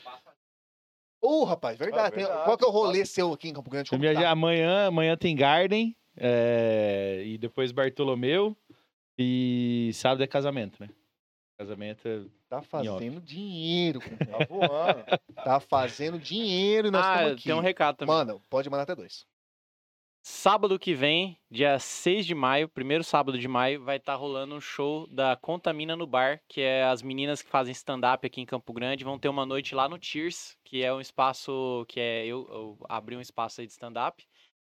Ô, rapaz, verdade. Ah, tem- verdade, Qual que é o rolê seu aqui em Campo Grande? Eu Como viajar tá? amanhã, amanhã tem Garden, é, e depois Bartolomeu, e sábado é casamento, né? Casamento é... Tá Em fazendo dinheiro. compadre. Tá voando. Tá fazendo dinheiro e nós Ah, estamos aqui. tem um recado também. Manda, pode mandar até dois. Sábado que vem, dia 6 de maio, primeiro sábado de maio, vai estar rolando um show da Contamina no Bar, que é as meninas que fazem stand-up aqui em Campo Grande, vão ter uma noite lá no Tears, que é um espaço que é. Eu, eu abri um espaço aí de stand-up.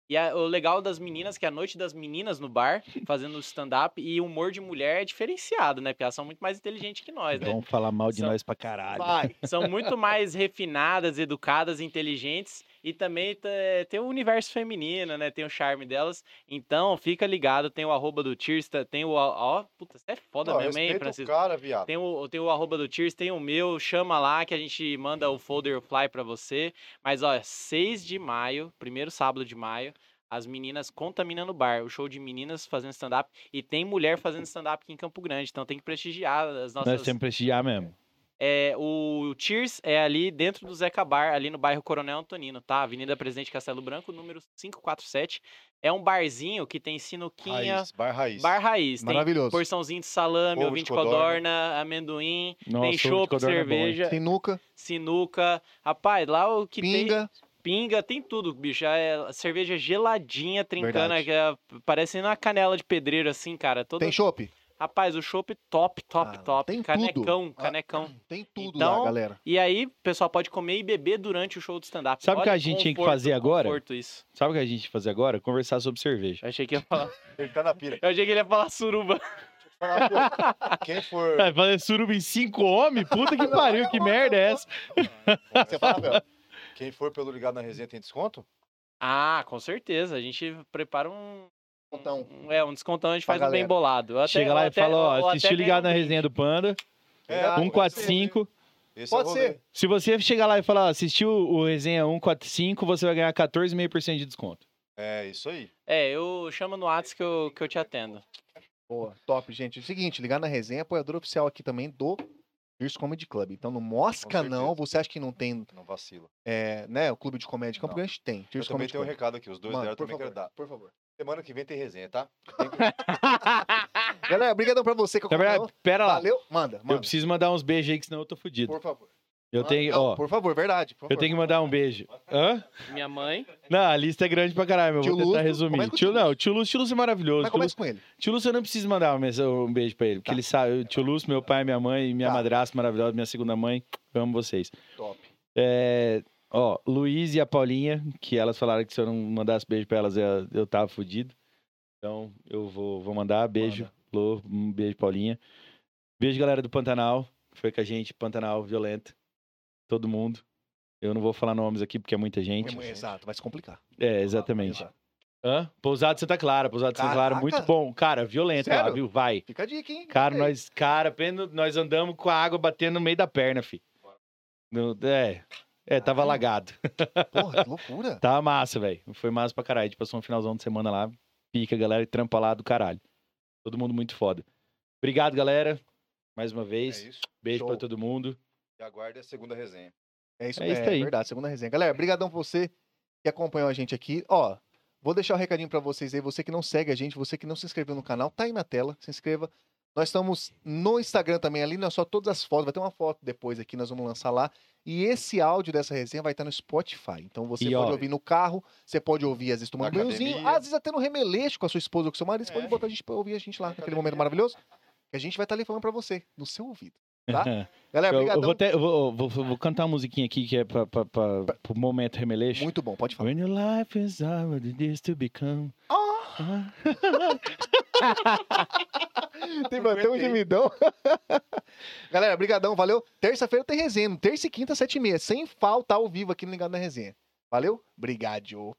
E a- o legal das meninas, que é a noite das meninas no bar, fazendo stand-up, e o humor de mulher é diferenciado, né? Porque elas são muito mais inteligentes que nós, né? Vão falar mal de São- nós pra caralho. Vai. São muito mais refinadas, educadas, inteligentes e também t- eh, tem o universo feminino, né? Tem o charme delas. Então, fica ligado, tem o arroba do Tirsta, tem o... Ó, ó, puta, você é foda Não, mesmo, hein, respeita o Francisco? cara, viado. Tem o, tem o arroba do Tears, tem o meu, chama lá que a gente manda o folder fly pra você. Mas ó, 6 de maio, primeiro sábado de maio, as meninas contaminando o bar, o show de meninas fazendo stand-up e tem mulher fazendo stand-up aqui em Campo Grande, então tem que prestigiar as nossas Nós temos que prestigiar mesmo. É, o Cheers é ali dentro do Zeca Bar, ali no bairro Coronel Antonino, tá? Avenida Presidente Castelo Branco, número 547. É um barzinho que tem sinuquinha, Raiz, bar raiz. bar raiz. Tem Maravilhoso. porçãozinho de salame, Ovo ouvinte de codorna, codorna. amendoim, Nossa, tem o chopp, Discordão é bom, hein? cerveja, Sinuca, sinuca. Rapaz, lá o que tem... pinga. Pinga, tem tudo, bicho. É cerveja geladinha, trincando, Verdade. que é- parece uma canela de pedreiro, assim, cara. Todo... Tem chopp? Rapaz, o chopp top, top, Ah, top. tem tudo. canecão, Ah. canecão. Tem tudo Então- lá, galera. E aí, o pessoal pode comer e beber durante o show do stand-up. Sabe o que Olha a gente tinha que conforto, fazer agora? Conforto isso. Sabe o que a gente vai fazer agora? Conversar sobre cerveja. Eu achei que ia falar. Ele tá na pira. Tá Eu achei que ele ia falar suruba. Quem for. Vai É, fazer suruba em cinco homens? Puta que pariu, que merda é essa? Você fala, Bel, Quem for pelo ligado na resenha tem desconto? Ah, com certeza. A gente prepara um. Então, um- é, um descontão, a gente Pra faz um galera. bem bolado. Eu até- Chega lá eu e até- fala, eu ó, até assistiu ganho ligado na um resenha do Panda, Ah, um 145. Esse Pode é o ser. rolê. Se você chegar lá e falar, ó, assistiu o resenha 145, você vai ganhar 14,5% de desconto. É, isso aí. É, eu chamo no Whats que eu, que eu te atendo. boa, top, gente. É o seguinte, ligar na resenha, apoiador oficial aqui também do Pierce Comedy Club. Então não mosca Com não, certeza. você acha que não tem, Não vacila. é, né, o clube de comédia de Campo Não. Grande? Tem, Eu Pierce também Comedy tenho um Club. recado aqui, os dois Mano, dela eu por também quero dar. favor, por favor. Semana que vem tem resenha, tá? Galera, obrigadão pra você que Na verdade, acompanhou. pera lá. Valeu, manda, Eu manda. preciso mandar uns beijos aí, que senão eu tô fudido. Por favor. Eu Manda- tenho, não, ó, Por favor, verdade. por eu favor. tenho que mandar um beijo. Hã? Minha mãe. Não, a lista é grande pra caralho, mas Tio eu vou Lúcio, tentar resumir. começa com o Tio, tio não, Lúcio. tio Lúcio, tio Lúcio é maravilhoso. Mas Tio começa Lúcio, com ele. tio Lúcio, eu não preciso mandar uma mensa- um beijo pra ele, porque ele sabe. o Tio Lúcio, meu pai, minha mãe, minha Tá. madrasta maravilhosa, minha segunda mãe, eu amo vocês. Top. É, ó, Luiz e a Paulinha, que elas falaram que se eu não mandasse beijo pra elas, eu, eu tava fudido. Então, eu vou, vou mandar. Beijo, Lô. Um beijo, Paulinha. Beijo, galera do Pantanal. que Foi com a gente, Pantanal Violenta. Todo mundo. Eu não vou falar nomes aqui, porque é muita gente. Exato, vai se complicar. É, exatamente. Exato. Hã? Pousado Santa Clara, Pousado Santa Clara, Caraca! muito bom. Cara, violenta lá, Sério? é viu? Vai. Fica a dica, hein? Cara, Ei, nós, cara, pena- nós andamos com a água batendo no meio da perna, fi. No- É, é, tava Caramba. alagado. Porra, que loucura. Tava massa, velho. Foi massa pra caralho. A gente passou um finalzão de semana lá. Pica, galera, e trampa lá do caralho. Todo mundo muito foda. Obrigado, galera. Mais uma É vez. isso. Beijo Show. pra todo mundo. E aguarde a segunda resenha. É isso, É é isso aí. verdade, segunda resenha. Galera, brigadão pra você que acompanhou a gente aqui. Ó, vou deixar o recadinho pra vocês aí, você que não segue a gente, você que não se inscreveu no canal, tá aí na tela, se inscreva. Nós estamos no Instagram também ali, não é só todas as fotos, vai ter uma foto depois aqui, nós vamos lançar lá. E esse áudio dessa resenha vai estar no Spotify. Então você E, pode ó, ouvir no carro, você pode ouvir às vezes tomando um Na banhozinho, academia. às vezes até no remeleixo com a sua esposa ou com o seu marido, você É. pode botar a gente pra ouvir a gente lá, Na naquele academia. momento maravilhoso. Que a gente vai estar ali falando pra você, no seu ouvido. Tá? Galera, eu, eu brigadão. vou, até- eu vou, eu vou- eu vou cantar uma musiquinha aqui que é pra, pra, pra- pro momento remeleixo. Muito bom, pode falar. When your life is all what it is to become. Ah. Teve até um gemidão. Galera, brigadão, valeu. Terça-feira tem resenha, terça e quinta, sete e meia, sem falta ao vivo aqui no Ligado na Resenha. Valeu? Obrigado.